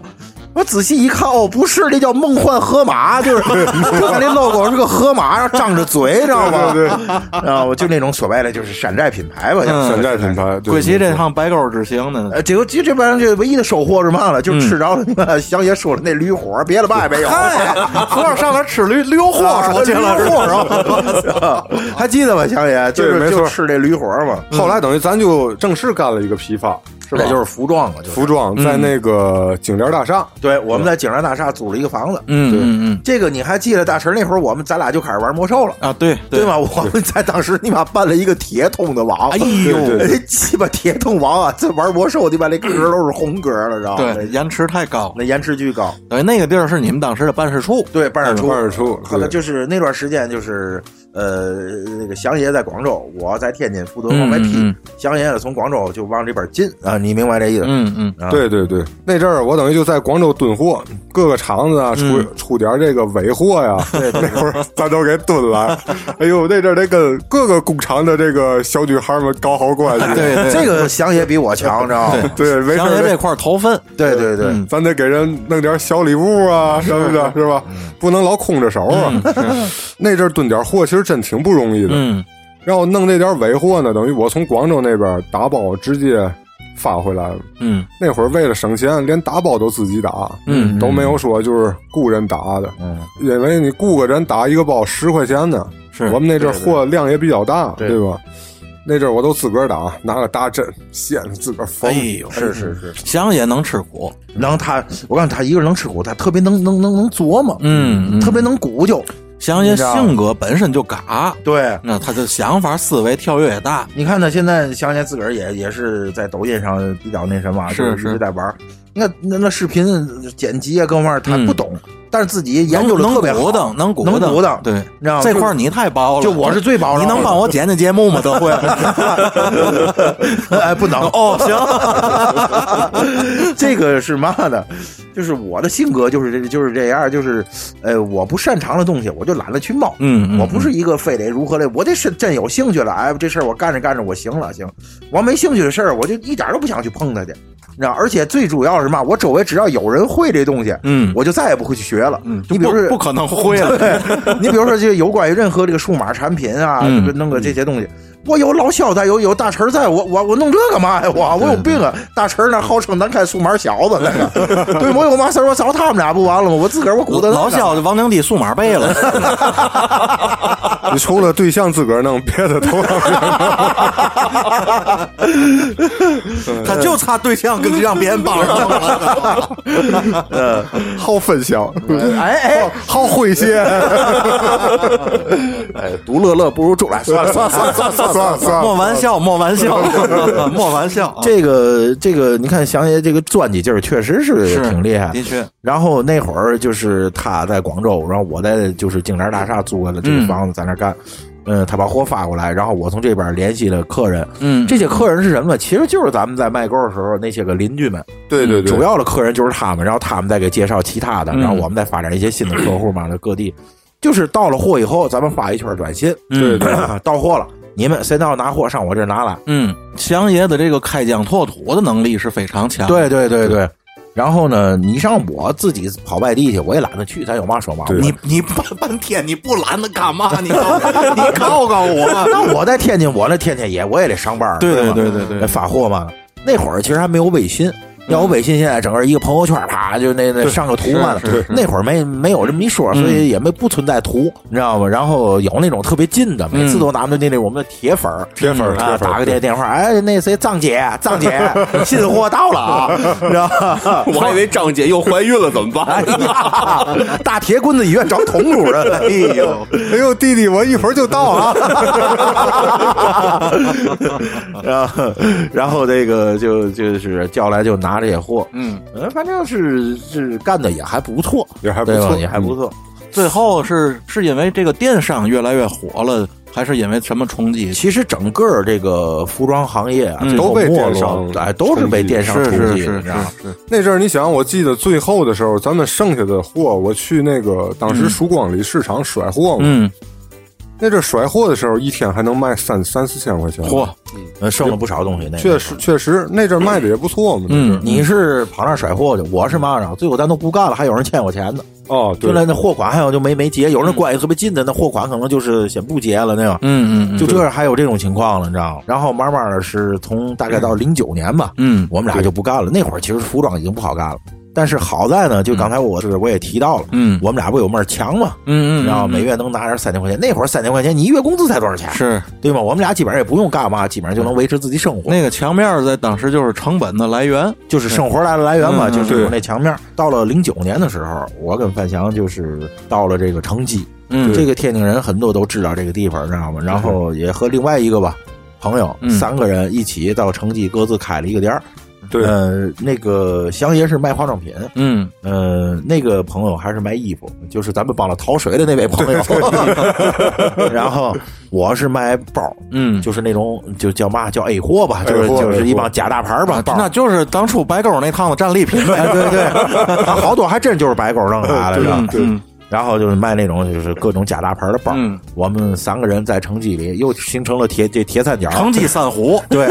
Speaker 2: 我仔细一看，哦，不是，那叫梦幻河马， 就是就是那 logo 是个河马，然后张着嘴，知道吗？
Speaker 4: 对
Speaker 2: 啊，我就那种所谓的就是山寨品牌吧，
Speaker 1: 嗯
Speaker 4: 山寨品牌，对
Speaker 1: 贵奇这趟白购之行呢。
Speaker 2: 呃，结果这这玩意儿就唯一的收获是嘛了？
Speaker 1: 嗯
Speaker 2: 就吃着了那个祥爷说的那驴火，别的嘛也没有。
Speaker 1: 嗨，昨儿上那儿吃驴驴火烧去了，
Speaker 2: 啊驴火烧， 还记得吧，祥爷？就
Speaker 4: 对没
Speaker 2: 是
Speaker 4: 错
Speaker 2: 就吃那驴火嘛。
Speaker 4: 后来等于咱就正式干了一个批发，是
Speaker 2: 是吧？就是服装了，就是
Speaker 4: 服装
Speaker 1: 嗯
Speaker 4: 在那个景联大厦，
Speaker 2: 对，我们在景山大厦租了一个房子。
Speaker 1: 嗯
Speaker 2: 对
Speaker 1: 嗯嗯
Speaker 2: 这个你还记得大陈那会儿，我们咱俩就开始玩魔兽了。
Speaker 1: 啊，对
Speaker 2: 对？吧？我们在当时你妈办了一个铁桶的网，哎
Speaker 4: 对对
Speaker 2: 呦，鸡巴铁桶网啊！这玩魔兽，你把那格儿都是红格儿了，知道吗？
Speaker 1: 对，，延迟太高了。
Speaker 2: 那延迟巨高。
Speaker 1: 等于那个地儿是你们当时的办事处，
Speaker 2: 对，办事处，
Speaker 4: 办事处
Speaker 2: 后来
Speaker 4: 对
Speaker 2: 就是那段时间，就是呃，那个祥爷在广州，我在天津，负责往外
Speaker 1: 嗯嗯
Speaker 2: 批
Speaker 1: 嗯。
Speaker 2: 祥爷从广州就往这边进啊，你明白这意思？
Speaker 1: 嗯嗯，
Speaker 2: 啊
Speaker 4: 对对对，那阵儿我等于就在广州蹲货，各个厂子啊出出点儿这个尾货呀，那会儿咱都给蹲来。 哎呦，那阵儿得跟各个工厂的这个小女孩们搞好关系，
Speaker 1: 对对
Speaker 2: 这个祥爷比我强，知道吗？
Speaker 4: 对， 没事
Speaker 1: 祥爷
Speaker 4: 儿
Speaker 1: 这块儿投分，
Speaker 2: 对对对，
Speaker 1: 嗯
Speaker 4: 咱得给人弄点小礼物啊什么的，是吧？不能老空着手啊。 那阵儿蹲点儿货其实真挺不容易的，
Speaker 1: 嗯
Speaker 4: 让我弄这点儿尾货呢，等于我从广州那边打包直接发回来了。
Speaker 1: 嗯
Speaker 4: 那会儿为了省钱，连打包都自己打，
Speaker 1: 嗯
Speaker 4: 都没有说就是雇人打的，
Speaker 2: 嗯，
Speaker 4: 因为你雇个人打一个包十块钱呢，
Speaker 1: 是
Speaker 4: 我们那阵儿货量也比较大，
Speaker 2: 对
Speaker 4: 吧？那阵儿我都自个儿打，拿个大针线自个儿缝。
Speaker 1: 哎呦，
Speaker 2: 是是是，
Speaker 1: 祥爷能吃苦，
Speaker 2: 能他，我告诉你，他一个人能吃苦，他特别能能能能琢磨，
Speaker 1: 嗯嗯
Speaker 2: 特别能鼓啾，
Speaker 1: 祥爷
Speaker 2: 你知道
Speaker 1: 性格本身就嘎，
Speaker 2: 对。
Speaker 1: 那他的想法思维跳跃也大，
Speaker 2: 你看他现在想想自个儿也也是在抖音上比较那什么，啊
Speaker 1: 是
Speaker 2: 就是一直在玩儿。那那那视频剪辑啊，各方面他
Speaker 1: 嗯
Speaker 2: 不懂，但是自己研
Speaker 1: 能
Speaker 2: 究的
Speaker 1: 能
Speaker 2: 特别
Speaker 1: 鼓
Speaker 2: 好，
Speaker 1: 捣，能鼓
Speaker 2: 能鼓
Speaker 1: 捣
Speaker 2: 捣，
Speaker 1: 对，
Speaker 2: 知道吗
Speaker 1: 这
Speaker 2: 就
Speaker 1: 块儿你太包了，
Speaker 2: 就我是最包了
Speaker 1: 你能帮我剪剪节目吗？德惠，
Speaker 2: 哎，不能
Speaker 1: 哦，行，
Speaker 2: 这个是嘛的，就是我的性格就是这就是这样，就是呃，我不擅长的东西我就懒得去冒。
Speaker 1: 嗯，嗯
Speaker 2: 我不是一个非得如何的，我得是真有兴趣了，哎，这事儿我干着干着我行了行，我没兴趣的事儿我就一点儿都不想去碰它去，你知道？而且最主要是嘛，我周围只要有人会这东西，
Speaker 1: 嗯
Speaker 2: 我就再也不会去学了。
Speaker 1: 嗯，
Speaker 2: 你比如
Speaker 1: 不不
Speaker 2: 说，
Speaker 1: 可能会了，
Speaker 2: 你比如说这有关于任何这个数码产品啊，
Speaker 1: 嗯
Speaker 2: 这个弄个这些东西。我有老肖在，有有大陈在，我我我弄这干嘛呀？我我有病啊！大陈那号称南开数码小子，那 个，对我有嘛事儿我找他们俩不完了吗？我自个儿我鼓捣
Speaker 1: 老
Speaker 2: 那干嘛
Speaker 1: 肖王灵帝数码背了，
Speaker 4: 你除了对象自个儿弄，别的都让别人
Speaker 1: 他就差对象跟让 别人帮上了，
Speaker 4: 弄好分销，
Speaker 2: 哎哎，
Speaker 4: 好诙谐。
Speaker 2: 哎，独乐乐不如众来算了算了算了算了算了算了。
Speaker 4: 算
Speaker 1: 莫
Speaker 4: 了，
Speaker 1: 玩笑，莫玩笑， 莫玩笑啊，
Speaker 2: 这个这个，你看祥爷这个钻起劲儿确实是
Speaker 1: 是
Speaker 2: 挺厉害。
Speaker 1: 的确，
Speaker 2: 然后那会儿就是他在广州，然后我在就是景联大厦租了这个房子，在那儿干。嗯，他把货发过来，然后我从这边联系了客人。
Speaker 1: 嗯，
Speaker 2: 这些客人是什么呢？其实就是咱们在卖购的时候那些个邻居们，
Speaker 4: 对对对，
Speaker 2: 主要的客人就是他们，然后他们再给介绍其他的，
Speaker 1: 嗯
Speaker 2: 然后我们再发展一些新的客户嘛，在各地。就是到了货以后，咱们发一圈短信，
Speaker 1: 嗯
Speaker 4: 对对
Speaker 2: 到货了，你们谁到拿货上我这儿拿来。
Speaker 1: 嗯，祥爷的这个开疆拓土的能力是非常强，，
Speaker 2: 对对对对。然后呢，你让我自己跑外地去，我也懒得去，咱有嘛说嘛。
Speaker 4: 对
Speaker 2: 你
Speaker 1: 你你半半天你不懒得干嘛？你告你告告我，
Speaker 2: 那我在天津，我那天天也我也得上班儿，
Speaker 1: 对
Speaker 2: 对
Speaker 1: 对
Speaker 2: 吧哎
Speaker 1: 对对对，
Speaker 2: 发货嘛。那会儿其实还没有微信，要有微信，现在整个一个朋友圈儿啪就那那上个图嘛
Speaker 1: 是是是。
Speaker 2: 那会儿没没有这么一说，所以也没不存在图，你知道吗？然后有那种特别近的，每次都拿着那那我们的铁粉儿，
Speaker 4: 铁粉
Speaker 2: 啊，
Speaker 4: 儿铁粉儿
Speaker 2: 打个电电话，哎，那谁张姐，张姐，新货到了啊，你知道吗？
Speaker 3: 我还以为张姐又怀孕了，怎么
Speaker 2: 哎
Speaker 3: 办？
Speaker 2: 呀， 大铁棍子医院找童主任， 哎呦！
Speaker 4: 哎呦，弟弟，我一会儿就到啊！
Speaker 2: 然后，啊然后这个就就是叫来就拿这些货，
Speaker 1: 嗯，
Speaker 2: 呃反正是是干的也还不错，
Speaker 4: 也还不
Speaker 2: 对吧嗯
Speaker 4: 错，
Speaker 2: 也还不错。
Speaker 1: 最后是是因为这个电商越来越火了，还是因为什么冲击？
Speaker 2: 其实整个这个服装行业啊，
Speaker 1: 嗯
Speaker 2: 最后
Speaker 4: 都被
Speaker 2: 没
Speaker 4: 电
Speaker 2: 落
Speaker 4: 商
Speaker 2: 哎，都是被电商
Speaker 1: 是
Speaker 2: 冲
Speaker 1: 是
Speaker 2: 击，
Speaker 1: 是
Speaker 2: 你知道吗？
Speaker 1: 是，
Speaker 4: 那阵儿你想，我记得最后的时候，咱们剩下的货，我去那个当
Speaker 2: 嗯
Speaker 4: 时曙光里市场甩货嘛，
Speaker 1: 嗯，
Speaker 4: 那阵儿甩货的时候，一天还能卖三三四千块钱，
Speaker 1: 嚯，
Speaker 2: 呃剩了不少东西。那个
Speaker 4: 确实确实，那阵儿卖的也不错嘛，那阵
Speaker 1: 嗯
Speaker 4: 儿，
Speaker 2: 你是跑那儿甩货去，我是嘛呢？最后咱都不干了，还有人欠我钱呢。
Speaker 4: 哦，对
Speaker 2: 就，来那货款还有就没没结，有人关系特别近的，那货款可能就是先不结了那样。
Speaker 1: 嗯嗯
Speaker 2: 就这样还有这种情况了，你知道吗？然后慢慢的是从大概到零九年吧，
Speaker 1: 嗯
Speaker 2: 我们俩就不干了。那会儿其实服装已经不好干了，但是好在呢，就刚才我是我也提到了，
Speaker 1: 嗯
Speaker 2: 我们俩不有面强嘛，
Speaker 1: 嗯嗯，
Speaker 2: 然后
Speaker 1: 嗯
Speaker 2: 每月能拿着三千块钱，那会儿三千块钱，你一月工资才多少钱？
Speaker 1: 是
Speaker 2: 对吗？我们俩基本上也不用干 嘛，基本上就能维持自己生活，
Speaker 1: 那个墙面儿在当时就是成本的来源，
Speaker 2: 就是生活来的来源嘛，
Speaker 1: 嗯
Speaker 2: 就是
Speaker 4: 对
Speaker 2: 我那墙面。到了零九年的时候，我跟范翔就是到了这个成绩，
Speaker 1: 嗯，
Speaker 2: 这个天津人很多都知道这个地方，知道吗？然后也和另外一个吧朋友、
Speaker 1: 嗯
Speaker 2: 三个人一起到成绩，各自开了一个店儿。
Speaker 4: 对
Speaker 2: 呃，那个祥爷是卖化妆品，
Speaker 1: 嗯
Speaker 2: 呃，那个朋友还是卖衣服，就是咱们帮了淘水的那位朋友。 然后我是卖包，
Speaker 1: 嗯，哎
Speaker 2: 就是那种就叫嘛叫 A 货吧，就是
Speaker 4: A 货
Speaker 2: 就是
Speaker 4: A 货
Speaker 2: 一帮假大牌儿吧，包
Speaker 1: 啊那就是当初白沟那趟的战利品呗，
Speaker 2: 哎， 对对，他好多还真就是白狗弄啥来
Speaker 1: 嗯
Speaker 2: 着。
Speaker 1: 嗯
Speaker 2: 然后就是卖那种就是各种假大牌的包。
Speaker 1: 嗯
Speaker 2: 我们三个人在城际里又形成了铁这铁三角。
Speaker 1: 成吉三虎，
Speaker 2: 对，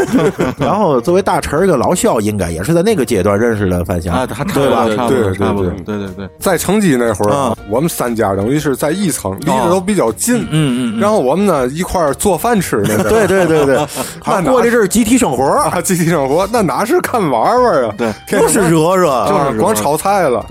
Speaker 2: 然后作为大陈儿跟老肖，应该也是在那个阶段认识的范翔。
Speaker 1: 啊，还差不多，差
Speaker 4: 对吧
Speaker 1: 不多，
Speaker 4: 对对
Speaker 1: 差不多，
Speaker 4: 对
Speaker 1: 对对对，
Speaker 4: 在成绩那会儿，
Speaker 1: 啊
Speaker 4: 我们三家等于是在一层，离着都比较近。
Speaker 2: 哦
Speaker 1: 嗯嗯嗯
Speaker 4: 然后我们呢一块儿做饭吃那阵 儿
Speaker 2: 对对对对，
Speaker 4: 那
Speaker 2: 还过的这是集体生活，
Speaker 4: 啊，集体生活那哪是看玩玩啊？
Speaker 1: 对
Speaker 4: 天
Speaker 2: 就
Speaker 4: 天
Speaker 2: 是热热。
Speaker 4: 就是光炒菜了。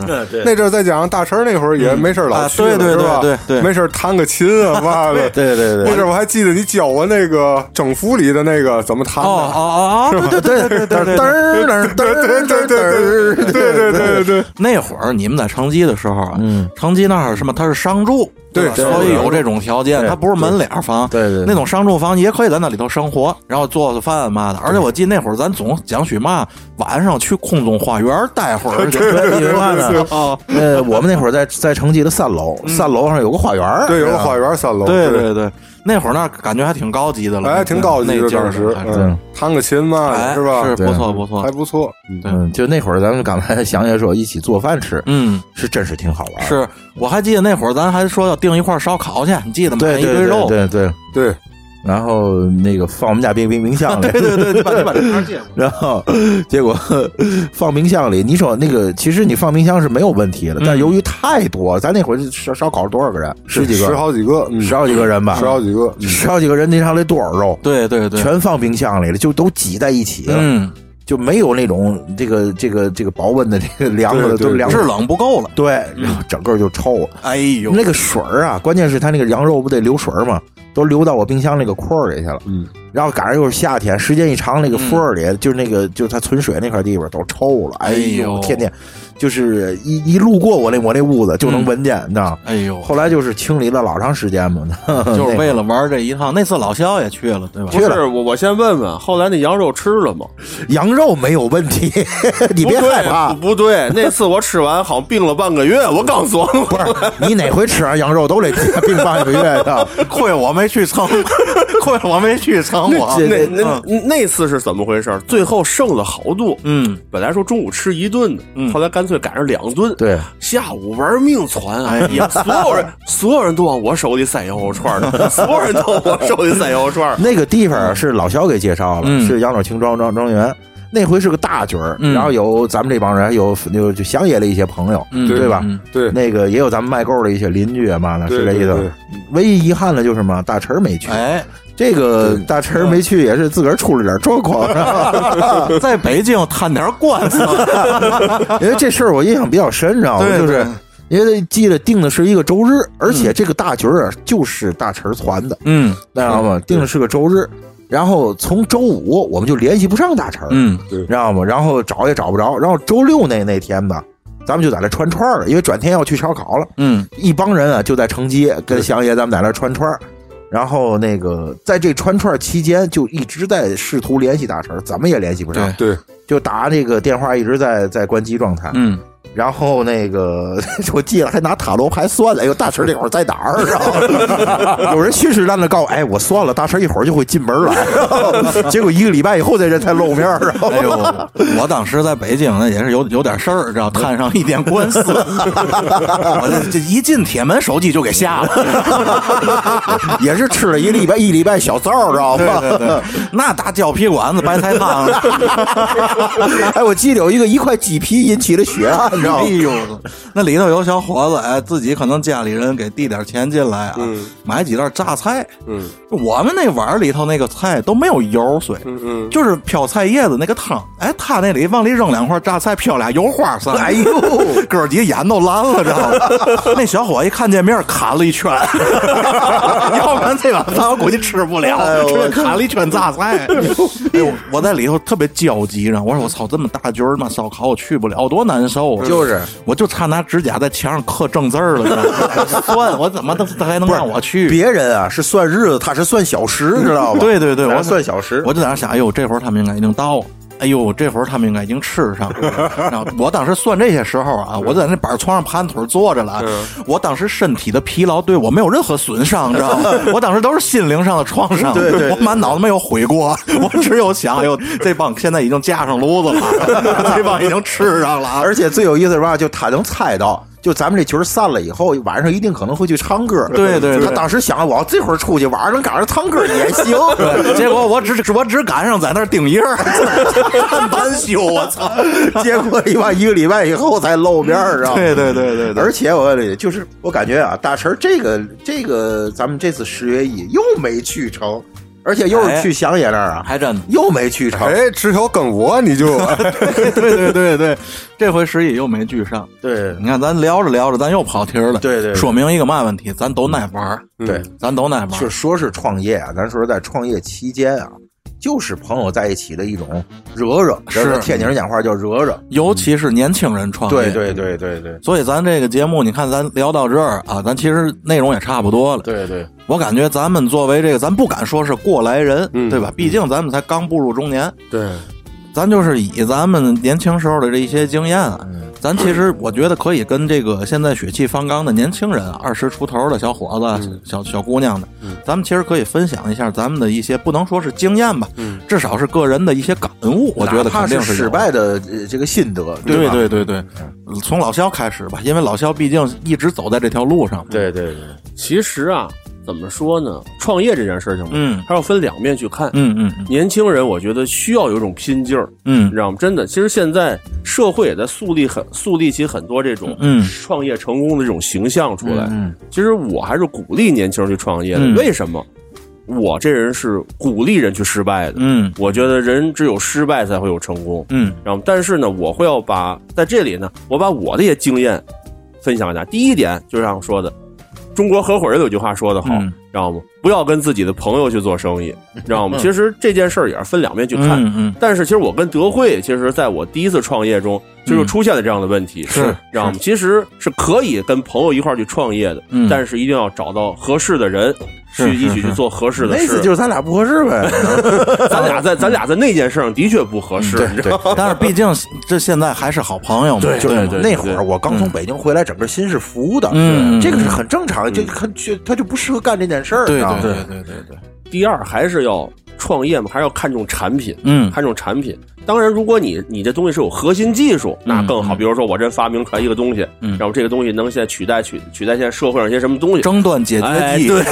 Speaker 4: 那阵儿再加上大陈那会儿
Speaker 2: 嗯
Speaker 4: 也没事儿老
Speaker 1: 啊
Speaker 4: 去
Speaker 1: 对
Speaker 4: 了
Speaker 1: 对
Speaker 4: 是吧
Speaker 1: 对对对
Speaker 4: 没事儿弹个琴啊嘛的。
Speaker 2: 对对对
Speaker 4: 那阵儿我还记得你教我那个征服里的那个怎么弹
Speaker 1: 哦
Speaker 4: 的。
Speaker 1: 哦哦，对对对对对对
Speaker 2: 嘚儿嘚儿嘚儿嘚儿嘚儿嘚儿
Speaker 4: 对对对对对，
Speaker 1: 那会儿你们在成吉的时候啊，成吉那儿什么，它是商住，
Speaker 4: 嗯对
Speaker 1: 吧
Speaker 4: 对
Speaker 1: 所以
Speaker 4: 对
Speaker 1: 有这种条件，它不是门脸儿房，
Speaker 2: 对对对
Speaker 1: 那种商住房也可以在那里头生活，然后做做饭嘛的。而且我记得那会儿咱总讲许嘛，晚上去空中花园待会 儿去，
Speaker 2: 对因为嘛呢？
Speaker 1: 啊，
Speaker 2: 呃，我们那会儿在在城际的三楼，三楼上有个花园儿，
Speaker 4: 对有
Speaker 2: 是
Speaker 4: 个
Speaker 2: 吧
Speaker 4: 花园三楼，
Speaker 1: 对对对，那会儿那儿感觉还挺高级的了，
Speaker 4: 哎，挺高级
Speaker 1: 那
Speaker 4: 的
Speaker 1: 劲儿
Speaker 4: 当时，
Speaker 1: 还是
Speaker 4: 嗯，弹个琴嘛，
Speaker 1: 哎，
Speaker 4: 是吧？
Speaker 1: 是不错不
Speaker 4: 还
Speaker 1: 错，
Speaker 4: 不错，
Speaker 2: 嗯，就那会儿咱们刚才祥爷说一起做饭吃，
Speaker 1: 嗯。
Speaker 2: 是真是挺好玩儿。
Speaker 1: 是我还记得那会儿咱还说要订一块儿烧烤去，你记得吗？
Speaker 2: 对
Speaker 1: 一堆
Speaker 2: 对
Speaker 1: 肉，
Speaker 2: 对对对。
Speaker 4: 对，
Speaker 2: 然后那个放我们家冰冰冰箱 里，
Speaker 1: 对对对，把你把这
Speaker 2: 然后结果 呵放冰箱里，你说那个其实你放冰箱是没有问题的，但由于太多，咱那会儿烧烧烤多少个人？十几个，
Speaker 4: 十好几个，嗯，
Speaker 2: 十好几个人吧，
Speaker 4: 十好几
Speaker 1: 嗯
Speaker 4: 个，
Speaker 2: 十好几个人，那上得多少肉？
Speaker 1: 对对对，
Speaker 2: 全放冰箱里了，就都挤在一起了，
Speaker 1: 嗯，
Speaker 2: 就没有那种这个这个这个保温的这个凉的，
Speaker 4: 对对
Speaker 2: 都凉
Speaker 1: 制冷不够了。
Speaker 2: 对，然后整个就臭了。
Speaker 1: 哎呦，
Speaker 2: 那个水儿啊，关键是它那个羊肉不得流水儿嘛，都流到我冰箱那个库儿里去了。
Speaker 4: 嗯，
Speaker 2: 然后赶上又是夏天，时间一长，那个库儿里、就是那个就是它存水那块地方都臭了。哎
Speaker 1: 哎呦
Speaker 2: 天天就是一一路过我那我那屋子就能闻见，你知道吗。
Speaker 1: 哎呦，
Speaker 2: 后来就是清理了老长时间嘛，
Speaker 1: 就是为了玩这一趟。那次老肖也去了，对吧？
Speaker 3: 不
Speaker 2: 去
Speaker 3: 是
Speaker 2: 了
Speaker 3: 我，我先问问，后来那羊肉吃了吗？
Speaker 2: 羊肉没有问题， 你别
Speaker 3: 不对
Speaker 2: 害怕
Speaker 3: 不。不对，那次我吃完好像病了半个月，我刚琢磨，
Speaker 2: 不是你哪回吃完啊羊肉都得 病半个月的，
Speaker 1: 亏我没去蹭，亏我没去蹭我。
Speaker 2: 这
Speaker 3: 那那那次是怎么回事？最后剩了好多，
Speaker 1: 嗯，
Speaker 3: 本来说中午吃一顿的，
Speaker 2: 嗯
Speaker 3: 后来干脆赶上两顿，
Speaker 2: 对，
Speaker 3: 下午玩命攒啊，也所有人 所有人都往我手里塞羊肉串 儿，所有人都往我手里塞羊肉串儿，
Speaker 2: 那个地方是老肖给介绍了，
Speaker 1: 嗯
Speaker 2: 是养老青庄庄庄园。那回是个大局儿，
Speaker 1: 嗯
Speaker 2: 然后有咱们这帮人，还有有就祥爷的一些朋友，
Speaker 1: 嗯
Speaker 2: 对吧？
Speaker 1: 嗯
Speaker 4: 对
Speaker 2: 那个也有咱们卖够的一些邻居啊嘛的，
Speaker 4: 对
Speaker 2: 是这意
Speaker 4: 对对
Speaker 2: 思。唯一遗憾的就是嘛，大陈儿没去。
Speaker 1: 哎，
Speaker 2: 这个大陈儿没去也是自个儿出了点状 况，
Speaker 1: 在北京摊点官司，
Speaker 2: 因为这事儿我印象比较深，你知道吗？
Speaker 1: 对
Speaker 2: 就是
Speaker 1: 对
Speaker 2: 因为记得定的是一个周日，而且这个大局儿啊就是大陈儿传的，
Speaker 1: 嗯
Speaker 2: 知道吗？定的是个周日，然后从周五我们就联系不上大陈儿，
Speaker 1: 嗯
Speaker 2: 你知道吗？然后找也找不着，然后周六那那天吧，咱们就在那串串儿了，因为转天要去烧烤了，
Speaker 1: 嗯
Speaker 2: 一帮人啊就在城街跟祥爷咱们在那串串儿，然后那个在这串串儿期间就一直在试图联系大神，怎么也联系不上，
Speaker 4: 对，
Speaker 2: 就打这个电话一直在在关机状态，
Speaker 1: 嗯，
Speaker 2: 然后那个 我记得还拿塔罗牌算了，哎呦，大婶那会儿在哪儿？啊 然后 有人信誓旦旦地告诉我，哎，我算了，大婶一会儿就会进门来。 然后结果一个礼拜以后，这人才露面儿。然后
Speaker 1: 哎呦，我当时在北京呢，也是有有点事儿，知道摊上一点官司，我这这一进铁门，手机就给下了。
Speaker 2: 也是吃了一礼拜一礼拜小灶，知道 吗？
Speaker 1: 对对， 那大胶皮管子、白菜汤，
Speaker 2: 哎，我记得有一个一块鸡皮引起的血案，你 知道吗？
Speaker 1: 哎呦，那里头有小伙子，哎，自己可能家里人给递点钱进来啊，
Speaker 4: 嗯
Speaker 1: 买几袋榨菜。
Speaker 4: 嗯
Speaker 1: 我们那碗儿里头那个菜都没有油水，
Speaker 4: 嗯嗯，
Speaker 1: 就是飘菜叶子那个汤。哎，他那里往里扔两块榨菜，飘俩油花上来。
Speaker 2: 哎呦，
Speaker 1: 哥儿几个眼都蓝了，知道吗？那小伙一看见面儿砍了一圈， 要不然这碗饭我估计吃不了，吃砍了一圈榨菜。 哎呦，我在里头特别焦急，然后我说我操，这么大局儿嘛，烧烤我去不了，多难受啊！
Speaker 7: 就是
Speaker 1: 我就差拿指甲在墙上刻正字儿了知道吗， 算我怎么他他还能让我去？
Speaker 2: 别人啊是算日子，他是算小时，知道吧？
Speaker 1: 哎 对对对，
Speaker 2: 咱
Speaker 1: 我
Speaker 2: 算小时。
Speaker 1: 我就在那想，哎呦，这会儿他们应该已经到了。哎呦，这会儿他们应该已经吃上了。然后我当时算这些时候啊，我在那板床上盘腿坐着了啊。我当时身体的疲劳对我没有任何损伤，知道吗？ 我当时都是心灵上的创伤。对对，我满脑子没有悔过， 我只有想，哎呦，这帮现在已经架上炉子了， 这帮已经吃上了 啊。
Speaker 2: 而且最有意思是吧？就他能猜到，就咱们这群散了以后，晚上一定可能会去唱歌。
Speaker 1: 对对对
Speaker 2: 他当时想，我要这会儿出去，晚上能赶上唱歌 也行。
Speaker 1: 对结果我只我只赶上在那儿顶一人儿， 站半宿，我操！
Speaker 2: 结果一吧，一个礼拜以后才露面儿，知道吗？
Speaker 1: 对对对对对，
Speaker 2: 而且我问你，就是我感觉啊，大陈这个这个，咱们这次十月一又没去成，而且又是去祥爷那儿啊，
Speaker 1: 还真的。
Speaker 2: 又没去成。
Speaker 4: 哎，枝条跟我你就
Speaker 1: 对对对对，这回十一又没聚上。
Speaker 2: 对
Speaker 1: 你看，咱聊着聊着，咱又跑题儿了。
Speaker 2: 对对对
Speaker 1: 说明一个嘛问题，咱都耐玩儿，
Speaker 2: 对，
Speaker 1: 咱都耐玩
Speaker 2: 是
Speaker 1: 儿。
Speaker 2: 说是创业啊，咱说是在创业期间啊，就是朋友在一起的一种惹惹，
Speaker 1: 是嗯
Speaker 2: 咱天津人讲话叫惹惹。
Speaker 1: 尤其是年轻人创业。
Speaker 2: 对对对对对
Speaker 1: 所以咱这个节目，你看咱聊到这儿啊，咱其实内容也差不多了。
Speaker 2: 对对，
Speaker 1: 我感觉咱们作为这个，咱不敢说是过来人，
Speaker 4: 嗯
Speaker 1: 对吧？毕竟咱们才刚步入中年，
Speaker 4: 对，
Speaker 1: 嗯咱就是以咱们年轻时候的这一些经验啊，咱其实我觉得可以跟这个现在血气方刚的年轻人啊，二十出头的小伙子、啊小小姑娘的，咱们其实可以分享一下咱们的一些，不能说是经验吧，至少是个人的一些感悟。我觉得
Speaker 2: 哪怕
Speaker 1: 肯定
Speaker 2: 是
Speaker 1: 有
Speaker 2: 失。败的呃这个心得，
Speaker 1: 对
Speaker 2: 吧？
Speaker 1: 对对对，从老肖开始吧，因为老肖毕竟一直走在这条路上。，
Speaker 2: 对对对，
Speaker 3: 其实啊，怎么说呢？创业这件事情嘛，啊
Speaker 1: 嗯
Speaker 3: 它要分两面去看。
Speaker 1: 嗯嗯
Speaker 3: 年轻人，我觉得需要有一种拼劲儿，你
Speaker 1: 嗯
Speaker 3: 知道吗？真的，其实现在社会也在树立很树立起很多这种
Speaker 1: 嗯
Speaker 3: 创业成功的这种形象出来。
Speaker 1: 嗯
Speaker 3: 其实我还是鼓励年轻人去创业的。
Speaker 1: 嗯
Speaker 3: 为什么？我这人是鼓励人去失败的。
Speaker 1: 嗯
Speaker 3: 我觉得人只有失败才会有成功。
Speaker 1: 嗯
Speaker 3: 然后，但是呢，我会要把在这里呢，我把我的一些经验分享给大家。第一点就是像我说的，中国合伙人有句话说得好，
Speaker 1: 嗯
Speaker 3: 知道吗？不要跟自己的朋友去做 生意，知道吗？其实这件事儿也是分两面去看。
Speaker 1: 嗯嗯
Speaker 3: 但是其实我跟德惠，其实在我第一次创业中，就是出现了这样的问题，
Speaker 1: 嗯是
Speaker 3: 知道吗？其实是可以跟朋友一块儿去创业的，
Speaker 1: 嗯
Speaker 3: 但是一定要找到合适的人，
Speaker 1: 是
Speaker 3: 去一起去做合适的
Speaker 2: 那
Speaker 3: 事
Speaker 2: 次。就是咱俩不合 适呗。
Speaker 3: 咱俩在咱俩在那件事上的确不合
Speaker 1: 嗯
Speaker 3: 适，你知道吗？
Speaker 1: 但是毕竟这现在还是好朋友嘛。对
Speaker 2: 就是
Speaker 3: 对
Speaker 2: 那会儿我刚从北京回来，整个心是浮的，
Speaker 1: 嗯
Speaker 2: 这个是很正常，就很就他就不适合干这件事儿，
Speaker 1: 对
Speaker 2: 知道吗
Speaker 1: 对对对对对，
Speaker 3: 第二还是要创业嘛，还是要看重产品，
Speaker 1: 嗯
Speaker 3: 看重产品。当然，如果你你这东西是有核心技术，那更好。比如说，我真发明出来一个东西，
Speaker 1: 嗯
Speaker 3: 然后这个东西能现在取代取取代现在社会上一些什么东西，
Speaker 1: 争端解决
Speaker 3: 哎，
Speaker 1: 技。
Speaker 3: 对，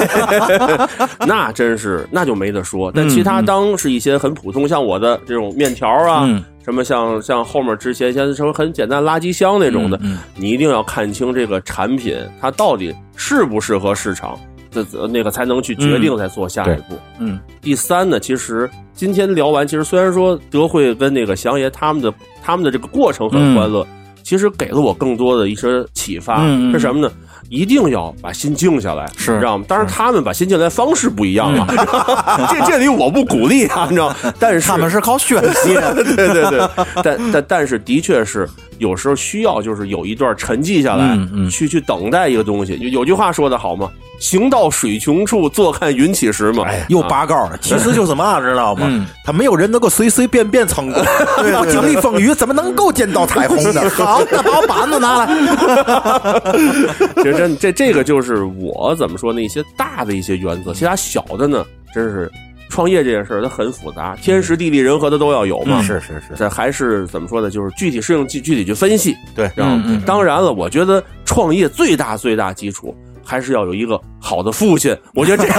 Speaker 3: 那真是那就没得说。但其他当是一些很普通，像我的这种面条啊，
Speaker 1: 嗯
Speaker 3: 什么像像后面之前像什么很简单垃圾箱那种的，
Speaker 1: 嗯嗯
Speaker 3: 你一定要看清这个产品它到底适不适合市场，这这那个才能去决定再做下一步。
Speaker 1: 嗯
Speaker 3: 第三呢，其实今天聊完，其实虽然说德惠跟那个祥爷他们的他们的这个过程很欢乐，其实给了我更多的一些启发。
Speaker 1: 嗯嗯嗯
Speaker 3: 是什么呢？一定要把心静下来，
Speaker 1: 是嗯
Speaker 3: 你知道吗？当然，他们把心静下来方式不一样啊。 这这里我不鼓励啊，你知道吗？但是
Speaker 1: 他们是靠宣泄。
Speaker 3: 对对对，但但但是的确是有时候需要就是有一段沉寂下来，
Speaker 1: 嗯嗯
Speaker 3: 去去等待一个东西。有有句话说的好嘛，“行到水穷处，坐看云起时”嘛。
Speaker 2: 哎，又拔高了，其实就是嘛，知道吗？
Speaker 1: 啊嗯
Speaker 2: 他没有人能够随随便便 成功，不经历风雨，怎么能够见到彩虹呢？好，那把我板子拿来。
Speaker 3: 其实真这这个就是我怎么说呢一些大的一些原则，其他小的呢，真是创业这件事儿它很复杂，天时地利人和它都要有
Speaker 1: 嗯
Speaker 3: 嘛。
Speaker 2: 是是是，
Speaker 3: 这还是怎么说呢？就是具体事情具具体去分析，
Speaker 2: 对
Speaker 3: 然后
Speaker 1: 嗯嗯
Speaker 3: 当然了，我觉得创业最大最大基础还是要有一个好的父亲。我觉得这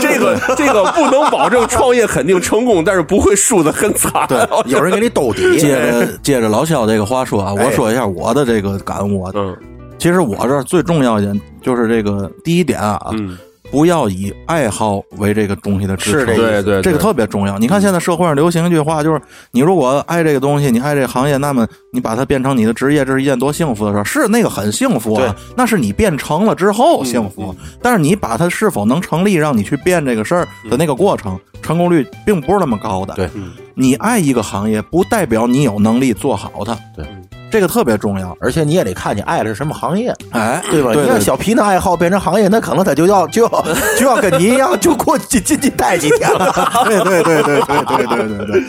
Speaker 3: 这个 这个不能保证创业肯定成功，但是不会输的很惨。
Speaker 2: 对，有人给你兜底，哎
Speaker 1: 借着借着老肖这个话说啊，我说一下我的这个感悟。啊。
Speaker 3: 嗯
Speaker 1: 其实我这儿最重要一点就是这个第一点啊，
Speaker 3: 嗯，
Speaker 1: 不要以爱好为这个东西的支撑。
Speaker 2: 是这意思
Speaker 4: 对对对
Speaker 1: 这个特别重要。你看现在社会上流行一句话，就是你如果爱这个东西，你爱这个行业，那么你把它变成你的职业，这是一件多幸福的事儿。是那个很幸福啊，那是你变成了之后幸福。但是你把它是否能成立，让你去变这个事儿的那个过程，成功率并不是那么高的。
Speaker 2: 对
Speaker 3: 嗯
Speaker 1: 你爱一个行业，不代表你有能力做好它。
Speaker 2: 对，
Speaker 1: 这个特别重要。
Speaker 2: 而且你也得看你爱的是什么行业，
Speaker 1: 哎，
Speaker 2: 对吧？
Speaker 1: 对
Speaker 2: 你
Speaker 1: 对
Speaker 2: 看小皮那爱好变成行业，那可能他就要就要就要跟你一样，就过进进去待几天了。
Speaker 1: 对对对对对对对对对。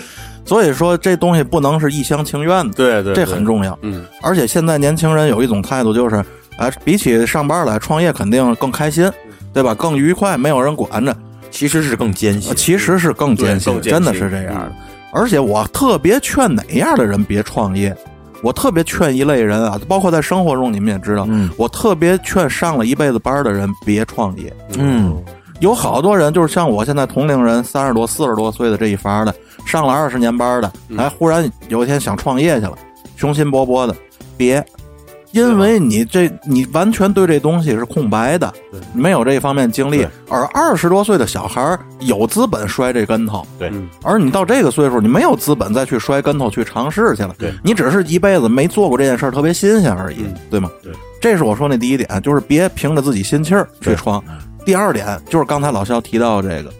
Speaker 1: 所以说，这东西不能是一厢情愿的，
Speaker 3: 对对，
Speaker 1: 这很重要。
Speaker 3: 嗯
Speaker 1: 而且现在年轻人有一种态度，就是，哎，比起上班来，创业肯定更开
Speaker 3: 嗯
Speaker 1: 心，对吧？更愉快，没有人管着，
Speaker 2: 其实是更艰辛，
Speaker 1: 其实是更艰
Speaker 3: 对
Speaker 1: 辛，
Speaker 3: 更艰辛嗯
Speaker 1: 真的是这样的。而且我特别劝哪样的人别创业，我特别劝一类人啊，包括在生活中你们也知道，
Speaker 2: 嗯
Speaker 1: 我特别劝上了一辈子班的人别创业。
Speaker 2: 嗯，
Speaker 1: 有好多人就是像我现在同龄人，三十多、四十多岁的这一伐的，上了二十年班的，
Speaker 3: 嗯
Speaker 1: 哎，忽然有一天想创业去了，雄心勃勃的，别，因为你这你完全对这东西是空白的，没有这方面经历。而二十多岁的小孩儿有资本摔这跟头，
Speaker 6: 对
Speaker 3: 嗯
Speaker 1: 而你到这个岁数，你没有资本再去摔跟头去尝试去了，
Speaker 3: 对
Speaker 1: 你只是一辈子没做过这件事儿，特别新鲜而已，
Speaker 3: 嗯
Speaker 1: 对吗？
Speaker 3: 对，
Speaker 1: 这是我说那第一点，就是别凭着自己心气儿去闯。
Speaker 3: 嗯
Speaker 1: 第二点就是刚才老肖提到这个，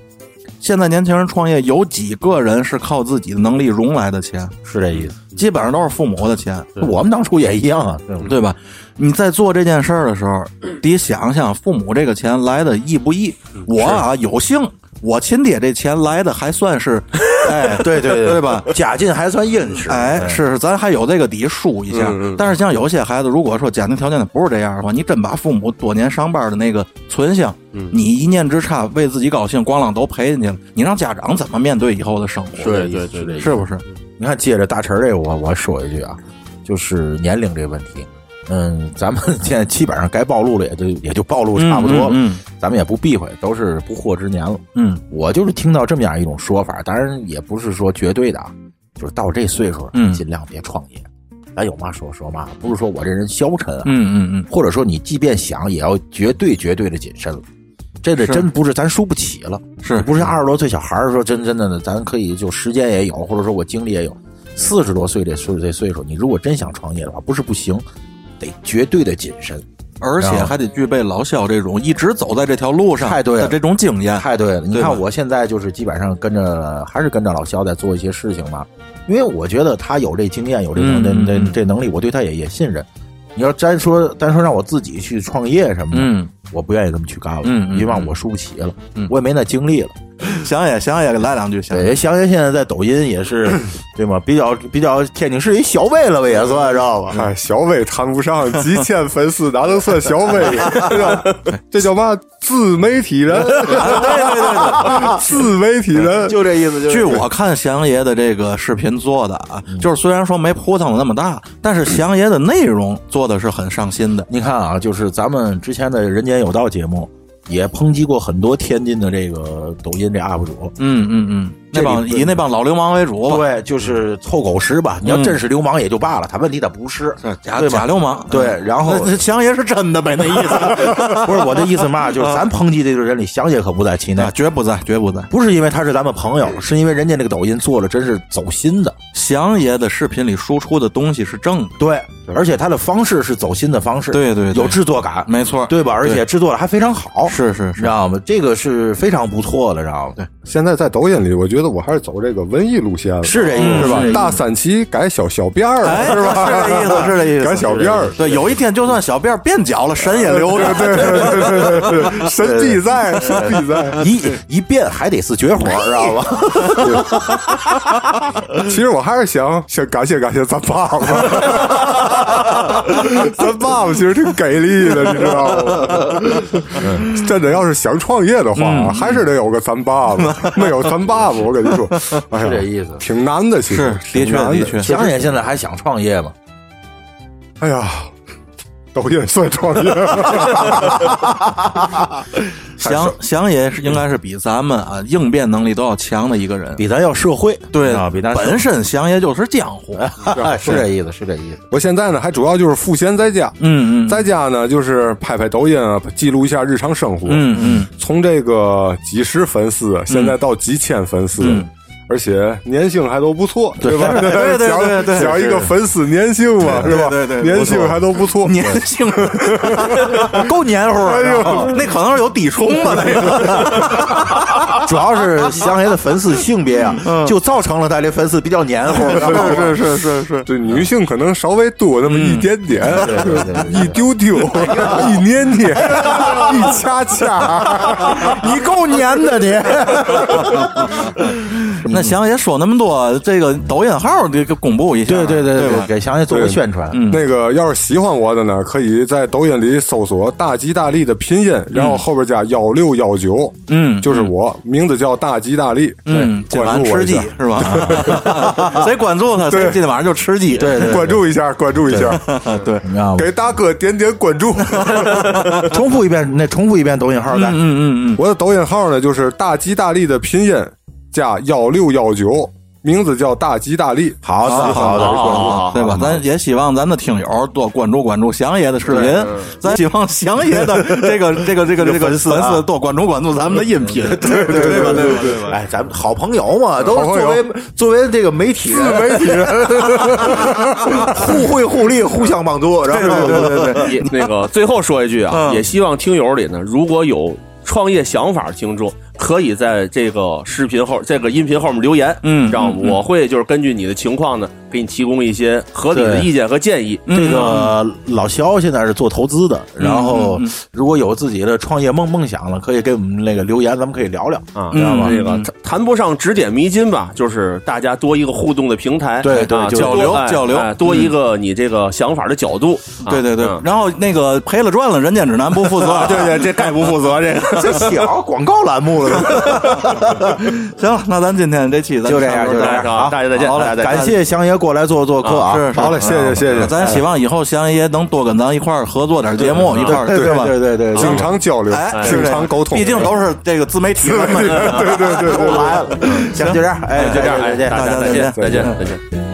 Speaker 1: 现在年轻人创业有几个人是靠自己的能力融来的钱，
Speaker 2: 是这意思。
Speaker 1: 基本上都是父母的钱，
Speaker 2: 我们当初也一样啊，对吧
Speaker 1: 对吧？你在做这件事儿的时候，得想想父母这个钱来的易不易。我啊有幸，我亲爹这钱来的还算是，哎，对对对，对吧？
Speaker 2: 家境还算殷实，
Speaker 1: 哎，是是，咱还有这个底输一下。
Speaker 3: 嗯嗯
Speaker 1: 但是像有些孩子，如果说家庭条件不是这样的话，你真把父母多年上班的那个存性，
Speaker 3: 嗯
Speaker 1: 你一念之差为自己高兴，咣啷都赔进去了，你让家长怎么面对以后的生活？
Speaker 3: 对对对对，
Speaker 1: 是不是？
Speaker 2: 你看，借着大陈儿这个，我我说一句啊，就是年龄这个问题，嗯，咱们现在基本上该暴露了，也就也就暴露差不多了，
Speaker 1: 嗯
Speaker 2: 咱们也不避讳，都是不惑之年了。
Speaker 1: 嗯
Speaker 2: 我就是听到这么样一种说法，当然也不是说绝对的，啊，就是到这岁数，
Speaker 1: 嗯
Speaker 2: 尽量别创业。咱有嘛说说嘛，不是说我这人消沉啊，
Speaker 1: 嗯嗯嗯
Speaker 2: 或者说你即便想，也要绝对绝对的谨慎了。这个
Speaker 1: 是
Speaker 2: 真不是咱输不起了，
Speaker 1: 是
Speaker 2: 不是像二十多岁小孩儿说真真的的，咱可以就时间也有，或者说我精力也有。四十多岁这岁这岁数，你如果真想创业的话，不是不行，得绝对的谨慎。
Speaker 1: 嗯，而且
Speaker 2: 然后
Speaker 1: 还得具备老肖这种一直走在这条路上
Speaker 2: 太对了
Speaker 1: 的这种经验。
Speaker 2: 太对了，你
Speaker 1: 对吧
Speaker 2: 看我现在就是基本上跟着还是跟着老肖在做一些事情嘛，因为我觉得他有这经验，有这能
Speaker 1: 嗯
Speaker 2: 这
Speaker 1: 嗯
Speaker 2: 这
Speaker 1: 嗯
Speaker 2: 这能力，我对他也也信任。你要单说单说让我自己去创业什么的，
Speaker 1: 嗯，
Speaker 2: 我不愿意这么去干了，
Speaker 1: 嗯嗯
Speaker 2: 因为我输不起了，
Speaker 1: 嗯
Speaker 2: 我也没那精力了。
Speaker 1: 想也想也来两句，想也
Speaker 2: 对，祥爷现在在抖音 也是，对吗？比较比较天津市一小辈了吧，也算知道
Speaker 1: 嗯
Speaker 2: 吧？
Speaker 4: 哎，小伟谈不上几 千粉丝，哪能算小伟？是吧？这叫嘛？自媒体人， 自媒体人。
Speaker 2: 就这意思，就是
Speaker 1: 据我看，祥爷的这个视频做的啊，就是虽然说没扑腾的那么大，但是祥爷的内容做的是很上心的。
Speaker 2: 你看啊，就是咱们之前的《人间有道》节目也抨击过很多天津的这个抖音这 UP 主，
Speaker 1: 嗯嗯嗯，那帮以那帮老流氓为主吧，
Speaker 2: 对，就是凑狗食吧。你要真是流氓也就罢了，他问题他不是，
Speaker 1: 嗯假
Speaker 2: 对吧
Speaker 1: 假流氓。
Speaker 2: 对，然后
Speaker 1: 嗯那那祥爷是真的呗，那意 思
Speaker 2: 不是我的意思 嘛，就是
Speaker 1: 嗯
Speaker 2: 咱抨击这个人里，祥姐可不在其内
Speaker 1: 啊，。绝不在，绝不在。
Speaker 2: 不是因为他是咱们朋友，是因为人家这个抖音做了真是走心的，
Speaker 1: 祥爷的视频里输出的东西是正的，
Speaker 2: 对，而且他的方式是走心的方式，
Speaker 1: 对对对
Speaker 2: 有制作感，
Speaker 1: 没错，
Speaker 2: 对吧？而且制作的还非常好，
Speaker 1: 是是
Speaker 2: 你
Speaker 1: 是
Speaker 2: 知，道吗？这个是非常不错的，知道吗？对，
Speaker 4: 现在在抖音里，我觉得我还是走这个文艺路线了，
Speaker 2: 是这意思
Speaker 4: 是吧
Speaker 1: 是这意？思
Speaker 4: 大三旗改小小辫儿了，
Speaker 1: 哎
Speaker 4: 是吧？
Speaker 1: 是这意思是这意思
Speaker 4: 改小辫儿，
Speaker 1: 对，有一天就算小辫儿变脚了，神也留着。
Speaker 4: 对对对对对对，神必在，神必在。
Speaker 2: 一一变还得是绝活，
Speaker 1: 啊哎
Speaker 2: 知道吗？
Speaker 4: 其实我还是想先感谢感谢咱爸爸，咱爸爸其实挺给力的，你知道吗？真的，要是想创业的话，还是得有个咱爸爸，没有咱爸爸，我跟你说，哎呀，
Speaker 2: 这意思
Speaker 4: 挺难的，其实
Speaker 1: 是的确
Speaker 4: 挺难
Speaker 1: 的确
Speaker 2: 祥姐现在还想创业吗？
Speaker 4: 哎呀，抖音算创业吗？
Speaker 1: 祥祥爷是应该是比咱们啊应变能力都要强的一个人。
Speaker 6: 比咱要社会，
Speaker 1: 对
Speaker 6: 啊，比哎咱
Speaker 1: 本身祥爷就是江湖，
Speaker 6: 是
Speaker 2: 是这意思，是这意思。
Speaker 4: 我现在呢，还主要就是赋闲在家，
Speaker 1: 嗯嗯
Speaker 4: 在家呢就是拍拍抖音啊，记录一下日常生活。
Speaker 1: 嗯嗯，
Speaker 4: 从这个几十粉丝，现在到几千粉丝，而且年薪还都不错，对吧？对
Speaker 1: 嗯对对对对
Speaker 4: 讲一个粉丝年薪嘛，是吧？
Speaker 1: 对对对
Speaker 4: 年薪还都不 错。
Speaker 1: 年轻 够黏糊的，
Speaker 6: 哎
Speaker 1: 那可能是有底冲吧，那个
Speaker 6: 主要是祥爷的粉丝性别啊，就造成了他这粉丝比较黏糊，
Speaker 4: 是是是是，这女性可能稍微多那么一点点，
Speaker 1: 嗯
Speaker 4: 一丢丢，
Speaker 1: 哎
Speaker 4: 一年年， 一掐掐，
Speaker 6: 你够黏的你。
Speaker 1: 那祥爷说那么多，这个抖音号得给公布一下，
Speaker 6: 对对对
Speaker 1: 吧
Speaker 6: 对，
Speaker 1: 嗯
Speaker 6: 给祥爷做个宣传，
Speaker 4: 那个要是喜欢我的呢，可以在抖音里搜索“大吉大利”的拼音，然后后边加幺六幺九，
Speaker 1: 嗯
Speaker 4: 就是我，名字叫大吉大利，
Speaker 1: 嗯，
Speaker 4: 对
Speaker 1: 今
Speaker 4: 关
Speaker 1: 晚
Speaker 4: 注我
Speaker 1: 吃
Speaker 4: 一
Speaker 1: 鸡
Speaker 4: 下，
Speaker 1: 是吧？ 谁关注他，谁今天晚上就吃鸡。 对嗯
Speaker 4: 关注一下，关注一下，
Speaker 1: 对，
Speaker 6: 你知道吗？
Speaker 4: 给大哥点点关 注。
Speaker 6: 重复一遍，那重复一遍抖音号来，
Speaker 1: 嗯嗯嗯
Speaker 4: 我的抖音号呢就是大吉大利的拼音加幺六幺九，名字叫大吉大利。
Speaker 6: 好的好
Speaker 3: 好
Speaker 6: 的，
Speaker 3: 好
Speaker 1: 嗯，
Speaker 3: 好，
Speaker 1: 对吧？咱也希望咱的听友多关注关注祥爷的视频， 咱希望祥爷 的这个这个这个这个粉丝多关注关注咱们的音频。 对对对吧？对吧？
Speaker 6: 哎，咱们好朋友嘛，都是
Speaker 4: 好朋
Speaker 6: 作
Speaker 4: 友
Speaker 6: 为
Speaker 1: 啊
Speaker 6: 作为这个媒体人，媒体人互惠互利，互相帮助，然后
Speaker 3: 也那个最后说一句啊，
Speaker 1: 嗯
Speaker 3: 也希望听友里呢，如果有创业想法听众，可以在这个视频后、这个音频后面留言，
Speaker 1: 嗯
Speaker 3: 这样我会就是根据你的情况呢，给你提供一些合理的意见和建议。
Speaker 6: 这
Speaker 1: 嗯
Speaker 6: 个老肖现在是做投资的，然后如果有自己的创业梦梦想了，可以给我们那个留言，咱们可以聊 聊。
Speaker 3: 啊，
Speaker 1: 嗯
Speaker 3: 知道吗？这个谈谈不上指点迷津吧，就是大家多一个互动的平台，
Speaker 6: 对对
Speaker 3: 啊
Speaker 6: 就
Speaker 1: 交流
Speaker 3: 哎
Speaker 1: 交流嗯
Speaker 3: 哎多一个你这个想法的角度。啊
Speaker 1: 对对对
Speaker 3: 嗯，啊
Speaker 1: 然后那个赔了赚了，人间指南不负责， 对对，这概不负责 这个。
Speaker 6: 这小广告栏目 了，
Speaker 1: 行了，那咱今天这期咱
Speaker 6: 就这样
Speaker 1: 差不多
Speaker 6: 就这样
Speaker 3: 好大家再见
Speaker 1: 好嘞
Speaker 3: 大家再见
Speaker 6: 感谢祥爷过来做做客啊！
Speaker 1: 是是
Speaker 4: 好嘞，谢谢谢谢，
Speaker 1: 咱希望以后祥爷能多跟咱一块儿合作点节目，一块儿
Speaker 6: 对
Speaker 1: 是吧？
Speaker 6: 对对对，
Speaker 4: 经常交流
Speaker 1: 哎，，是
Speaker 4: 经
Speaker 1: 这
Speaker 4: 常
Speaker 1: 样
Speaker 4: 沟通，
Speaker 1: 毕竟 都是这个自媒体人嘛。
Speaker 4: 对对对对
Speaker 6: 都来了，行，就这样，哎，
Speaker 3: 就这样，
Speaker 6: 再
Speaker 3: 哎，
Speaker 6: 见，
Speaker 3: 大家
Speaker 1: 再
Speaker 3: 再
Speaker 1: 见
Speaker 3: 见，再见，再见。
Speaker 6: 见。